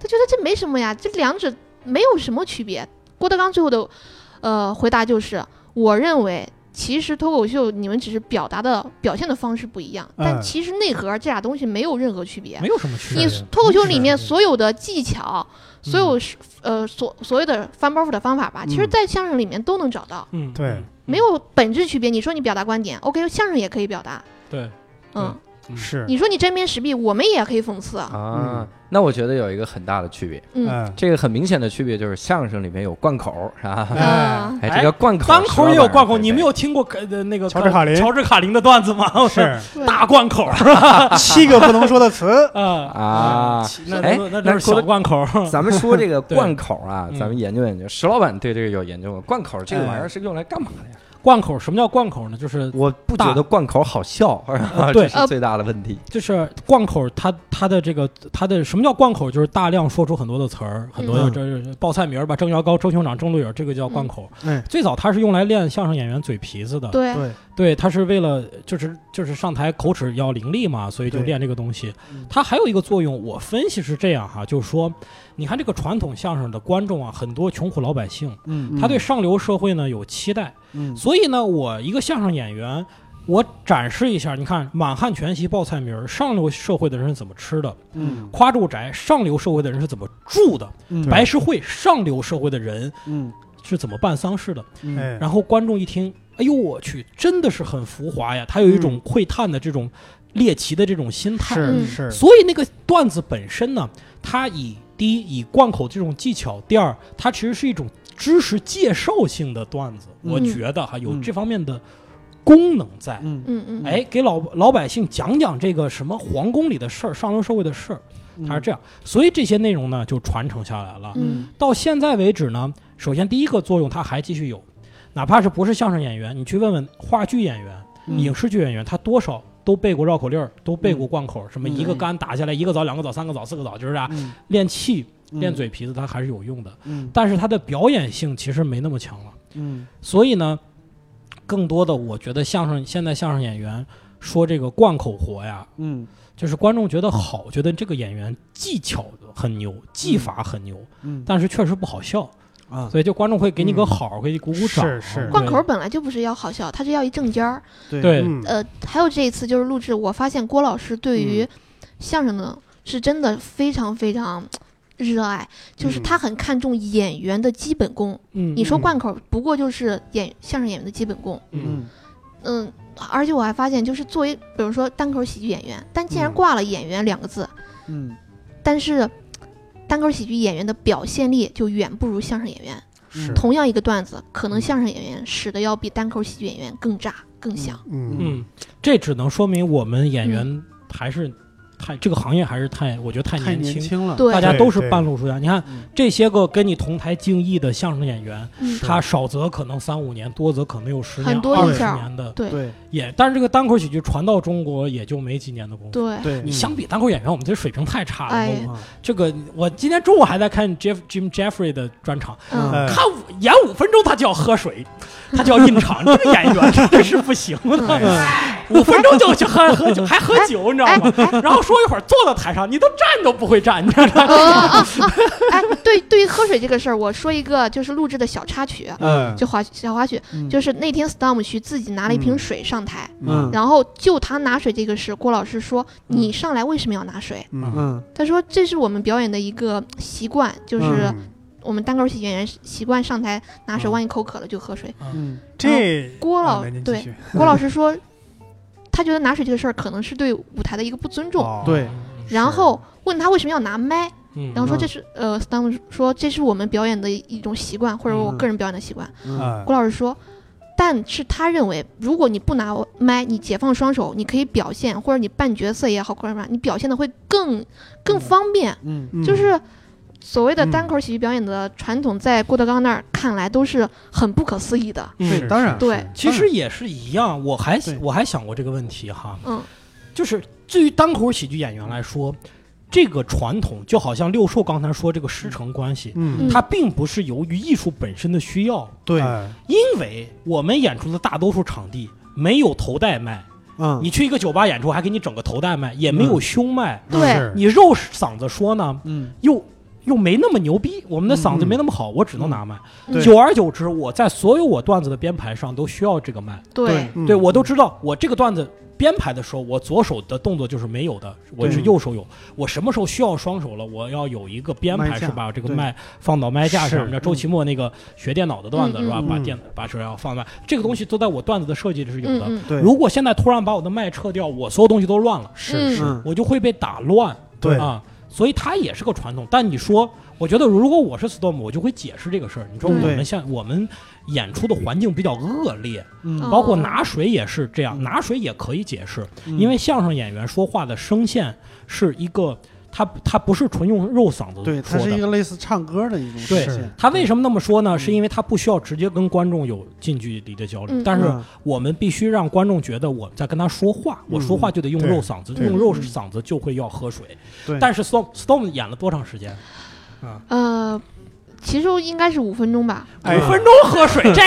[SPEAKER 4] 他觉得这没什么呀，这两者没有什么区别。郭德纲最后的呃回答就是，我认为其实脱口秀你们只是表达的表现的方式不一样，但
[SPEAKER 2] 嗯
[SPEAKER 4] 其实内核这俩东西没有任何区别。
[SPEAKER 3] 哎没有什么区别
[SPEAKER 4] 你
[SPEAKER 3] 的。
[SPEAKER 4] 脱口秀里面
[SPEAKER 3] 是啊嗯
[SPEAKER 4] 所有的技巧，所有是呃所所有的翻包袱的方法吧，其实，
[SPEAKER 2] 嗯
[SPEAKER 4] 在相声里面都能找到，
[SPEAKER 3] 嗯，
[SPEAKER 2] 对
[SPEAKER 3] 嗯
[SPEAKER 4] 没有本质区别。你说你表达观点，OK，相声也可以表达，
[SPEAKER 3] 对，
[SPEAKER 4] 嗯，
[SPEAKER 3] 嗯
[SPEAKER 2] 是
[SPEAKER 4] 你说你针砭时弊，我们也可以讽刺，
[SPEAKER 1] 啊，那我觉得有一个很大的区别，
[SPEAKER 4] 嗯。
[SPEAKER 2] 嗯
[SPEAKER 1] 这个很明显的区别就是相声里面有贯口，是吧？
[SPEAKER 4] 啊，
[SPEAKER 1] 哎，这个贯口，
[SPEAKER 3] 单口也有贯
[SPEAKER 1] 石
[SPEAKER 3] 口，
[SPEAKER 1] 老板
[SPEAKER 3] 你没有听过呃那个
[SPEAKER 2] 乔治卡林
[SPEAKER 3] 乔治卡林的段子吗？我
[SPEAKER 2] 哦
[SPEAKER 3] [laughs]
[SPEAKER 2] 是
[SPEAKER 4] 对
[SPEAKER 3] 大贯口，
[SPEAKER 2] 七个不能说的词
[SPEAKER 3] 啊
[SPEAKER 1] 啊？
[SPEAKER 3] 其那
[SPEAKER 1] 哎
[SPEAKER 3] 那那
[SPEAKER 1] 那
[SPEAKER 3] 就是
[SPEAKER 1] 郭
[SPEAKER 3] 小
[SPEAKER 1] 德
[SPEAKER 3] 贯口。
[SPEAKER 1] 咱们说这个
[SPEAKER 3] 嗯对
[SPEAKER 1] 贯口啊，
[SPEAKER 3] 嗯
[SPEAKER 1] 咱们研究研究。石老板对这个有研究吗？贯口这个玩意儿
[SPEAKER 2] 哎
[SPEAKER 1] 是用来干嘛的呀？
[SPEAKER 3] 贯口什么叫贯口呢？就是
[SPEAKER 1] 我不觉得贯口好笑，[laughs] 这
[SPEAKER 3] 对
[SPEAKER 1] 是最大的问题。
[SPEAKER 3] 就是贯口它，它的这个它的什么叫贯口？就是大量说出很多的词儿，很多
[SPEAKER 5] 嗯
[SPEAKER 3] 这这报菜名儿吧，郑摇高、周兄长、郑路友，这个叫贯口。
[SPEAKER 5] 嗯哎
[SPEAKER 3] 最早它是用来练相声演员嘴皮子的，
[SPEAKER 4] 对，
[SPEAKER 5] 对，
[SPEAKER 3] 对，它是为了就是就是上台口齿要伶俐嘛，所以就
[SPEAKER 2] 对
[SPEAKER 3] 练这个东西
[SPEAKER 5] 嗯。
[SPEAKER 3] 它还有一个作用，我分析是这样哈，就是说，你看这个传统相声的观众啊，很多穷苦老百姓，
[SPEAKER 5] 嗯
[SPEAKER 3] 他对上流社会呢有期待，
[SPEAKER 5] 嗯
[SPEAKER 3] 所以呢，我一个相声演员，我展示一下，你看满汉全席报菜名儿，上流社会的人是怎么吃的；
[SPEAKER 5] 嗯
[SPEAKER 3] 夸住宅，上流社会的人是怎么住的；
[SPEAKER 5] 嗯
[SPEAKER 3] 白事会，上流社会的人
[SPEAKER 5] 嗯
[SPEAKER 3] 是怎么办丧事的。
[SPEAKER 5] 嗯
[SPEAKER 2] 哎，
[SPEAKER 3] 然后观众一听，哎呦我去，真的是很浮华呀！他有一
[SPEAKER 5] 嗯
[SPEAKER 3] 种窥探的这种猎奇的这种心态。
[SPEAKER 2] 是
[SPEAKER 4] 嗯
[SPEAKER 2] 是，
[SPEAKER 3] 所以那个段子本身呢，它以第一以贯口这种技巧，第二它其实是一种知识介绍性的段子，
[SPEAKER 5] 嗯
[SPEAKER 3] 我觉得哈有
[SPEAKER 5] 嗯
[SPEAKER 3] 这方面的功能在。
[SPEAKER 5] 嗯
[SPEAKER 4] 嗯嗯，
[SPEAKER 3] 哎，给老老百姓讲讲这个什么皇宫里的事儿、上流社会的事儿，
[SPEAKER 5] 嗯
[SPEAKER 3] 它是这样，所以这些内容呢就传承下来了。
[SPEAKER 4] 嗯
[SPEAKER 3] 到现在为止呢，首先第一个作用它还继续有，哪怕是不是相声演员，你去问问话剧演员、
[SPEAKER 5] 嗯
[SPEAKER 3] 影视剧演员，他多少都背过绕口令儿，都背过
[SPEAKER 5] 嗯
[SPEAKER 3] 贯口儿，什么
[SPEAKER 5] 嗯
[SPEAKER 3] 一个杆打下来一个枣、两个枣、三个枣、四个枣，就是啊，
[SPEAKER 5] 嗯
[SPEAKER 3] 练气、
[SPEAKER 5] 嗯
[SPEAKER 3] 练嘴皮子，它还是有用的。
[SPEAKER 5] 嗯
[SPEAKER 3] 但是它的表演性其实没那么强了。
[SPEAKER 5] 嗯
[SPEAKER 3] 所以呢，更多的我觉得相声现在相声演员说这个贯口活呀，
[SPEAKER 5] 嗯
[SPEAKER 3] 就是观众觉得好，觉得这个演员技巧很牛，技法很牛，
[SPEAKER 5] 嗯
[SPEAKER 3] 但是确实不好笑。
[SPEAKER 5] 啊
[SPEAKER 3] 所以就观众会给你个
[SPEAKER 2] 嗯
[SPEAKER 3] 好，给你鼓鼓掌。
[SPEAKER 2] 是
[SPEAKER 3] 啊
[SPEAKER 2] 是
[SPEAKER 4] 贯口本来就不是要好笑，它是要一正尖儿。
[SPEAKER 5] 对
[SPEAKER 3] 对
[SPEAKER 2] 嗯
[SPEAKER 4] 呃，还有这一次就是录制，我发现郭老师对于相声呢是真的非常非常呃热爱，就是
[SPEAKER 2] 嗯
[SPEAKER 4] 他很看重演员的基本功。
[SPEAKER 3] 嗯，
[SPEAKER 4] 你说
[SPEAKER 2] 嗯
[SPEAKER 4] 贯口不过就是演相声演员的基本功。
[SPEAKER 3] 嗯，
[SPEAKER 5] 嗯
[SPEAKER 4] 嗯，而且我还发现，就是作为比如说单口喜剧演员，但既然
[SPEAKER 2] 嗯
[SPEAKER 4] 挂了演员两个字，
[SPEAKER 5] 嗯
[SPEAKER 4] 但是单口喜剧演员的表现力就远不如相声演员。
[SPEAKER 2] 是
[SPEAKER 4] 同样一个段子，可能
[SPEAKER 5] 嗯
[SPEAKER 4] 相声演员使得要比单口喜剧演员更炸、更响。
[SPEAKER 2] 嗯
[SPEAKER 3] 嗯，这只能说明我们演员还是太这个行业还是太，我觉得太
[SPEAKER 5] 太
[SPEAKER 3] 年
[SPEAKER 5] 年
[SPEAKER 3] 轻，
[SPEAKER 2] 嗯
[SPEAKER 5] 轻了，
[SPEAKER 4] 对
[SPEAKER 3] 大家都是
[SPEAKER 2] 对对
[SPEAKER 3] 半路出家。你看
[SPEAKER 5] 嗯
[SPEAKER 3] 这些个跟你同台竞艺的相声演员，
[SPEAKER 4] 嗯
[SPEAKER 3] 他少则可能三五年，多则可能有十年、
[SPEAKER 4] 很多
[SPEAKER 3] 二
[SPEAKER 4] 一
[SPEAKER 3] 十
[SPEAKER 4] 下
[SPEAKER 3] 年的
[SPEAKER 4] 对
[SPEAKER 5] 对
[SPEAKER 3] 也，但是这个单口喜剧传到中国也就没几年的功夫。
[SPEAKER 4] 对，
[SPEAKER 5] 对，
[SPEAKER 3] 你相比单口演员，我们这水平太差了。
[SPEAKER 4] 哎
[SPEAKER 3] 我
[SPEAKER 4] 呀
[SPEAKER 5] 啊
[SPEAKER 3] 这个我今天中午还在看 Jeff Jim Jeffrey 的专场，
[SPEAKER 4] 嗯
[SPEAKER 2] 哎
[SPEAKER 3] 看五演五分钟他就要喝水，他就要印场，这个演员真的是不行
[SPEAKER 2] 嗯
[SPEAKER 4] 嗯
[SPEAKER 3] 的，五分钟就去喝喝酒，还喝酒，你知道吗？
[SPEAKER 4] 哎
[SPEAKER 3] 然后说一会儿坐到台上，你都站都不会站，你知道吗？
[SPEAKER 4] 啊啊啊！哎，对，对于喝水这个事儿，我说一个就是录制的小插曲，
[SPEAKER 2] 嗯
[SPEAKER 4] 就滑小滑雪，
[SPEAKER 5] 嗯
[SPEAKER 4] 就是那天 Storm 去自己拿了一瓶
[SPEAKER 2] 嗯
[SPEAKER 4] 水上台，
[SPEAKER 5] 嗯
[SPEAKER 4] 然后就他拿水这个事，郭老师说你上来为什么要拿水？
[SPEAKER 2] 嗯
[SPEAKER 5] 嗯
[SPEAKER 4] 他说这是我们表演的一个习惯，就是
[SPEAKER 2] 嗯
[SPEAKER 4] 我们单口喜剧演员习惯上台拿水，
[SPEAKER 3] 嗯
[SPEAKER 4] 万一口渴了就喝水。
[SPEAKER 5] 嗯
[SPEAKER 2] 这
[SPEAKER 4] 郭老
[SPEAKER 2] 啊那您继
[SPEAKER 4] 对
[SPEAKER 2] 续
[SPEAKER 4] 郭老师说， [laughs] 他觉得拿水这个事儿可能是对舞台的一个不尊重，
[SPEAKER 2] 哦
[SPEAKER 5] 对，
[SPEAKER 4] 然后问他为什么要拿麦，
[SPEAKER 3] 嗯
[SPEAKER 4] 然后说
[SPEAKER 5] 嗯
[SPEAKER 4] 这是呃，Storm 说这是我们表演的一种习惯，或者我
[SPEAKER 5] 嗯
[SPEAKER 4] 个人表演的习惯。
[SPEAKER 5] 嗯
[SPEAKER 2] 嗯
[SPEAKER 4] 郭老师说，但是他认为，如果你不拿麦，你解放双手，你可以表现，或者你扮角色也好，或者什么，你表现的会更更方便。
[SPEAKER 5] 嗯
[SPEAKER 2] 嗯
[SPEAKER 4] 就是所谓的
[SPEAKER 2] 嗯
[SPEAKER 4] 单口喜剧表演的传统，在郭德纲那儿看来都是很不可思议的。
[SPEAKER 5] 对
[SPEAKER 2] 是
[SPEAKER 5] 当然
[SPEAKER 2] 是
[SPEAKER 4] 对
[SPEAKER 2] 嗯是
[SPEAKER 3] 其实也是一样，我还
[SPEAKER 5] 对
[SPEAKER 3] 我还想过这个问题哈，
[SPEAKER 4] 嗯，
[SPEAKER 3] 就是对于单口喜剧演员来说，这个传统就好像六兽刚才说这个师承关系，
[SPEAKER 2] 嗯
[SPEAKER 4] 嗯
[SPEAKER 3] 它并不是由于艺术本身的需要，
[SPEAKER 5] 对，
[SPEAKER 2] 哎
[SPEAKER 3] 因为我们演出的大多数场地没有头带麦，
[SPEAKER 4] 啊
[SPEAKER 5] 嗯
[SPEAKER 3] 你去一个酒吧演出还给你整个头带麦，也没有胸麦，
[SPEAKER 4] 对，
[SPEAKER 2] 嗯是
[SPEAKER 3] 你肉嗓子说呢，
[SPEAKER 5] 嗯
[SPEAKER 3] 又又没那么牛逼，我们的嗓子没那么好，我只能拿麦。
[SPEAKER 4] 嗯对
[SPEAKER 3] 久而久之，我在所有我段子的编排上都需要这个麦，
[SPEAKER 4] 对，
[SPEAKER 2] 嗯
[SPEAKER 3] 对我都知道，我这个段子。编排的时候，我左手的动作就是没有的，我是右手有。我什么时候需要双手了？我要有一个编
[SPEAKER 5] 麦
[SPEAKER 3] 排，
[SPEAKER 5] 架
[SPEAKER 3] 是把这个
[SPEAKER 5] 对
[SPEAKER 3] 麦放到麦架
[SPEAKER 2] 是
[SPEAKER 3] 上。你知道周奇墨那个学电脑的段子
[SPEAKER 4] 嗯
[SPEAKER 3] 是吧
[SPEAKER 4] 嗯？
[SPEAKER 3] 把
[SPEAKER 2] 嗯
[SPEAKER 3] 电把手要放麦，这个东西都在我段子的设计里是有
[SPEAKER 4] 嗯
[SPEAKER 3] 的。
[SPEAKER 4] 嗯，
[SPEAKER 5] 对，
[SPEAKER 3] 如果现在突然把我的麦撤掉，我所有东西都乱了，
[SPEAKER 4] 嗯
[SPEAKER 2] 是是
[SPEAKER 5] 嗯
[SPEAKER 3] 我就会被打乱。
[SPEAKER 2] 对
[SPEAKER 3] 啊，所以它也是个传统。但你说，我觉得如果我是 Storm，我就会解释这个事儿。你说我
[SPEAKER 4] 对
[SPEAKER 3] 们像我们演出的环境比较恶劣，
[SPEAKER 5] 嗯
[SPEAKER 3] 包括拿水也是这样，
[SPEAKER 5] 嗯
[SPEAKER 3] 拿水也可以解释，
[SPEAKER 5] 嗯
[SPEAKER 3] 因为相声演员说话的声线是一个，它它不是纯用肉嗓子
[SPEAKER 5] 对，它
[SPEAKER 3] 说
[SPEAKER 5] 是一
[SPEAKER 3] 的。
[SPEAKER 5] 个类似唱歌的一种
[SPEAKER 3] 对嗯
[SPEAKER 5] 实现
[SPEAKER 3] 他为什么那么说呢？
[SPEAKER 5] 嗯
[SPEAKER 3] 是因为他不需要直接跟观众有近距离的交流，
[SPEAKER 4] 嗯
[SPEAKER 3] 但是
[SPEAKER 5] 嗯
[SPEAKER 3] 我们必须让观众觉得我在跟他说话，我说话就得用
[SPEAKER 2] 对
[SPEAKER 3] 肉嗓子，
[SPEAKER 4] 对
[SPEAKER 3] 用肉嗓子就会要喝水。
[SPEAKER 5] 对
[SPEAKER 3] 但是 Storm Storm 演了多长时间？
[SPEAKER 4] 呃，其实应该是五分钟吧。
[SPEAKER 2] 哎
[SPEAKER 3] 五分钟喝水，这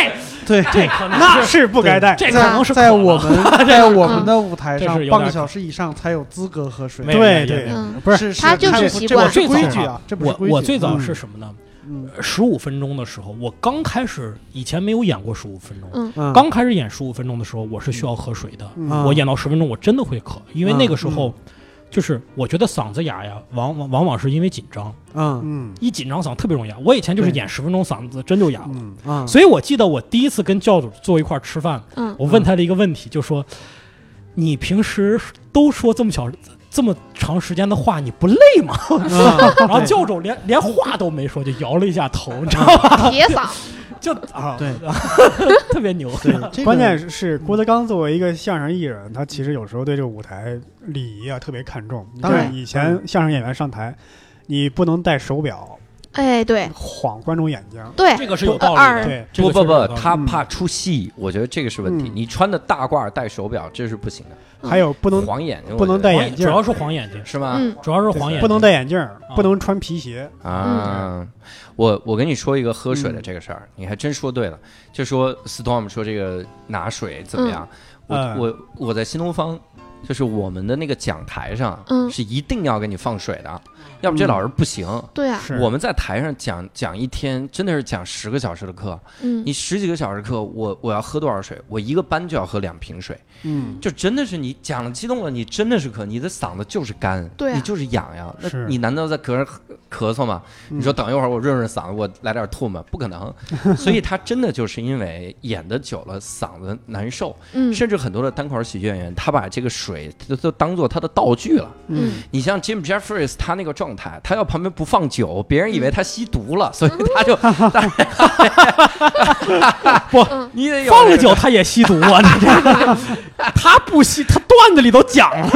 [SPEAKER 5] 对
[SPEAKER 3] 这可能
[SPEAKER 2] 那
[SPEAKER 3] 是
[SPEAKER 2] 是不该带，
[SPEAKER 3] 这可
[SPEAKER 5] 在
[SPEAKER 3] 能是
[SPEAKER 5] 在
[SPEAKER 3] 渴了 [laughs]
[SPEAKER 5] 我们在我们的舞台上
[SPEAKER 3] 这是，有点
[SPEAKER 5] 半个小时以上才有资格喝水
[SPEAKER 3] 没，
[SPEAKER 2] 对
[SPEAKER 3] 对
[SPEAKER 2] 对
[SPEAKER 3] 对
[SPEAKER 4] 嗯，
[SPEAKER 5] 不是
[SPEAKER 4] 他就是
[SPEAKER 5] 这
[SPEAKER 4] 习
[SPEAKER 5] 这
[SPEAKER 4] 惯
[SPEAKER 5] 不是
[SPEAKER 3] 我最
[SPEAKER 5] 规
[SPEAKER 3] 早
[SPEAKER 5] 矩啊，这不是
[SPEAKER 3] 我
[SPEAKER 5] 规矩。
[SPEAKER 3] 我最早
[SPEAKER 5] 嗯
[SPEAKER 3] 是什么呢？呃
[SPEAKER 5] 嗯
[SPEAKER 3] 十五分钟的时候，我刚开始以前没有演过十五分钟，啊
[SPEAKER 4] 嗯
[SPEAKER 5] 嗯
[SPEAKER 3] 刚开始演十五分钟的时候，我是需要喝水的。
[SPEAKER 5] 嗯
[SPEAKER 3] 我演到十分钟，我真的会渴，因为
[SPEAKER 5] 嗯
[SPEAKER 3] 那个时候。就是我觉得嗓子哑呀，往往往往是因为紧张，
[SPEAKER 5] 嗯
[SPEAKER 2] 嗯
[SPEAKER 3] 一紧张嗓特别容易哑。我以前就是
[SPEAKER 5] 对
[SPEAKER 3] 演十分钟嗓子真就哑了，
[SPEAKER 2] 嗯
[SPEAKER 5] 嗯，
[SPEAKER 3] 所以我记得我第一次跟教主坐一块儿吃饭，
[SPEAKER 4] 嗯，
[SPEAKER 3] 我问他的一个问题，就说你平时都说这么小这么长时间的话，你不累吗？
[SPEAKER 5] 以
[SPEAKER 3] 然后教主连连话都没说，就摇了一下头，你知道吗？
[SPEAKER 4] 铁嗓，
[SPEAKER 3] 就啊，
[SPEAKER 5] 对，
[SPEAKER 3] [laughs] 特别牛。
[SPEAKER 5] 对，这个
[SPEAKER 2] 关键是是郭德纲作为一个相声艺人，他其实有时候对这个舞台礼仪啊特别看重。
[SPEAKER 5] 当
[SPEAKER 4] 然
[SPEAKER 2] 就是以前相声演员上台，你不能戴手表，
[SPEAKER 4] 哎，对
[SPEAKER 2] 晃观众眼睛。
[SPEAKER 4] 对，
[SPEAKER 3] 这个是有道理的，
[SPEAKER 2] 对，
[SPEAKER 3] 这
[SPEAKER 1] 不不
[SPEAKER 3] 个确实有
[SPEAKER 1] 不，
[SPEAKER 3] 道理
[SPEAKER 1] 他
[SPEAKER 2] 嗯
[SPEAKER 1] 怕出戏，我觉得这个是问题。
[SPEAKER 2] 嗯
[SPEAKER 1] 你穿的大褂戴手表，这是不行的，
[SPEAKER 2] 还有不能
[SPEAKER 1] 晃眼睛，
[SPEAKER 2] 不能戴
[SPEAKER 3] 黄
[SPEAKER 2] 眼
[SPEAKER 3] 眼
[SPEAKER 2] 镜
[SPEAKER 3] 主，要是黄眼睛，
[SPEAKER 1] 是吗？
[SPEAKER 4] 嗯
[SPEAKER 3] 主要是黄眼睛，
[SPEAKER 2] 不能戴眼镜，不能穿皮鞋。
[SPEAKER 1] 啊，我我跟你说一个喝
[SPEAKER 4] 嗯
[SPEAKER 1] 水的这个事儿，你还真说对了。就说 Storm 说这个拿水怎么样？
[SPEAKER 2] 嗯
[SPEAKER 1] 我我我在新东方，就是我们的那个讲台上，
[SPEAKER 4] 嗯
[SPEAKER 1] 是一定要给你放水的，要不这老师不行。
[SPEAKER 4] 对啊，
[SPEAKER 2] 是
[SPEAKER 1] 我们在台上讲讲一天，真的是讲十个小时的课，
[SPEAKER 4] 嗯
[SPEAKER 1] 你十几个小时课，我我要喝多少水？我一个班就要喝两瓶水，
[SPEAKER 5] 嗯
[SPEAKER 1] 就真的是你讲了激动了，你真的是渴，你的嗓子就是干，
[SPEAKER 4] 对啊
[SPEAKER 1] 你就是嗯痒呀。那
[SPEAKER 2] 是
[SPEAKER 1] 你难道在咳上咳嗽吗？你说等一会儿我润润嗓子，我来点吐沫，不可 [laughs] 能。所以他真的就是因为演的久了，嗓子难受，
[SPEAKER 4] 嗯
[SPEAKER 1] 甚至很多的单口喜剧演员，他把这个水都都当做他的道具了。
[SPEAKER 4] 嗯
[SPEAKER 1] 你像 Jim Jeffries，他那个状态，他要旁边不放酒，别人以为他吸毒了，所以他就 [laughs]
[SPEAKER 3] 不
[SPEAKER 4] 嗯
[SPEAKER 1] 你得有
[SPEAKER 3] 放了
[SPEAKER 1] 这个
[SPEAKER 3] 酒他也吸毒啊！你这他不吸，他段子里都讲了，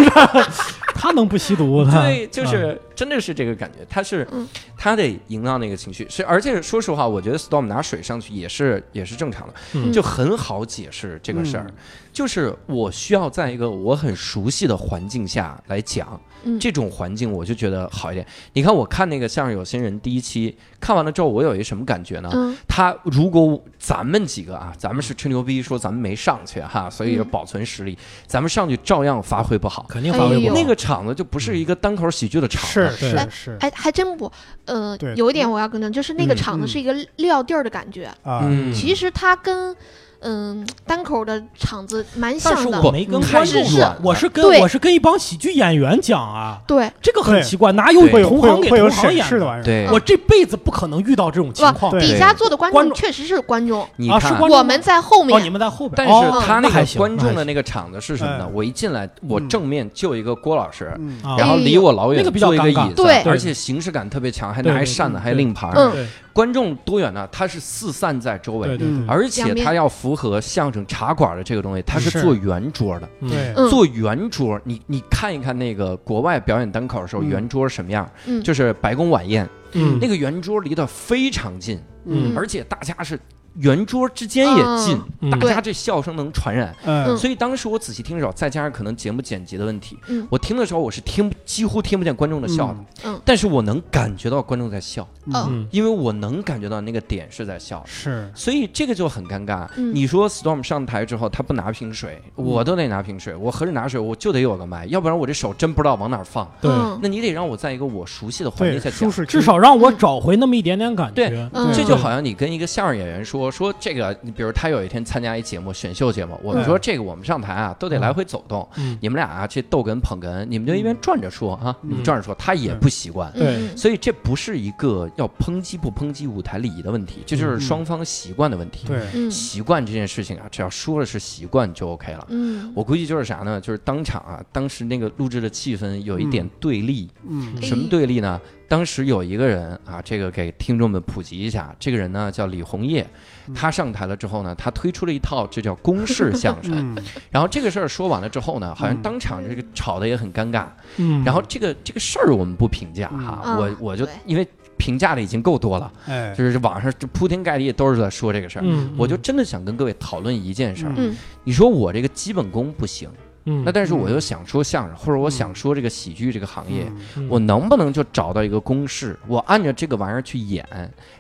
[SPEAKER 3] 他能不吸毒？他啊
[SPEAKER 1] 对，就是真的是这个感觉，他是
[SPEAKER 4] 嗯
[SPEAKER 1] 他得营造那个情绪，是而且说实话，我觉得 Storm 拿水上去也是也是正常的，
[SPEAKER 3] 嗯
[SPEAKER 1] 就很好解释这个事儿，
[SPEAKER 5] 嗯
[SPEAKER 1] 就是我需要在一个我很熟悉的环境下来讲，
[SPEAKER 4] 嗯
[SPEAKER 1] 这种环境我就觉得好一点。你看我看那个《相声有新人》第一期，看完了之后我有一什么感觉呢？
[SPEAKER 4] 嗯
[SPEAKER 1] 他如果咱们几个啊，咱们是吹牛逼说咱们没上去哈，所以是保存实力，咱们上去照样发挥不好。
[SPEAKER 3] 肯定
[SPEAKER 4] 发挥不好
[SPEAKER 1] 哎那个场子就不是一个单口喜剧的场
[SPEAKER 2] 是
[SPEAKER 1] 子，
[SPEAKER 3] 对
[SPEAKER 2] 是是
[SPEAKER 4] 哎，还真不，呃
[SPEAKER 2] 对，
[SPEAKER 4] 有一点我要更正，就是那个
[SPEAKER 1] 嗯
[SPEAKER 4] 场子
[SPEAKER 2] 嗯
[SPEAKER 4] 是一个撂地儿的感觉，
[SPEAKER 2] 啊，
[SPEAKER 1] 嗯，
[SPEAKER 4] 其实它跟嗯单口的场子蛮
[SPEAKER 3] 但是
[SPEAKER 4] 像
[SPEAKER 3] 我
[SPEAKER 4] 的，
[SPEAKER 3] 没跟
[SPEAKER 1] 嗯
[SPEAKER 3] 观
[SPEAKER 4] 是
[SPEAKER 3] 众
[SPEAKER 4] 是
[SPEAKER 3] 说，我是跟
[SPEAKER 4] 对
[SPEAKER 3] 我是跟一帮喜剧演员讲啊，
[SPEAKER 4] 对，
[SPEAKER 3] 这个很
[SPEAKER 2] 对
[SPEAKER 3] 奇怪，哪有
[SPEAKER 2] 会有
[SPEAKER 3] 同
[SPEAKER 2] 会有
[SPEAKER 3] 行给
[SPEAKER 2] 会有
[SPEAKER 3] 同行
[SPEAKER 2] 审
[SPEAKER 3] 演
[SPEAKER 2] 视的
[SPEAKER 3] 的？
[SPEAKER 2] 玩意儿，
[SPEAKER 1] 对，
[SPEAKER 3] 我这辈子不可能遇到这种情况。
[SPEAKER 2] 对
[SPEAKER 4] 底下坐的观
[SPEAKER 3] 观
[SPEAKER 4] 众
[SPEAKER 3] 众
[SPEAKER 4] 确实是观众，
[SPEAKER 1] 你
[SPEAKER 3] 啊
[SPEAKER 1] 看，
[SPEAKER 3] 是观众
[SPEAKER 4] 我们在后
[SPEAKER 3] 哦，你
[SPEAKER 4] 面，
[SPEAKER 3] 们在后边，
[SPEAKER 1] 但
[SPEAKER 3] 哦
[SPEAKER 1] 是他
[SPEAKER 3] 那
[SPEAKER 1] 那
[SPEAKER 3] 还
[SPEAKER 1] 个
[SPEAKER 3] 行
[SPEAKER 1] 观众的
[SPEAKER 3] 那
[SPEAKER 1] 那个场子是什么呢
[SPEAKER 2] 哎？
[SPEAKER 1] 我一进来，我
[SPEAKER 2] 嗯
[SPEAKER 1] 正面就一个郭老师，
[SPEAKER 2] 嗯
[SPEAKER 3] 还行啊
[SPEAKER 1] 然后离我老远
[SPEAKER 3] 那个比较
[SPEAKER 1] 坐一个
[SPEAKER 3] 尴
[SPEAKER 1] 椅
[SPEAKER 3] 尬
[SPEAKER 1] 子，
[SPEAKER 4] 对
[SPEAKER 1] 而且形式感特别强，还
[SPEAKER 3] 对
[SPEAKER 1] 拿一
[SPEAKER 3] 对
[SPEAKER 1] 扇子，还
[SPEAKER 3] 对
[SPEAKER 1] 令牌儿，
[SPEAKER 4] 嗯
[SPEAKER 3] 对
[SPEAKER 1] 观众多远呢？他是四散在周围
[SPEAKER 3] 对对
[SPEAKER 1] 的，
[SPEAKER 2] 嗯
[SPEAKER 1] 而且
[SPEAKER 4] 两边
[SPEAKER 1] 他要符合相声茶馆的这个东西，他是
[SPEAKER 5] 是
[SPEAKER 1] 做圆桌的。
[SPEAKER 3] 嗯
[SPEAKER 2] 对，
[SPEAKER 4] 嗯
[SPEAKER 1] 做圆桌，你你看一看那个国外表演单口的时候，
[SPEAKER 2] 嗯
[SPEAKER 1] 圆桌什么样？
[SPEAKER 4] 嗯，
[SPEAKER 1] 就是白宫晚宴，
[SPEAKER 3] 嗯
[SPEAKER 1] 那个圆桌离得非常近，
[SPEAKER 2] 嗯
[SPEAKER 4] 嗯
[SPEAKER 1] 而且大家是圆桌之间也近，
[SPEAKER 3] 嗯
[SPEAKER 1] 大
[SPEAKER 3] 嗯
[SPEAKER 1] 家这笑声能传染。
[SPEAKER 2] 嗯
[SPEAKER 4] 嗯
[SPEAKER 1] 所以当时我仔细听的时候，再加上可能节目剪辑的问题，
[SPEAKER 4] 嗯
[SPEAKER 1] 我听的时候我是听不几乎听不见观众的笑的，
[SPEAKER 4] 嗯嗯
[SPEAKER 1] 但是我能感觉到观众在笑，
[SPEAKER 4] 哦
[SPEAKER 3] 嗯
[SPEAKER 1] 因为我能感觉到那个点是在笑的。
[SPEAKER 2] 是
[SPEAKER 1] 所以这个就很尴尬。
[SPEAKER 4] 嗯
[SPEAKER 1] 你说 Storm 上台之后，他不拿瓶水，我都得拿瓶水。我合着拿水，我就得有个麦，要不然我这手真不知道往哪儿放。
[SPEAKER 3] 对，
[SPEAKER 4] 嗯
[SPEAKER 1] 那你得让我在一个我熟悉的环
[SPEAKER 2] 对
[SPEAKER 1] 境下
[SPEAKER 2] 舒
[SPEAKER 1] 讲。
[SPEAKER 2] 适区
[SPEAKER 3] 至少让我找回那么一点点感觉。
[SPEAKER 1] 嗯对
[SPEAKER 4] 嗯
[SPEAKER 1] 这就好像你跟一个相声演员说说这个，你比如他有一天参加一节目选秀节目，我们
[SPEAKER 2] 嗯
[SPEAKER 1] 说这个我们上台啊都得来回走动，
[SPEAKER 3] 嗯
[SPEAKER 1] 你们俩啊去逗哏捧哏，你们就一边转着说啊，
[SPEAKER 2] 嗯
[SPEAKER 1] 你们转着说，他也不习惯。
[SPEAKER 3] 对
[SPEAKER 4] 嗯
[SPEAKER 1] 所以这不是一个要抨击不抨击舞台礼仪的问题，这就是
[SPEAKER 2] 嗯
[SPEAKER 1] 双方习惯的问题。
[SPEAKER 2] 对
[SPEAKER 4] 嗯
[SPEAKER 1] 习惯这件事情啊，只要说了是习惯就 OK 了。
[SPEAKER 4] 嗯，
[SPEAKER 1] 我估计就是啥呢？就是当场啊，当时那个录制的气氛有一点对立，
[SPEAKER 2] 嗯
[SPEAKER 4] 嗯
[SPEAKER 1] 什么对立呢？当时有一个人啊，这个给听众们普及一下，这个人呢叫李红叶，
[SPEAKER 2] 嗯
[SPEAKER 1] 他上台了之后呢，他推出了一套这叫公式相声。
[SPEAKER 2] [laughs] 嗯
[SPEAKER 1] 然后这个事儿说完了之后呢，好像当场这个吵得也很尴尬。
[SPEAKER 3] 嗯
[SPEAKER 1] 然后这个这个事儿我们不评价哈，
[SPEAKER 4] 嗯
[SPEAKER 1] 我
[SPEAKER 4] 啊
[SPEAKER 1] 我就
[SPEAKER 4] 对
[SPEAKER 1] 因为评价的已经够多了，
[SPEAKER 2] 哎
[SPEAKER 1] 就是网上这铺天盖地都是在说这个事儿。
[SPEAKER 3] 嗯，
[SPEAKER 1] 我就真的想跟各位讨论一件事儿。
[SPEAKER 4] 嗯
[SPEAKER 1] 你说我这个基本功不行，
[SPEAKER 3] 嗯
[SPEAKER 1] 那但是我又想说相声，或者我想说这个喜剧这个行业，
[SPEAKER 2] 嗯
[SPEAKER 3] 嗯
[SPEAKER 1] 我能不能就找到一个公式，我按照这个玩意儿去演，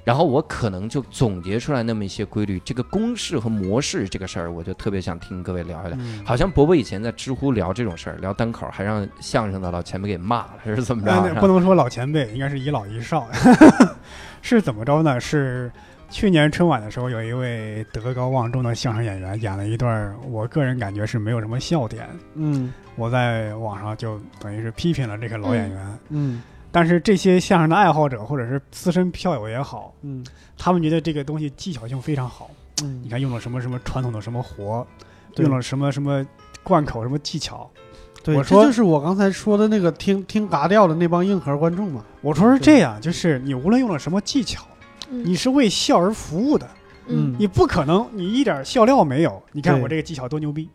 [SPEAKER 1] 然后我可能就总结出来那么一些规律。这个公式和模式这个事儿，我就特别想听各位聊一聊。
[SPEAKER 2] 嗯
[SPEAKER 1] 好像伯伯以前在知乎聊这种事儿，聊单口，还让相声的老前辈给骂了，还是怎么着
[SPEAKER 2] 哎那
[SPEAKER 1] 啊？
[SPEAKER 2] 不能说老前辈，应该是一老一少。 [laughs] 是怎么着呢？是去年春晚的时候，有一位德高望重的相声演员演了一段儿，我个人感觉是没有什么笑点。
[SPEAKER 5] 嗯
[SPEAKER 2] 我在网上就等于是批评了这个老演员。
[SPEAKER 5] 嗯
[SPEAKER 2] 但是这些相声的爱好者或者是资深票友也好，
[SPEAKER 5] 嗯
[SPEAKER 2] 他们觉得这个东西技巧性非常好。你
[SPEAKER 5] 嗯，
[SPEAKER 2] 看用了什么什么传统的什么活，
[SPEAKER 5] 对
[SPEAKER 2] 用了什么什么贯口什么技巧。
[SPEAKER 5] 对，
[SPEAKER 2] 我
[SPEAKER 5] 这
[SPEAKER 2] 说
[SPEAKER 5] 就是我刚才说的那个听听嘎调的那帮硬核观众嘛。
[SPEAKER 2] 我说是这样，就是你无论用了什么技巧，
[SPEAKER 4] 嗯
[SPEAKER 2] 你是为笑而服务的。
[SPEAKER 4] 嗯
[SPEAKER 2] 你不可能，你一点笑料没有。你看
[SPEAKER 5] 对
[SPEAKER 2] 我这个技巧多牛逼，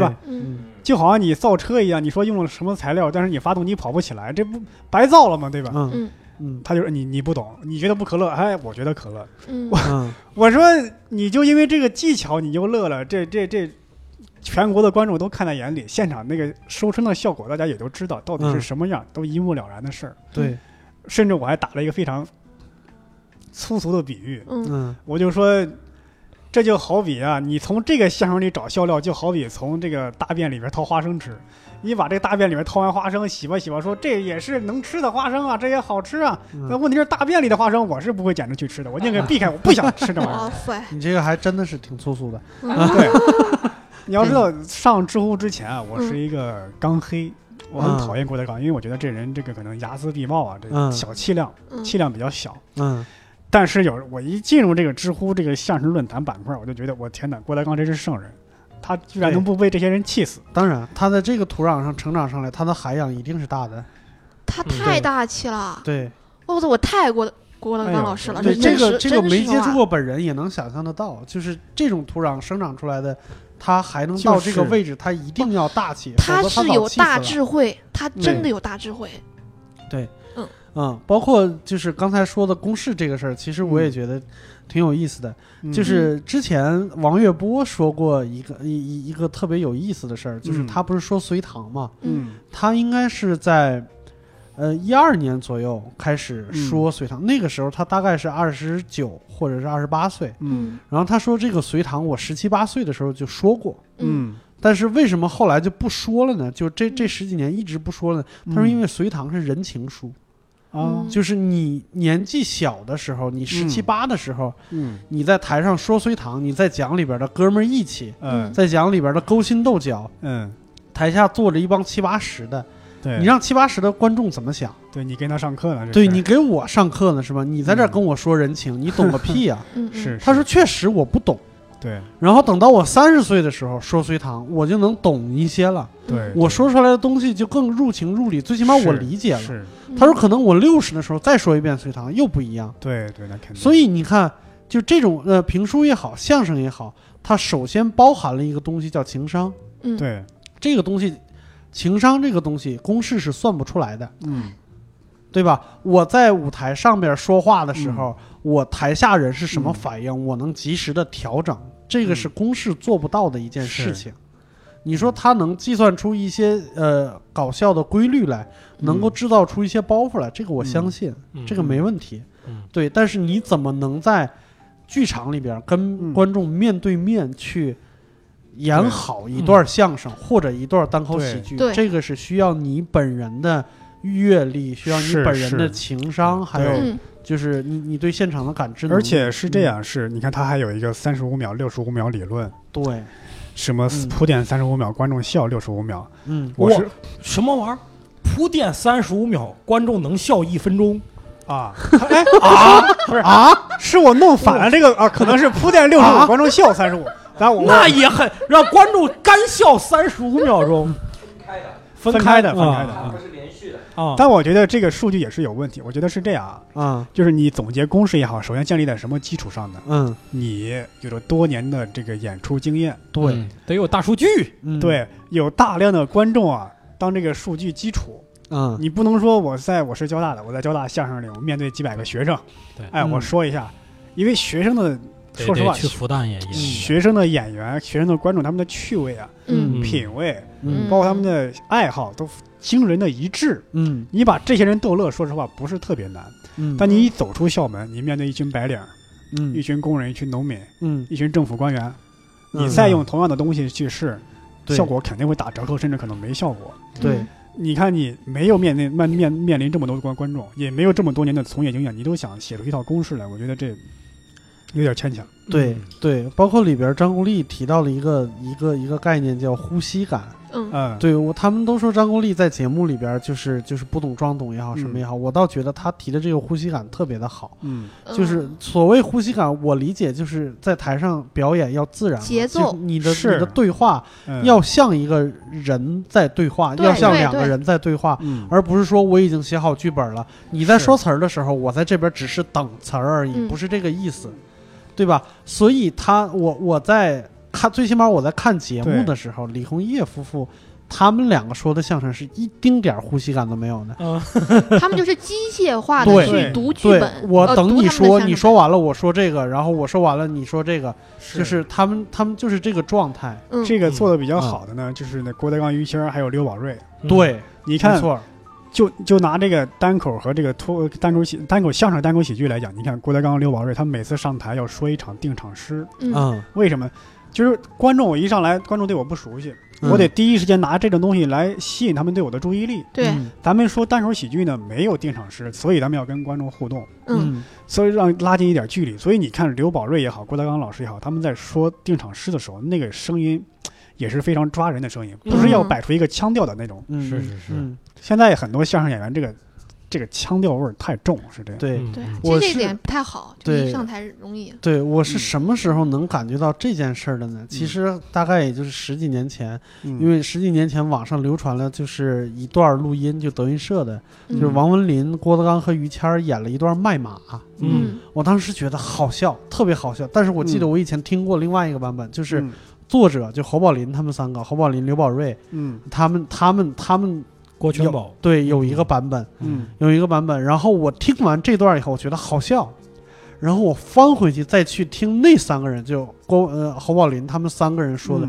[SPEAKER 2] 对吧？
[SPEAKER 4] 嗯
[SPEAKER 2] 就好像你造车一样，你说用了什么材料，但是你发动机跑不起来，这不白造了吗？对吧？
[SPEAKER 5] 嗯
[SPEAKER 4] 嗯
[SPEAKER 5] 嗯
[SPEAKER 2] 他就是你，你不懂，你觉得不可乐，哎，我觉得可乐。
[SPEAKER 4] 嗯
[SPEAKER 5] 嗯，
[SPEAKER 2] 我说你就因为这个技巧你就乐了，这这这，全国的观众都看在眼里，现场那个收声的效果大家也都知道到底是
[SPEAKER 5] 嗯
[SPEAKER 2] 什么样，都一目了然的事儿。
[SPEAKER 5] 对，
[SPEAKER 2] 甚至我还打了一个非常粗俗的比喻，
[SPEAKER 4] 嗯
[SPEAKER 5] 嗯
[SPEAKER 2] 我就说，这就好比啊，你从这个相声里找笑料，就好比从这个大便里边掏花生吃。你把这大便里边掏完花生，洗吧洗吧，说这也是能吃的花生啊，这也好吃啊。那
[SPEAKER 5] 嗯，
[SPEAKER 2] 问题是大便里的花生，我是不会捡着去吃的，我宁可避开，我不想吃这玩意
[SPEAKER 4] 哇
[SPEAKER 2] 儿。
[SPEAKER 4] 塞，
[SPEAKER 5] 你这个还真的是挺粗俗的。
[SPEAKER 4] 嗯
[SPEAKER 5] [laughs]
[SPEAKER 2] 你要知
[SPEAKER 5] 嗯
[SPEAKER 2] 道，上知乎之前啊，我是一个刚黑，我很讨厌郭德纲，因为我觉得这人这个可能睚眦必报啊，这
[SPEAKER 5] 嗯
[SPEAKER 2] 小气量，
[SPEAKER 4] 嗯
[SPEAKER 2] 气量比较小。
[SPEAKER 5] 嗯
[SPEAKER 2] 但是有我一进入这个知乎这个相声论坛板块，我就觉得我天哪，郭德纲真是圣人，他居然能不被这些人气死。
[SPEAKER 5] 当然，他在这个土壤上成长上来，他的涵养一定是大的。
[SPEAKER 4] 他
[SPEAKER 3] 嗯
[SPEAKER 4] 太大气了，
[SPEAKER 5] 对，
[SPEAKER 4] 我操，我太过郭德
[SPEAKER 2] 哎呦
[SPEAKER 4] 纲老师了，
[SPEAKER 5] 对
[SPEAKER 4] 是
[SPEAKER 5] 这
[SPEAKER 4] 真
[SPEAKER 5] 个
[SPEAKER 4] 实
[SPEAKER 5] 这个
[SPEAKER 4] 真
[SPEAKER 5] 没
[SPEAKER 4] 实
[SPEAKER 5] 接触
[SPEAKER 4] 话。
[SPEAKER 5] 过本人也能想象得到，就是这种土壤生长出来的，它还能
[SPEAKER 2] 就
[SPEAKER 5] 到这个
[SPEAKER 2] 是
[SPEAKER 5] 位置，它一定要大气，
[SPEAKER 4] 他
[SPEAKER 5] 否则
[SPEAKER 4] 是
[SPEAKER 5] 早
[SPEAKER 4] 有
[SPEAKER 5] 气
[SPEAKER 4] 大
[SPEAKER 5] 死了。嗯
[SPEAKER 4] 智慧，他真的
[SPEAKER 5] 对
[SPEAKER 4] 有大智慧。
[SPEAKER 5] 嗯，包括就是刚才说的公式这个事儿，其实我也
[SPEAKER 2] 嗯
[SPEAKER 5] 觉得挺有意思的。
[SPEAKER 2] 嗯
[SPEAKER 5] 就是之前王月波说过一个一一一个特别有意思的事儿，就是
[SPEAKER 2] 嗯
[SPEAKER 5] 他不是说隋唐嘛，
[SPEAKER 2] 嗯
[SPEAKER 5] 他应该是在呃一二年左右开始
[SPEAKER 4] 嗯
[SPEAKER 5] 说隋唐，那个时候他大概是二十九或者是二十八岁。
[SPEAKER 2] 嗯
[SPEAKER 5] 然后他说这个隋唐，我十七八岁的时候就说过，
[SPEAKER 4] 嗯
[SPEAKER 2] 嗯，
[SPEAKER 5] 但是为什么后来就不说了呢？就这这十几年一直不说了呢。嗯他说因为隋唐是人情书，
[SPEAKER 2] 嗯
[SPEAKER 4] 嗯
[SPEAKER 2] 啊
[SPEAKER 5] 嗯就是你年纪小的时候，你十七
[SPEAKER 2] 嗯
[SPEAKER 5] 八的时候，
[SPEAKER 2] 嗯
[SPEAKER 5] 你在台上说隋唐，你在讲里边的哥们儿义气，
[SPEAKER 2] 嗯
[SPEAKER 5] 呃在讲里边的勾心斗角，
[SPEAKER 2] 嗯，
[SPEAKER 5] 台下坐着一帮七八十的，
[SPEAKER 2] 对，
[SPEAKER 5] 你让七八十的观众怎么想？
[SPEAKER 2] 对你跟他上课呢，这
[SPEAKER 5] 对
[SPEAKER 2] 是嗯
[SPEAKER 5] 你给我上课呢是吧？你在这儿跟我说人情，你懂
[SPEAKER 2] [laughs]
[SPEAKER 5] 个屁呀、
[SPEAKER 4] 嗯，嗯
[SPEAKER 2] 是
[SPEAKER 5] 他说嗯确实我不懂。
[SPEAKER 2] 对
[SPEAKER 5] 然后等到我三十岁的时候说隋唐，我就能懂一些了。
[SPEAKER 2] 对，
[SPEAKER 5] 我说出来的东西就更入情入理，最起码我
[SPEAKER 2] 是
[SPEAKER 5] 理解了。
[SPEAKER 2] 是，
[SPEAKER 4] 嗯
[SPEAKER 5] 他说可能我六十的时候再说一遍隋唐又不一样。
[SPEAKER 2] 对对，那肯定，
[SPEAKER 5] 所以你看，就这种呃评书也好，相声也好，它首先包含了一个东西叫情商。
[SPEAKER 4] 嗯，嗯，
[SPEAKER 2] 对，
[SPEAKER 5] 这个东西，情商这个东西公式是算不出来的，
[SPEAKER 2] 嗯
[SPEAKER 5] 对吧？我在舞台上边说话的时候，我台下人是什么反应，我能及时的调整，这个是公式做不到的一件事情。你说他能计算出一些呃搞笑的规律来，能够制造出一些包袱来，这个我相信，
[SPEAKER 3] 嗯
[SPEAKER 5] 这个没问题。
[SPEAKER 3] 嗯
[SPEAKER 5] 对，但是你怎么能在剧场里边跟
[SPEAKER 2] 嗯
[SPEAKER 5] 观众面对面去演
[SPEAKER 2] 对嗯
[SPEAKER 5] 好一段相声、或者一段单口
[SPEAKER 2] 对
[SPEAKER 5] 喜剧？
[SPEAKER 4] 对
[SPEAKER 5] 这个是需要你本人的阅历，需要你
[SPEAKER 2] 是
[SPEAKER 5] 本人的
[SPEAKER 2] 是
[SPEAKER 5] 情商，还
[SPEAKER 2] 对
[SPEAKER 5] 有嗯
[SPEAKER 4] 嗯，
[SPEAKER 5] 就是你你对现场的感知能力。
[SPEAKER 2] 而且是这样，是你看他还有一个三十五秒、六十五秒理论，
[SPEAKER 5] 对，
[SPEAKER 2] 什么
[SPEAKER 5] 嗯
[SPEAKER 2] 铺垫三十五秒，观众笑六十五秒，
[SPEAKER 5] 嗯，
[SPEAKER 2] 我是
[SPEAKER 3] 什么玩意儿？铺垫三十五秒，观众能笑一分钟，
[SPEAKER 2] 啊，
[SPEAKER 5] [laughs]
[SPEAKER 2] 哎啊，不是啊，是我弄反了这个啊，可能是铺垫六十
[SPEAKER 5] 啊
[SPEAKER 2] 五，观众笑三十
[SPEAKER 5] [laughs]
[SPEAKER 2] 五，但我
[SPEAKER 3] 那也很让观众干笑三十五秒钟，分
[SPEAKER 2] 分
[SPEAKER 3] 开
[SPEAKER 2] 开的分开的
[SPEAKER 3] 啊
[SPEAKER 1] 是连续的。
[SPEAKER 3] 啊！
[SPEAKER 2] 但我觉得这个数据也是有问题，我觉得是这样啊，
[SPEAKER 5] 啊，
[SPEAKER 2] 就是你总结公式也好，首先建立在什么基础上呢？
[SPEAKER 5] 嗯，
[SPEAKER 2] 你有着多年的这个演出经验，
[SPEAKER 1] 嗯
[SPEAKER 5] 对，
[SPEAKER 3] 得有大数据，
[SPEAKER 5] 嗯，，
[SPEAKER 2] 对，有大量的观众啊当这个数据基础，
[SPEAKER 5] [laughs] 嗯，
[SPEAKER 2] 你不能说我在我是交大的，我在交大相声里我面对几百个学生，
[SPEAKER 3] 对
[SPEAKER 2] 哎，我
[SPEAKER 5] 嗯
[SPEAKER 2] 说一下，因为学生的
[SPEAKER 3] 得
[SPEAKER 2] 说实
[SPEAKER 3] 得
[SPEAKER 2] 话，
[SPEAKER 3] 去复旦演绎。
[SPEAKER 2] 学生的演员、学生的观众他们的趣味啊、
[SPEAKER 4] 嗯，
[SPEAKER 3] 嗯
[SPEAKER 2] 品味，
[SPEAKER 5] 嗯
[SPEAKER 2] 包括他们的爱好都惊人的一致。
[SPEAKER 5] 嗯
[SPEAKER 2] 你把这些人逗乐，说实话不是特别难，
[SPEAKER 5] 嗯，
[SPEAKER 2] 但你一走出校门，你面对一群白领、一
[SPEAKER 5] 嗯
[SPEAKER 2] 群工人、一群农民、
[SPEAKER 5] 嗯，
[SPEAKER 2] 一群政府官员，你
[SPEAKER 5] 嗯
[SPEAKER 2] 再用同样的东西去试，
[SPEAKER 5] 对
[SPEAKER 2] 效果肯定会打折扣，甚至可能没效果。
[SPEAKER 4] 嗯
[SPEAKER 5] 对，
[SPEAKER 2] 你看，你没有面临面面面临这么多观观众，也没有这么多年的从业经验，你都想写出一套公式来，我觉得这有点牵强。
[SPEAKER 5] 对
[SPEAKER 3] 嗯
[SPEAKER 5] 对，包括里边张国立提到了一个一个一个概念叫呼吸感。
[SPEAKER 4] 嗯，
[SPEAKER 2] 嗯，
[SPEAKER 5] 对我，他们都说张国立在节目里边儿就是就是不懂装懂也好，什么也好，我倒觉得他提的这个呼吸感特别的好。
[SPEAKER 2] 嗯，
[SPEAKER 4] 嗯
[SPEAKER 5] 就是所谓呼吸感，我理解就是在台上表演要自然嘛，
[SPEAKER 4] 节
[SPEAKER 5] 就
[SPEAKER 4] 奏
[SPEAKER 5] 你的你
[SPEAKER 2] 是
[SPEAKER 5] 的对话
[SPEAKER 2] 嗯
[SPEAKER 5] 要像一个人在对话，
[SPEAKER 4] 对
[SPEAKER 5] 要像
[SPEAKER 4] 对
[SPEAKER 5] 两个
[SPEAKER 4] 对
[SPEAKER 5] 人在对话，
[SPEAKER 2] 嗯
[SPEAKER 5] 而不是说我已经写好剧本了，你在
[SPEAKER 2] 是
[SPEAKER 5] 说词儿的时候，我在这边只是等词儿而已，
[SPEAKER 4] 嗯
[SPEAKER 5] 不是这个意思，对吧？所以他，我我在看，最起码我在看节目
[SPEAKER 2] 对
[SPEAKER 5] 的时候，李宏业夫妇他们两个说的相声是一丁点儿呼吸感都没有的。
[SPEAKER 3] 嗯，
[SPEAKER 4] 他们就是机械化的
[SPEAKER 5] 对
[SPEAKER 4] 去读剧
[SPEAKER 5] 对
[SPEAKER 4] 本，
[SPEAKER 5] 我
[SPEAKER 4] 呃
[SPEAKER 5] 等
[SPEAKER 4] 读
[SPEAKER 5] 你
[SPEAKER 4] 他们的
[SPEAKER 5] 说，
[SPEAKER 4] 相
[SPEAKER 5] 你
[SPEAKER 4] 声
[SPEAKER 5] 说完了，我说这个，然后我说完了，你说这个，就是
[SPEAKER 2] 是
[SPEAKER 5] 他们，他们就是这个状态。
[SPEAKER 4] 嗯
[SPEAKER 2] 这个做的比较好的呢，就是那郭德纲、于谦儿还有刘宝瑞。
[SPEAKER 3] 嗯
[SPEAKER 5] 对，
[SPEAKER 2] 嗯你
[SPEAKER 5] 你
[SPEAKER 2] 看，
[SPEAKER 5] 错，
[SPEAKER 2] 就就拿这个单口和这个脱单口喜单口相声、单口喜剧来讲，你看郭德纲、刘宝瑞，他们每次上台要说一场定场诗，
[SPEAKER 4] 嗯
[SPEAKER 5] 嗯，
[SPEAKER 2] 为什么？就是观众我一上来，观众对我不熟悉，
[SPEAKER 5] 嗯
[SPEAKER 2] 我得第一时间拿这种东西来吸引他们对我的注意力。
[SPEAKER 4] 对，
[SPEAKER 5] 嗯
[SPEAKER 2] 咱们说单口喜剧呢，没有定场诗，所以咱们要跟观众互动，
[SPEAKER 4] 嗯
[SPEAKER 5] 嗯
[SPEAKER 2] 所以让拉近一点距离。所以你看刘宝瑞也好，郭德纲老师也好，他们在说定场诗的时候，那个声音也是非常抓人的声音，不是要摆出一个腔调的那种。
[SPEAKER 5] 嗯，
[SPEAKER 3] 是是是
[SPEAKER 5] 嗯
[SPEAKER 2] 现在很多相声演员这个这个腔调味儿太重，是这样。
[SPEAKER 5] 对，
[SPEAKER 3] 嗯
[SPEAKER 4] 对，
[SPEAKER 5] 我
[SPEAKER 4] 这这
[SPEAKER 5] 是
[SPEAKER 4] 点不太好，就
[SPEAKER 5] 对
[SPEAKER 4] 一上台容易。
[SPEAKER 5] 对我是
[SPEAKER 2] 嗯
[SPEAKER 5] 什么时候能感觉到这件事儿的呢？其实大概也就是十几年前，
[SPEAKER 2] 嗯
[SPEAKER 5] 因为十几年前网上流传了就是一段录音，就德云社的，
[SPEAKER 4] 嗯
[SPEAKER 5] 就是王文林、郭德纲和于谦儿演了一段卖马。
[SPEAKER 4] 嗯
[SPEAKER 5] 我当时觉得好笑，特别好笑。但是我记得
[SPEAKER 2] 嗯
[SPEAKER 5] 我以前听过另外一个版本，就是
[SPEAKER 2] 嗯
[SPEAKER 5] 作者就侯宝林他们三个，侯宝林、刘宝瑞
[SPEAKER 2] 嗯
[SPEAKER 5] 他们他们他们
[SPEAKER 3] 郭全宝，
[SPEAKER 5] 对有一个版本，
[SPEAKER 2] 嗯
[SPEAKER 5] 有一个版本。然后我听完这段以后，我觉得好笑，然后我翻回去再去听那三个人，就郭呃侯宝林他们三个人说的，，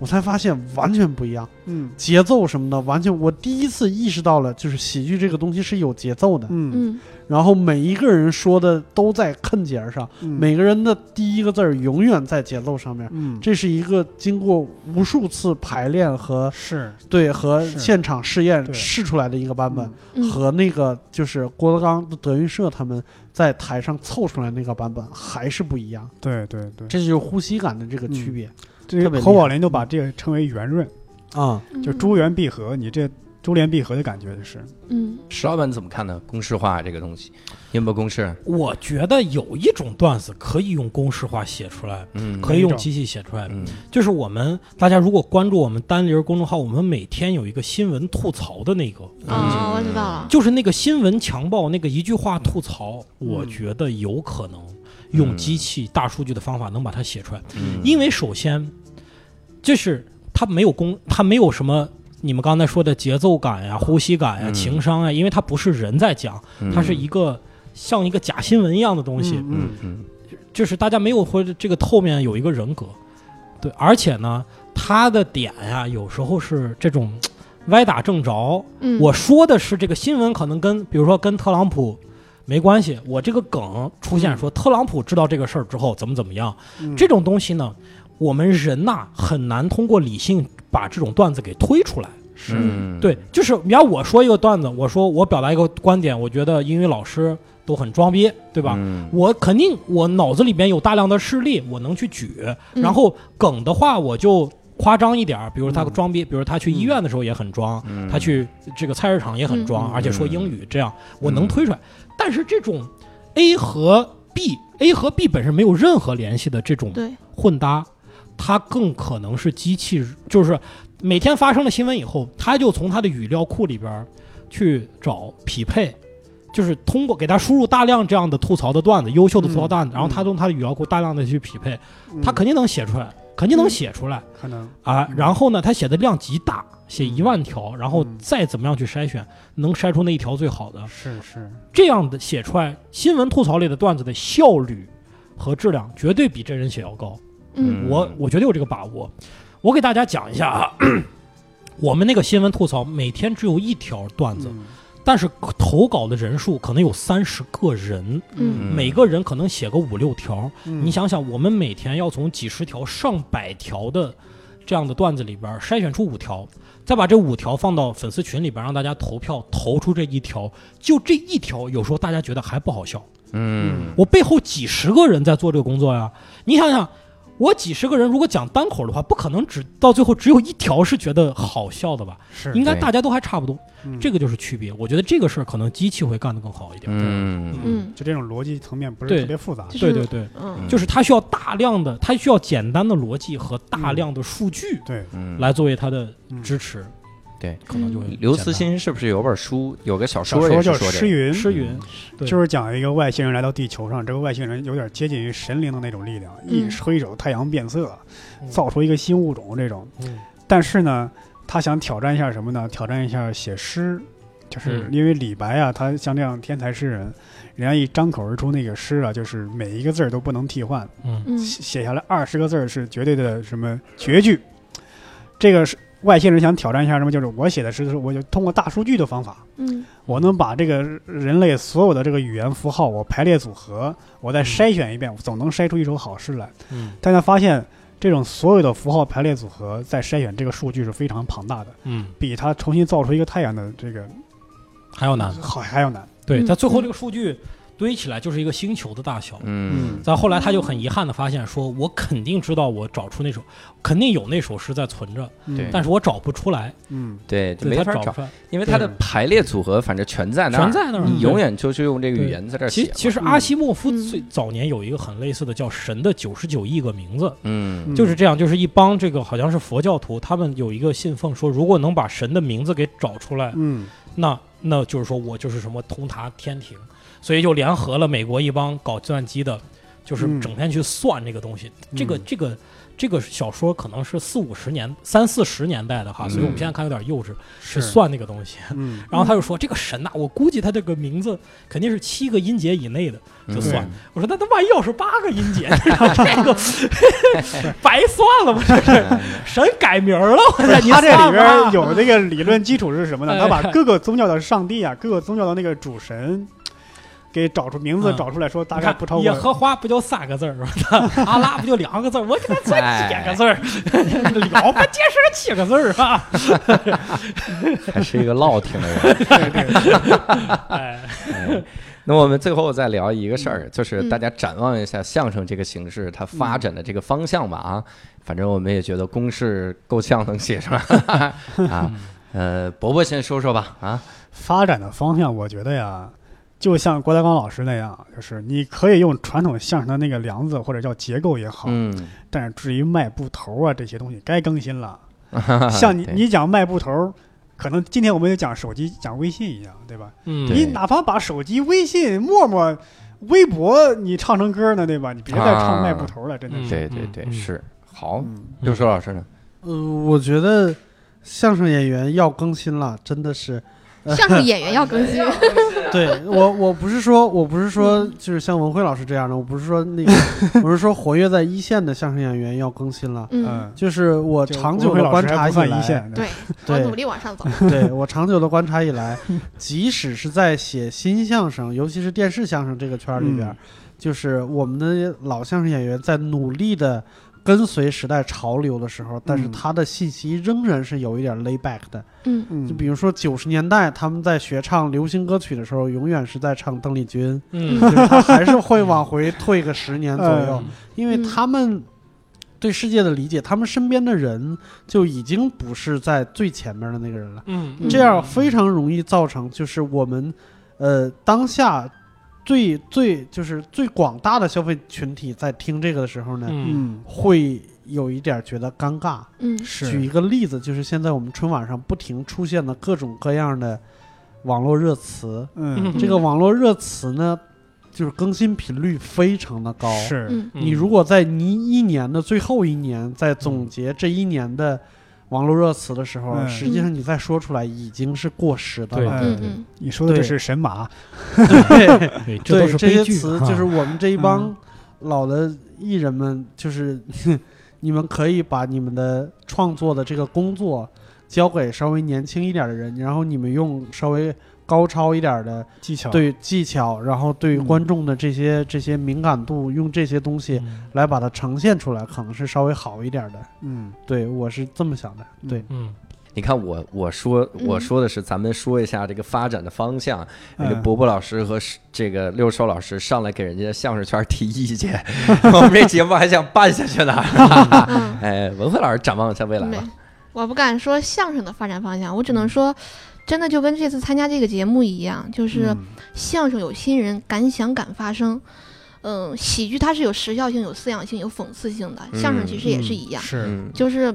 [SPEAKER 5] 我才发现完全不一样，
[SPEAKER 2] 嗯
[SPEAKER 5] 节奏什么的完全。我第一次意识到了，就是喜剧这个东西是有节奏的，
[SPEAKER 2] 嗯
[SPEAKER 4] 嗯
[SPEAKER 5] 然后每一个人说的都在坑节儿上，
[SPEAKER 2] 嗯，
[SPEAKER 5] 每个人的第一个字儿永远在节奏上面。
[SPEAKER 2] 嗯
[SPEAKER 5] 这是一个经过无数次排练和
[SPEAKER 2] 是
[SPEAKER 5] 对和
[SPEAKER 2] 是
[SPEAKER 5] 现场试验
[SPEAKER 2] 对
[SPEAKER 5] 试出来的一个版本，
[SPEAKER 4] 嗯，
[SPEAKER 5] 和那个就是郭德纲、德云社他们在台上凑出来那个版本还是不一样，
[SPEAKER 2] 对对对，
[SPEAKER 5] 这就是呼吸感的这个区别
[SPEAKER 2] 这
[SPEAKER 5] 特别
[SPEAKER 2] 个
[SPEAKER 5] 厉害嗯
[SPEAKER 2] 侯宝林就把这个称为圆润，
[SPEAKER 5] 啊、
[SPEAKER 2] 就
[SPEAKER 4] 嗯
[SPEAKER 2] 珠圆璧合，你这珠联璧合的感觉就是，
[SPEAKER 4] 嗯
[SPEAKER 1] 石老板怎么看呢？公式化这个东西，你有没有公式？
[SPEAKER 3] 我觉得有一种段子可以用公式化写出来，
[SPEAKER 1] 嗯，
[SPEAKER 3] 可以用机器写出来，
[SPEAKER 1] 嗯
[SPEAKER 3] 就是我们大家如果关注我们单立人公众号，我们每天有一个新闻吐槽的那个，
[SPEAKER 1] 嗯
[SPEAKER 4] 啊，我知道了。
[SPEAKER 3] 就是那个新闻强暴那个一句话吐槽，
[SPEAKER 2] 嗯
[SPEAKER 3] 我觉得有可能用机器大数据的方法能把它写出来，
[SPEAKER 1] 嗯，
[SPEAKER 3] 因为首先就是它没有公，它没有什么。你们刚才说的节奏感呀、呼吸感呀、
[SPEAKER 1] 嗯
[SPEAKER 3] 情商呀，因为它不是人在讲，它是一个像一个假新闻一样的东西，
[SPEAKER 1] 嗯嗯
[SPEAKER 3] 就是大家没有或者这个后面有一个人格，对，而且呢，他的点呀，有时候是这种嘖歪打正着。
[SPEAKER 4] 嗯，
[SPEAKER 3] 我说的是这个新闻可能跟，比如说跟特朗普没关系，我这个梗出现说特朗普知道这个事儿之后怎么怎么样，
[SPEAKER 2] 嗯
[SPEAKER 3] 这种东西呢，我们人呐很难通过理性把这种段子给推出来。
[SPEAKER 1] 嗯，
[SPEAKER 3] 对，就是你要我说一个段子，我说我表达一个观点，我觉得英语老师都很装逼，对
[SPEAKER 1] 对
[SPEAKER 3] 吧？？我肯定我脑子里边有大量的事例，我能去举。
[SPEAKER 4] 嗯
[SPEAKER 3] 然后梗的话，我就夸张一点儿，比如他装逼，比如他去医院的时候也很装，
[SPEAKER 1] 嗯
[SPEAKER 3] 他去这个菜市场也很装，
[SPEAKER 2] 嗯
[SPEAKER 3] 而且说英语，这样我能推出来。但是这种 A 和 B，A 和 B 本身没有任何联系的这种
[SPEAKER 4] 对，
[SPEAKER 3] 混搭，它更可能是机器，就是每天发生了新闻以后，它就从它的语料库里边儿去找匹配，就是通过给它输入大量这样的吐槽的段子，优秀的吐槽段
[SPEAKER 2] 嗯
[SPEAKER 3] 子，然后它用它的语料库大量的去匹配，它
[SPEAKER 2] 嗯
[SPEAKER 3] 肯定能写出来，肯定能写出来、
[SPEAKER 2] 可能
[SPEAKER 3] 啊。
[SPEAKER 2] 嗯
[SPEAKER 3] 然后呢，它写的量极大，写一万条，然后
[SPEAKER 2] 嗯
[SPEAKER 3] 再怎么样去筛选，能筛出那一条最好的，
[SPEAKER 2] 是是，
[SPEAKER 3] 这样的写出来新闻吐槽类的段子的效率和质量，绝对比真人写要高。
[SPEAKER 4] 嗯
[SPEAKER 3] 我我觉得有这个把握。我给大家讲一下啊， [clears throat] 我们那个新闻吐槽每天只有一条段子，
[SPEAKER 2] 嗯
[SPEAKER 3] 但是投稿的人数可能有三十个人，
[SPEAKER 4] 嗯
[SPEAKER 3] 每个人可能写个五六条。
[SPEAKER 2] 嗯
[SPEAKER 3] 你想想，我们每天要从几十条、上百条的这样的段子里边筛选出五条，再把这五条放到粉丝群里边让大家投票投出这一条，就这一条，有时候大家觉得还不好笑。
[SPEAKER 1] 嗯
[SPEAKER 3] 我背后几十个人在做这个工作呀。你想想，我几十个人如果讲单口的话，不可能只到最后只有一条是觉得好笑的吧？
[SPEAKER 2] 是
[SPEAKER 3] 应该
[SPEAKER 1] 对
[SPEAKER 3] 大家都还差不多，
[SPEAKER 2] 嗯
[SPEAKER 3] 这个就是区别。我觉得这个事儿可能机器会干得更好一点。
[SPEAKER 1] 嗯
[SPEAKER 4] 嗯
[SPEAKER 2] 就这种逻辑层面不
[SPEAKER 3] 对
[SPEAKER 2] 是特别复杂，
[SPEAKER 4] 就是
[SPEAKER 3] 对对对，
[SPEAKER 4] 嗯
[SPEAKER 3] 就是它需要大量的，它需要简单的逻辑和大量的数据
[SPEAKER 2] 对，
[SPEAKER 1] 嗯，
[SPEAKER 3] 来作为它的
[SPEAKER 2] 嗯
[SPEAKER 3] 支持。
[SPEAKER 1] 对，
[SPEAKER 3] 可能就会
[SPEAKER 1] 刘慈
[SPEAKER 3] 嗯简
[SPEAKER 1] 欣是不是有本书，有个小
[SPEAKER 2] 小
[SPEAKER 1] 说也
[SPEAKER 2] 说
[SPEAKER 1] 是
[SPEAKER 2] 叫
[SPEAKER 1] 说
[SPEAKER 2] 《
[SPEAKER 1] 这
[SPEAKER 2] 诗
[SPEAKER 1] 个？
[SPEAKER 2] 云
[SPEAKER 3] 单。》，诗云，对
[SPEAKER 2] 就是讲一个外星人来到地球上，这个外星人有点接近于神灵的那种力量，一
[SPEAKER 4] 嗯
[SPEAKER 2] 挥手太阳变色，
[SPEAKER 3] 嗯
[SPEAKER 2] 造出一个新物种这种。
[SPEAKER 3] 嗯
[SPEAKER 2] 但是呢，他想挑战一下什么呢？挑战一下写诗，就是
[SPEAKER 3] 嗯
[SPEAKER 2] 因为李白啊，他像这样天才诗人，人家一张口而出那个诗啊，就是每一个字儿都不能替换，
[SPEAKER 3] 嗯
[SPEAKER 4] 嗯
[SPEAKER 2] 写写下来二十个字儿是绝对的什么绝句。这个是外星人想挑战一下什么？就是我写的诗，我就通过大数据的方法，
[SPEAKER 4] 嗯
[SPEAKER 2] 我能把这个人类所有的这个语言符号，我排列组合，我再筛选一遍，总能筛出一首好诗来。
[SPEAKER 3] 嗯
[SPEAKER 2] 但他发现，这种所有的符号排列组合在筛选这个数据是非常庞大的，
[SPEAKER 3] 嗯，
[SPEAKER 2] 比他重新造出一个太阳的这个
[SPEAKER 3] 还有难。
[SPEAKER 2] 好还要难。
[SPEAKER 3] 对，
[SPEAKER 4] 嗯
[SPEAKER 3] 它最后这个数据堆起来就是一个星球的大小。
[SPEAKER 1] 嗯
[SPEAKER 5] 嗯
[SPEAKER 3] 再后来，他就很遗憾的发现，说我肯定知道我找出那首，肯定有那首诗在存着，
[SPEAKER 1] 对
[SPEAKER 3] 但是我找不出来，
[SPEAKER 2] 嗯，
[SPEAKER 1] 对，就
[SPEAKER 3] 对
[SPEAKER 1] 嗯没
[SPEAKER 3] 他
[SPEAKER 1] 法
[SPEAKER 3] 找不
[SPEAKER 1] 找，
[SPEAKER 3] 出来，
[SPEAKER 1] 因为它的
[SPEAKER 2] 对
[SPEAKER 1] 排列组合反正全在那儿，
[SPEAKER 3] 全在那儿。
[SPEAKER 2] 嗯
[SPEAKER 1] 你
[SPEAKER 3] 对
[SPEAKER 1] 永远就是用这个语言在这儿
[SPEAKER 3] 其
[SPEAKER 1] 写。
[SPEAKER 3] 其实阿西莫夫
[SPEAKER 4] 嗯
[SPEAKER 3] 最早年有一个很类似的叫“神的九十九亿个名字
[SPEAKER 1] 嗯”，
[SPEAKER 3] 就是这样，就是一帮这个好像是佛教徒，他们有一个信奉说，如果能把神的名字给找出来，
[SPEAKER 2] 嗯
[SPEAKER 3] 那那就是说我就是什么通达天庭，所以就联合了美国一帮搞计算机的，就是
[SPEAKER 2] 嗯
[SPEAKER 3] 整天去算这个东西。这个
[SPEAKER 2] 嗯
[SPEAKER 3] 这个这个小说可能是四五十年、三四十年代的哈，所以我们现在看有点幼稚，
[SPEAKER 2] 是，
[SPEAKER 3] 去算那个东西。
[SPEAKER 2] 嗯
[SPEAKER 3] 然后他就说：“这个神呐、我估计他这个名字肯定是七个音节以内的，
[SPEAKER 1] 嗯
[SPEAKER 3] 就算。我说：“那他万一要是八个音节，然后这个 [laughs] 白算了吧？这是神改名儿了，我这你
[SPEAKER 2] [laughs] 他这里
[SPEAKER 3] 算吧
[SPEAKER 2] 边有那个理论基础是什么呢？
[SPEAKER 3] 哎
[SPEAKER 2] 他把各个宗教的上帝啊，各个宗教的那个主神，给找出名字
[SPEAKER 3] 嗯
[SPEAKER 2] 找出来说，大
[SPEAKER 3] 你
[SPEAKER 2] 概
[SPEAKER 3] 看
[SPEAKER 2] 不超
[SPEAKER 3] 耶
[SPEAKER 2] 过。
[SPEAKER 3] 和花不就三个字儿吗？ [laughs] 阿拉不就两个字儿？我给他算几个字儿， [laughs] 了不结实七个字儿啊哈。
[SPEAKER 1] [laughs] 还是一个落听的人。
[SPEAKER 3] 哎，
[SPEAKER 1] 哎那我们最后再聊一个事
[SPEAKER 3] 嗯
[SPEAKER 1] 儿，就是大家展望一下相声这个形式它发展的这个方向吧啊。反正我们也觉得公式够呛能写
[SPEAKER 3] [laughs]
[SPEAKER 1] 上啊。呃，伯伯先说说吧啊。
[SPEAKER 2] 发展的方向，我觉得呀，就像郭德纲老师那样，就是你可以用传统相声的那个梁子或者叫结构也好，
[SPEAKER 1] 嗯，
[SPEAKER 2] 但是至于迈步头啊这些东西，该更新
[SPEAKER 3] [laughs]
[SPEAKER 2] 了。像你
[SPEAKER 1] 对
[SPEAKER 2] 你讲迈步头，可能今天我们就讲手机、讲微信一样，对吧？
[SPEAKER 1] 对
[SPEAKER 3] 嗯
[SPEAKER 2] 你哪怕把手机、微信、陌陌、微博你唱成歌呢，对吧？你别再唱迈步头了，真的
[SPEAKER 3] 嗯
[SPEAKER 2] 是。
[SPEAKER 1] 对对对，
[SPEAKER 3] 嗯
[SPEAKER 1] 是好。
[SPEAKER 2] 嗯
[SPEAKER 1] 六叔老师呢？
[SPEAKER 5] 呃，我觉得相声演员要更新了，真的是。
[SPEAKER 4] 相声演员要更新，
[SPEAKER 5] 对我，我不是说，我不是说，就是像文辉老师这样的，我不是说 [laughs] 那个，我是说活跃在一线的相声演员要更新了。
[SPEAKER 4] 嗯，
[SPEAKER 2] 嗯，
[SPEAKER 5] 就是我
[SPEAKER 2] 就
[SPEAKER 5] 长久
[SPEAKER 2] 文辉
[SPEAKER 5] 的
[SPEAKER 2] 老
[SPEAKER 5] 观
[SPEAKER 2] 师还不
[SPEAKER 5] 察以
[SPEAKER 2] 算一
[SPEAKER 5] 来，
[SPEAKER 2] 线，
[SPEAKER 4] 对，我
[SPEAKER 5] 对
[SPEAKER 4] 努力往上走，
[SPEAKER 2] [laughs]
[SPEAKER 5] 对我长久的观察以来，即使是在写新相声，尤其是电视相声这个圈儿里
[SPEAKER 2] 嗯
[SPEAKER 5] 边儿，就是我们的老相声演员在努力的跟随时代潮流的时候，但是
[SPEAKER 2] 嗯
[SPEAKER 5] 他的信息仍然是有一点 lay back 的。
[SPEAKER 4] 嗯
[SPEAKER 2] 嗯，
[SPEAKER 5] 就比如说九十年代他们在学唱流行歌曲的时候，永远是在唱邓
[SPEAKER 2] [laughs]
[SPEAKER 5] 丽君，
[SPEAKER 3] 嗯
[SPEAKER 5] 就是他还是会往回退个十年左右
[SPEAKER 3] 嗯，
[SPEAKER 5] 因为他们对世界的理解，他们身边的人就已经不是在最前面的那个人了，
[SPEAKER 3] 嗯
[SPEAKER 5] 这样非常容易造成就是我们呃当下。最最就是最广大的消费群体在听这个的时候呢，
[SPEAKER 3] 嗯
[SPEAKER 2] 嗯，
[SPEAKER 5] 会有一点觉得尴尬，
[SPEAKER 4] 嗯
[SPEAKER 5] 举一个例子，就是现在我们春晚上不停出现的各种各样的网络热词，
[SPEAKER 2] 嗯
[SPEAKER 5] 这个网络热词呢，就是更新频率非常的高。
[SPEAKER 2] 是
[SPEAKER 3] 嗯
[SPEAKER 5] 你如果在你一年的最后一年再总结这一年的网络热词的时候，
[SPEAKER 2] 嗯
[SPEAKER 5] 实际上你再说出来已经是过时的了。
[SPEAKER 2] 嗯
[SPEAKER 4] 嗯嗯
[SPEAKER 2] 你说的这
[SPEAKER 5] 对
[SPEAKER 2] 是神马，
[SPEAKER 5] 对，
[SPEAKER 3] 对， [laughs] 这
[SPEAKER 5] 对
[SPEAKER 3] 都是
[SPEAKER 5] 这
[SPEAKER 3] 悲
[SPEAKER 5] 些
[SPEAKER 3] 剧
[SPEAKER 5] 词，
[SPEAKER 3] 哈
[SPEAKER 5] 就是我们这一帮
[SPEAKER 2] 嗯
[SPEAKER 5] 老的艺人们，就是 [laughs] 你们可以把你们的创作的这个工作交给稍微年轻一点的人，然后你们用稍微高超一点
[SPEAKER 3] 啊
[SPEAKER 5] 的
[SPEAKER 2] 技巧，
[SPEAKER 5] 对技巧，然后对
[SPEAKER 2] 嗯
[SPEAKER 5] 观众的这些这些敏感度，用这些东西
[SPEAKER 3] 嗯
[SPEAKER 5] 来把它呈现出来，可能是稍微好一点的。
[SPEAKER 2] 嗯，
[SPEAKER 5] 对我是这么想的。对，
[SPEAKER 3] 嗯
[SPEAKER 1] 你看我我说我
[SPEAKER 4] 嗯
[SPEAKER 1] 说的是咱们说一下这个发展的方向，那个
[SPEAKER 2] 嗯
[SPEAKER 1] 伯伯老师和是这个六兽老师上来给人家相声圈提意 [laughs] 见，我们这节目还想办下去呢。
[SPEAKER 4] 嗯。
[SPEAKER 1] [laughs] 哎，文慧老师展望一下未来吧
[SPEAKER 4] 没。我不敢说相声的发展方向，我只能说，真的就跟这次参加这个节目一样，就是啊
[SPEAKER 2] 嗯
[SPEAKER 4] 相声有新人，敢想敢发声。嗯，喜剧它是有时效性、有饲养性、有讽刺性的，相声其实也是一样，
[SPEAKER 2] 是，
[SPEAKER 1] 嗯，
[SPEAKER 4] 就是，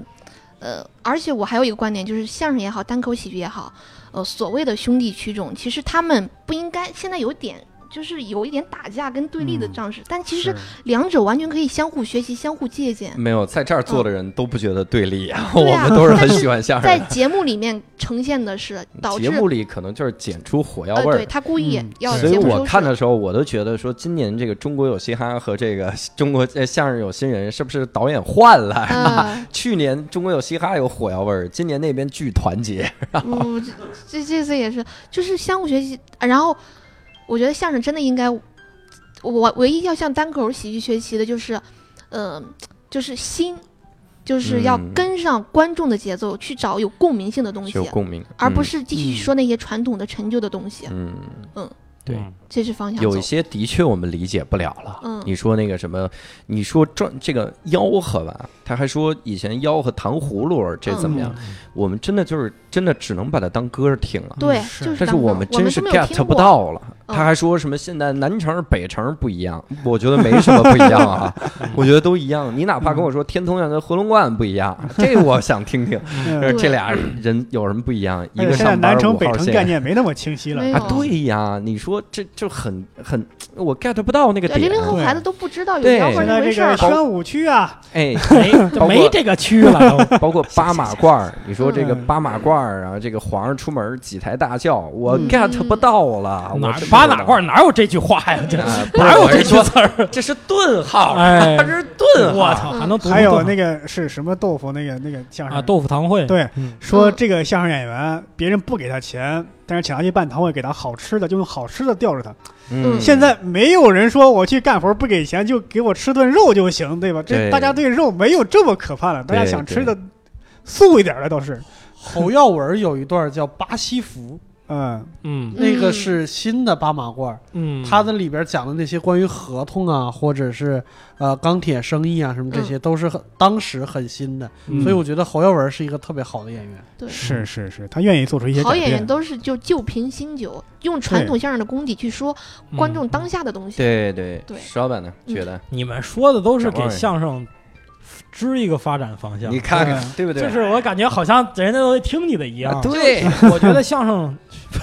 [SPEAKER 4] 呃，而且我还有一个观点，就是相声也好，单口喜剧也好，呃，所谓的兄弟曲种，其实他们不应该现在有点就是有一点打架跟对立的
[SPEAKER 2] 嗯
[SPEAKER 4] 仗势，但其实两者完全可以相互学习、相互借鉴。
[SPEAKER 1] 嗯没有在这儿坐的人都不觉得嗯对立，
[SPEAKER 4] 对
[SPEAKER 1] [laughs] 我
[SPEAKER 4] 啊
[SPEAKER 1] 们都是很喜欢相
[SPEAKER 4] 在
[SPEAKER 1] 声。
[SPEAKER 4] 节目里面呈现的是导
[SPEAKER 1] 节
[SPEAKER 4] 致
[SPEAKER 1] 目里可能就是剪出火药
[SPEAKER 4] 呃，
[SPEAKER 1] 味儿
[SPEAKER 4] 对。他故意
[SPEAKER 2] 嗯
[SPEAKER 4] 要
[SPEAKER 1] 所以
[SPEAKER 4] 节目收
[SPEAKER 1] 我
[SPEAKER 4] 视
[SPEAKER 1] 看 [laughs] 的时候，我都觉得说，今年这个中国有嘻哈和这个 [laughs] 中国呃相声有新人，是不是导演换了？，
[SPEAKER 4] 呃
[SPEAKER 1] 去年中国有嘻哈有火药味儿，今年那边巨团结。
[SPEAKER 4] [laughs] 我嗯这这次也是，就是相互学习。啊然后我觉得相声真的应该，我唯一要向单口喜剧学习的就是，呃，就是心，就是要
[SPEAKER 1] 嗯
[SPEAKER 4] 跟上观众的节奏，去找有共鸣性的东西
[SPEAKER 1] 就，共鸣，
[SPEAKER 4] 而不
[SPEAKER 1] 嗯
[SPEAKER 4] 是继续
[SPEAKER 5] 嗯
[SPEAKER 4] 说那些传统的陈旧的东西。
[SPEAKER 1] 嗯
[SPEAKER 4] 嗯
[SPEAKER 1] 对
[SPEAKER 3] 嗯
[SPEAKER 4] 这是方向走。
[SPEAKER 1] 有一些的确我们理解不了了。
[SPEAKER 4] 嗯
[SPEAKER 1] 你说那个什么，你说转这个吆喝吧，他还说以前吆喝糖葫芦儿这怎么样？
[SPEAKER 4] 嗯
[SPEAKER 1] 我们真的就是真的只能把它当歌儿听了。
[SPEAKER 2] 嗯
[SPEAKER 4] 对，
[SPEAKER 3] 是
[SPEAKER 4] 就是
[SPEAKER 1] 但是
[SPEAKER 4] 当
[SPEAKER 1] 我
[SPEAKER 4] 时
[SPEAKER 1] 们
[SPEAKER 4] 我
[SPEAKER 1] 真是
[SPEAKER 4] 都没有
[SPEAKER 1] get
[SPEAKER 4] 听
[SPEAKER 1] 不
[SPEAKER 4] 过。
[SPEAKER 1] 到了。
[SPEAKER 4] 嗯
[SPEAKER 1] 他还说什么现在南城儿北城儿不一样， [laughs] 我觉得没什么不一样 [laughs] 啊，我觉得都一样。你哪怕跟我说天通苑跟回龙观不一 [laughs] 样，这我想听听，呃
[SPEAKER 2] 嗯
[SPEAKER 4] 对哎
[SPEAKER 1] 这俩人有什么不一样？一
[SPEAKER 2] 而且
[SPEAKER 1] 个
[SPEAKER 2] 哎现在
[SPEAKER 1] 上班
[SPEAKER 2] 南
[SPEAKER 1] 儿
[SPEAKER 2] 城
[SPEAKER 1] 五
[SPEAKER 2] 北
[SPEAKER 1] 号
[SPEAKER 2] 城概
[SPEAKER 1] 线。
[SPEAKER 2] 念没那么清晰了
[SPEAKER 4] 没。有
[SPEAKER 1] 啊，对呀，你说这就很很，我 get 不到那个
[SPEAKER 4] 对，
[SPEAKER 1] 点。啊
[SPEAKER 4] 零零后
[SPEAKER 2] 对
[SPEAKER 4] 孩子都不知道有
[SPEAKER 1] 对
[SPEAKER 4] 吆喝
[SPEAKER 2] 现
[SPEAKER 4] 这
[SPEAKER 2] 在
[SPEAKER 4] 回
[SPEAKER 2] 这
[SPEAKER 4] 事
[SPEAKER 2] 个
[SPEAKER 4] 儿。
[SPEAKER 2] 宣武区啊，
[SPEAKER 1] 哎，包括
[SPEAKER 3] 没没这个区了都。
[SPEAKER 1] 包
[SPEAKER 4] [laughs]
[SPEAKER 1] 括八马褂儿，你说这个
[SPEAKER 2] 嗯
[SPEAKER 1] 八马褂儿啊，这个皇上出门儿几抬大轿，我
[SPEAKER 4] 嗯
[SPEAKER 1] get 不到了。我
[SPEAKER 3] 哪
[SPEAKER 1] 真
[SPEAKER 3] 八
[SPEAKER 1] 不
[SPEAKER 3] 哪
[SPEAKER 1] 能
[SPEAKER 3] 块儿哪有这句话呀？这
[SPEAKER 1] 啊不是
[SPEAKER 3] [laughs] 哪有
[SPEAKER 1] 我
[SPEAKER 3] 这
[SPEAKER 1] 是
[SPEAKER 3] 句
[SPEAKER 1] 说
[SPEAKER 3] 词儿？
[SPEAKER 1] 这是顿号，
[SPEAKER 3] 哎
[SPEAKER 1] 它是顿号。
[SPEAKER 3] 我操，还能读
[SPEAKER 2] 还有
[SPEAKER 3] 懂
[SPEAKER 2] 那个是什么豆腐那个那个相声
[SPEAKER 3] 啊，豆腐堂会，
[SPEAKER 2] 对
[SPEAKER 3] 嗯，
[SPEAKER 2] 说
[SPEAKER 4] 嗯
[SPEAKER 2] 这个相声演员，别人不给他钱，但是请他去办堂会，给他好吃的，就用好吃的吊着他。
[SPEAKER 4] 嗯
[SPEAKER 2] 现在没有人说我去干活不给钱就给我吃顿肉就行，对吧？这
[SPEAKER 1] 对
[SPEAKER 2] 大家对肉没有这么可怕了，大家
[SPEAKER 1] 对
[SPEAKER 2] 想吃的素一点的倒是，
[SPEAKER 5] 侯耀文有一段叫《巴西服
[SPEAKER 2] 嗯，
[SPEAKER 3] 嗯》，
[SPEAKER 5] 那个
[SPEAKER 4] 嗯
[SPEAKER 5] 是新的八马褂儿，
[SPEAKER 3] 嗯，
[SPEAKER 5] 它的里边讲的那些关于合同啊，或者是呃钢铁生意啊什么这些，都是很当时很新的。
[SPEAKER 3] 嗯
[SPEAKER 5] 所以我觉得侯耀文是一个特别好的演员。
[SPEAKER 4] 对
[SPEAKER 2] 是是是，他愿意做出一些改
[SPEAKER 4] 好演员
[SPEAKER 2] 变。
[SPEAKER 4] 都是就旧瓶新酒，用传统相声的功底去说
[SPEAKER 3] 嗯
[SPEAKER 4] 观众当下的东西。
[SPEAKER 1] 对对
[SPEAKER 4] 对
[SPEAKER 1] 石老板呢？
[SPEAKER 4] 嗯
[SPEAKER 1] 觉得
[SPEAKER 3] 你们说的都是
[SPEAKER 1] 展
[SPEAKER 3] 给
[SPEAKER 1] 望一下
[SPEAKER 3] 相声支一个发展方向
[SPEAKER 1] 你，看
[SPEAKER 2] 嗯
[SPEAKER 1] 看对不对？
[SPEAKER 3] 就是我感觉好像人家都听你的一样
[SPEAKER 1] 啊，。对，
[SPEAKER 3] [laughs] 我觉得相声 [laughs]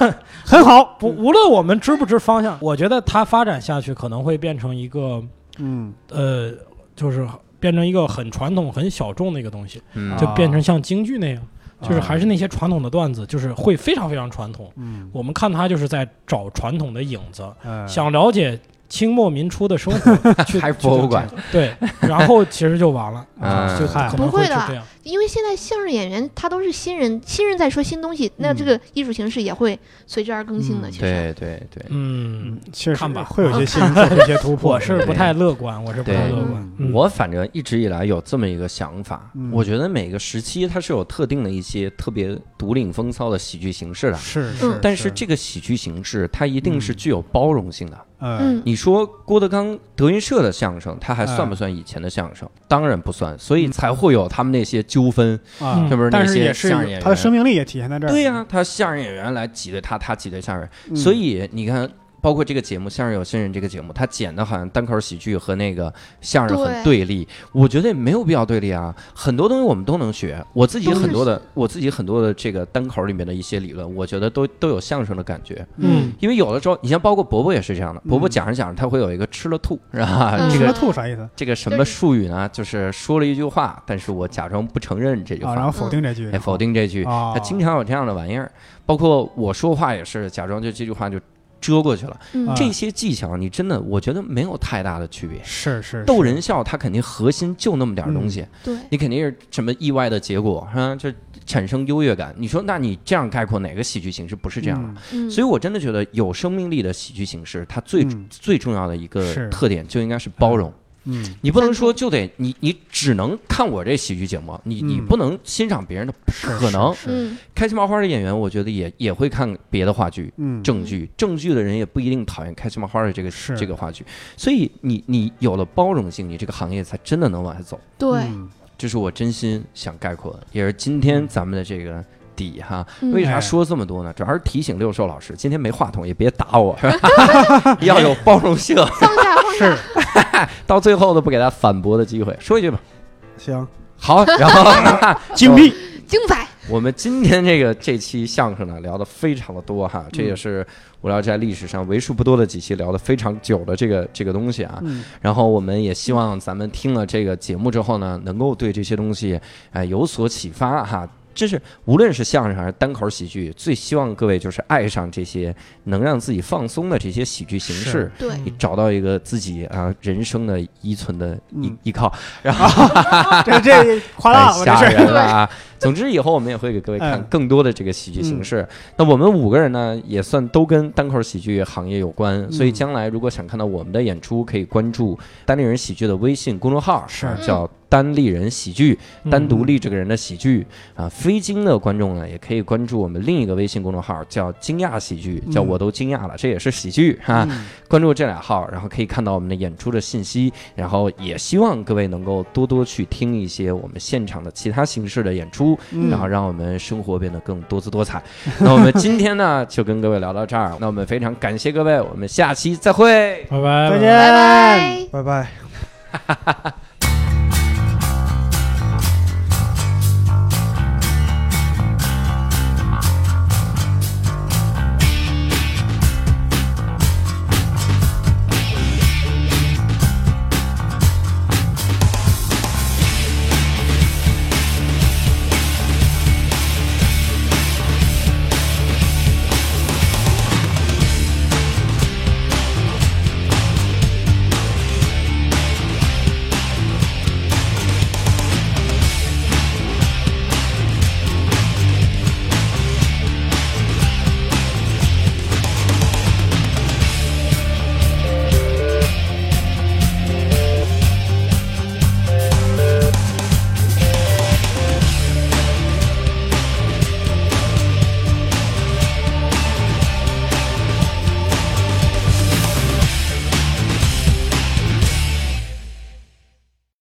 [SPEAKER 2] 很好，
[SPEAKER 3] 不，无论我们支不支方向，我觉得它发展下去可能会变成一个
[SPEAKER 2] 嗯，
[SPEAKER 3] 呃，就是变成一个很传统、很小众的一个东西，
[SPEAKER 1] 嗯
[SPEAKER 3] 就
[SPEAKER 2] 啊
[SPEAKER 3] 变成像京剧那样，
[SPEAKER 1] 啊
[SPEAKER 3] 就是还是那些传统的段子，就是会非常非常传统。
[SPEAKER 2] 嗯，
[SPEAKER 3] 我们看它就是在找传统的影子，
[SPEAKER 1] 哎
[SPEAKER 2] 呃
[SPEAKER 3] 想了解清末民初的生活，去
[SPEAKER 1] 还博物馆， [laughs]
[SPEAKER 3] 对，然后其实就完了，啊
[SPEAKER 1] 嗯
[SPEAKER 3] 就可能
[SPEAKER 4] 不会
[SPEAKER 3] 是
[SPEAKER 4] 的
[SPEAKER 3] 这样。
[SPEAKER 4] 因为现在相声演员他都是新人，新人在说新东西，那这个艺术形式也会随之而更新的。
[SPEAKER 2] 嗯
[SPEAKER 4] 其实，
[SPEAKER 1] 对对对，
[SPEAKER 3] 嗯
[SPEAKER 2] 嗯，，确实
[SPEAKER 3] 看吧
[SPEAKER 2] 会有一些新人做出一些突破。
[SPEAKER 3] 我是不太乐观，我是不太乐观。
[SPEAKER 2] 嗯
[SPEAKER 3] 嗯
[SPEAKER 1] 我反正一直以来有这么一个想法
[SPEAKER 2] 嗯，
[SPEAKER 1] 我觉得每个时期它是有特定的一些特别独领风骚的喜剧形式的。
[SPEAKER 2] 是
[SPEAKER 4] 嗯
[SPEAKER 2] 是，
[SPEAKER 1] 但是这个喜剧形式，它一定是具有包容性的。
[SPEAKER 2] 嗯
[SPEAKER 4] 嗯，
[SPEAKER 1] 你说郭德纲德云社的相声，它还算不算以前的相声？当然不算，所以才会有他们那些纠纷，
[SPEAKER 2] 啊
[SPEAKER 1] 是，不是？那
[SPEAKER 2] 嗯但是
[SPEAKER 1] 些
[SPEAKER 2] 也是
[SPEAKER 1] 相声演员
[SPEAKER 2] 他的生命力也体现在这儿。
[SPEAKER 1] 对呀、他相声演员来挤兑他，他挤兑相声演员，
[SPEAKER 2] 嗯
[SPEAKER 1] 所以你看。包括这个节目《相声有新人》这个节目，他剪的好像单口喜剧和那个相声很对立，我觉得也没有必要对立啊。很多东西我们都能学，我自己很多的，我自己很多的这个单口里面的一些理论，我觉得都都有相声的感觉。
[SPEAKER 3] 嗯
[SPEAKER 1] 因为有的时候，你像包括伯伯也是这样的，伯伯
[SPEAKER 2] 嗯
[SPEAKER 1] 讲着讲着他会有一个吃了吐，是吧？
[SPEAKER 4] 嗯
[SPEAKER 1] 这
[SPEAKER 2] 啊吃
[SPEAKER 1] 个
[SPEAKER 2] 了吐啥意思？
[SPEAKER 1] 这个什么术语呢？就是说了一句话，但是我假装不承认这句
[SPEAKER 2] 啊，
[SPEAKER 1] 话，
[SPEAKER 2] 然后否定这句
[SPEAKER 1] 哎，，否定这句，
[SPEAKER 2] 啊，
[SPEAKER 1] 他经常有这样的玩意儿，包括我说话也是假装就这句话就遮过去了。
[SPEAKER 4] 嗯
[SPEAKER 2] 啊
[SPEAKER 1] 这些技巧你真的，我觉得没有太大的区别。
[SPEAKER 2] 是是
[SPEAKER 1] 逗人笑，它肯定核心就那么点儿东西，
[SPEAKER 2] 嗯
[SPEAKER 4] 对，
[SPEAKER 1] 你肯定是什么意外的结果，啊，就产生优越感。你说，那你这样概括哪个喜剧形式不是
[SPEAKER 2] 是
[SPEAKER 1] 这样的？
[SPEAKER 4] 嗯，
[SPEAKER 1] 所以，我真的觉得有生命力的喜剧形式，它最、
[SPEAKER 2] 嗯
[SPEAKER 1] 最重要的一个
[SPEAKER 2] 是
[SPEAKER 1] 特点就应该是包容。
[SPEAKER 2] 嗯
[SPEAKER 1] 你不能说就得你你只能看我这喜剧节目，你你
[SPEAKER 2] 嗯
[SPEAKER 1] 不能欣赏别人的，
[SPEAKER 2] 是
[SPEAKER 1] 可能
[SPEAKER 2] 是是
[SPEAKER 4] 嗯，
[SPEAKER 1] 开心麻花的演员，我觉得也也会看别的话剧、
[SPEAKER 2] 嗯
[SPEAKER 1] 正剧，正剧的人也不一定讨厌开心麻花的这个
[SPEAKER 2] 是
[SPEAKER 1] 这个话剧，所以你你有了包容性，你这个行业才真的能往下走。
[SPEAKER 4] 对，
[SPEAKER 2] 嗯
[SPEAKER 1] 这是我真心想概括的，也是今天咱们的这个底哈。
[SPEAKER 4] 嗯
[SPEAKER 1] 为啥说这么多呢？主要是提醒六兽老师，今天没话筒也别打我，是吧要有包容性，
[SPEAKER 4] 放下放下，
[SPEAKER 2] 是
[SPEAKER 1] 到最后都不给他反驳的机会。说一句吧，
[SPEAKER 5] 行，
[SPEAKER 1] 好，然 [laughs] 后
[SPEAKER 2] 金币
[SPEAKER 4] 精彩，
[SPEAKER 1] 我们今天这个这期相声呢，聊的非常的多哈，这
[SPEAKER 2] 嗯
[SPEAKER 1] 也是无聊斋历史上为数不多的几期聊的非常久的这个这个东西啊。
[SPEAKER 2] 嗯
[SPEAKER 1] 然后我们也希望咱们听了这个节目之后呢，能够对这些东西哎有所启发哈。这是无论是相声还是单口喜剧，最希望各位就是爱上这些能让自己放松的这些喜剧形式
[SPEAKER 2] 是。
[SPEAKER 4] 对，
[SPEAKER 3] 嗯
[SPEAKER 1] 你找到一个自己啊人生的依存的依、
[SPEAKER 2] 嗯
[SPEAKER 1] 依靠，
[SPEAKER 2] 这这夸
[SPEAKER 1] 太
[SPEAKER 2] 大了，我这
[SPEAKER 1] 吓
[SPEAKER 2] 是
[SPEAKER 1] 人了啊！总之，以后我们也会给各位看
[SPEAKER 2] 嗯
[SPEAKER 1] 更多的这个喜剧形式。那我们五个人呢，也算都跟单口喜剧行业有关，
[SPEAKER 2] 嗯
[SPEAKER 1] 所以将来如果想看到我们的演出，可以关注单立人喜剧的微信公众号，
[SPEAKER 2] 是
[SPEAKER 1] 啊叫单立人喜剧，
[SPEAKER 3] 嗯
[SPEAKER 1] 单独立这个人的喜剧啊。非京的观众呢，也可以关注我们另一个微信公众号，叫“惊讶喜剧”，叫“
[SPEAKER 5] 嗯
[SPEAKER 1] 我都惊讶了”，这也是喜剧哈、
[SPEAKER 5] 嗯
[SPEAKER 1] 关注这俩号，然后可以看到我们的演出的信息，然后也希望各位能够多多去听一些我们现场的其他形式的演出，
[SPEAKER 5] 嗯
[SPEAKER 1] 然后让我们生活变得更多姿多彩。那我们今天呢，就跟各位聊到这儿，那我们非常感谢各位，我们下期再会。
[SPEAKER 3] 嗯拜拜，
[SPEAKER 2] 再见
[SPEAKER 4] 拜拜。
[SPEAKER 5] 拜拜。
[SPEAKER 1] 哈哈哈。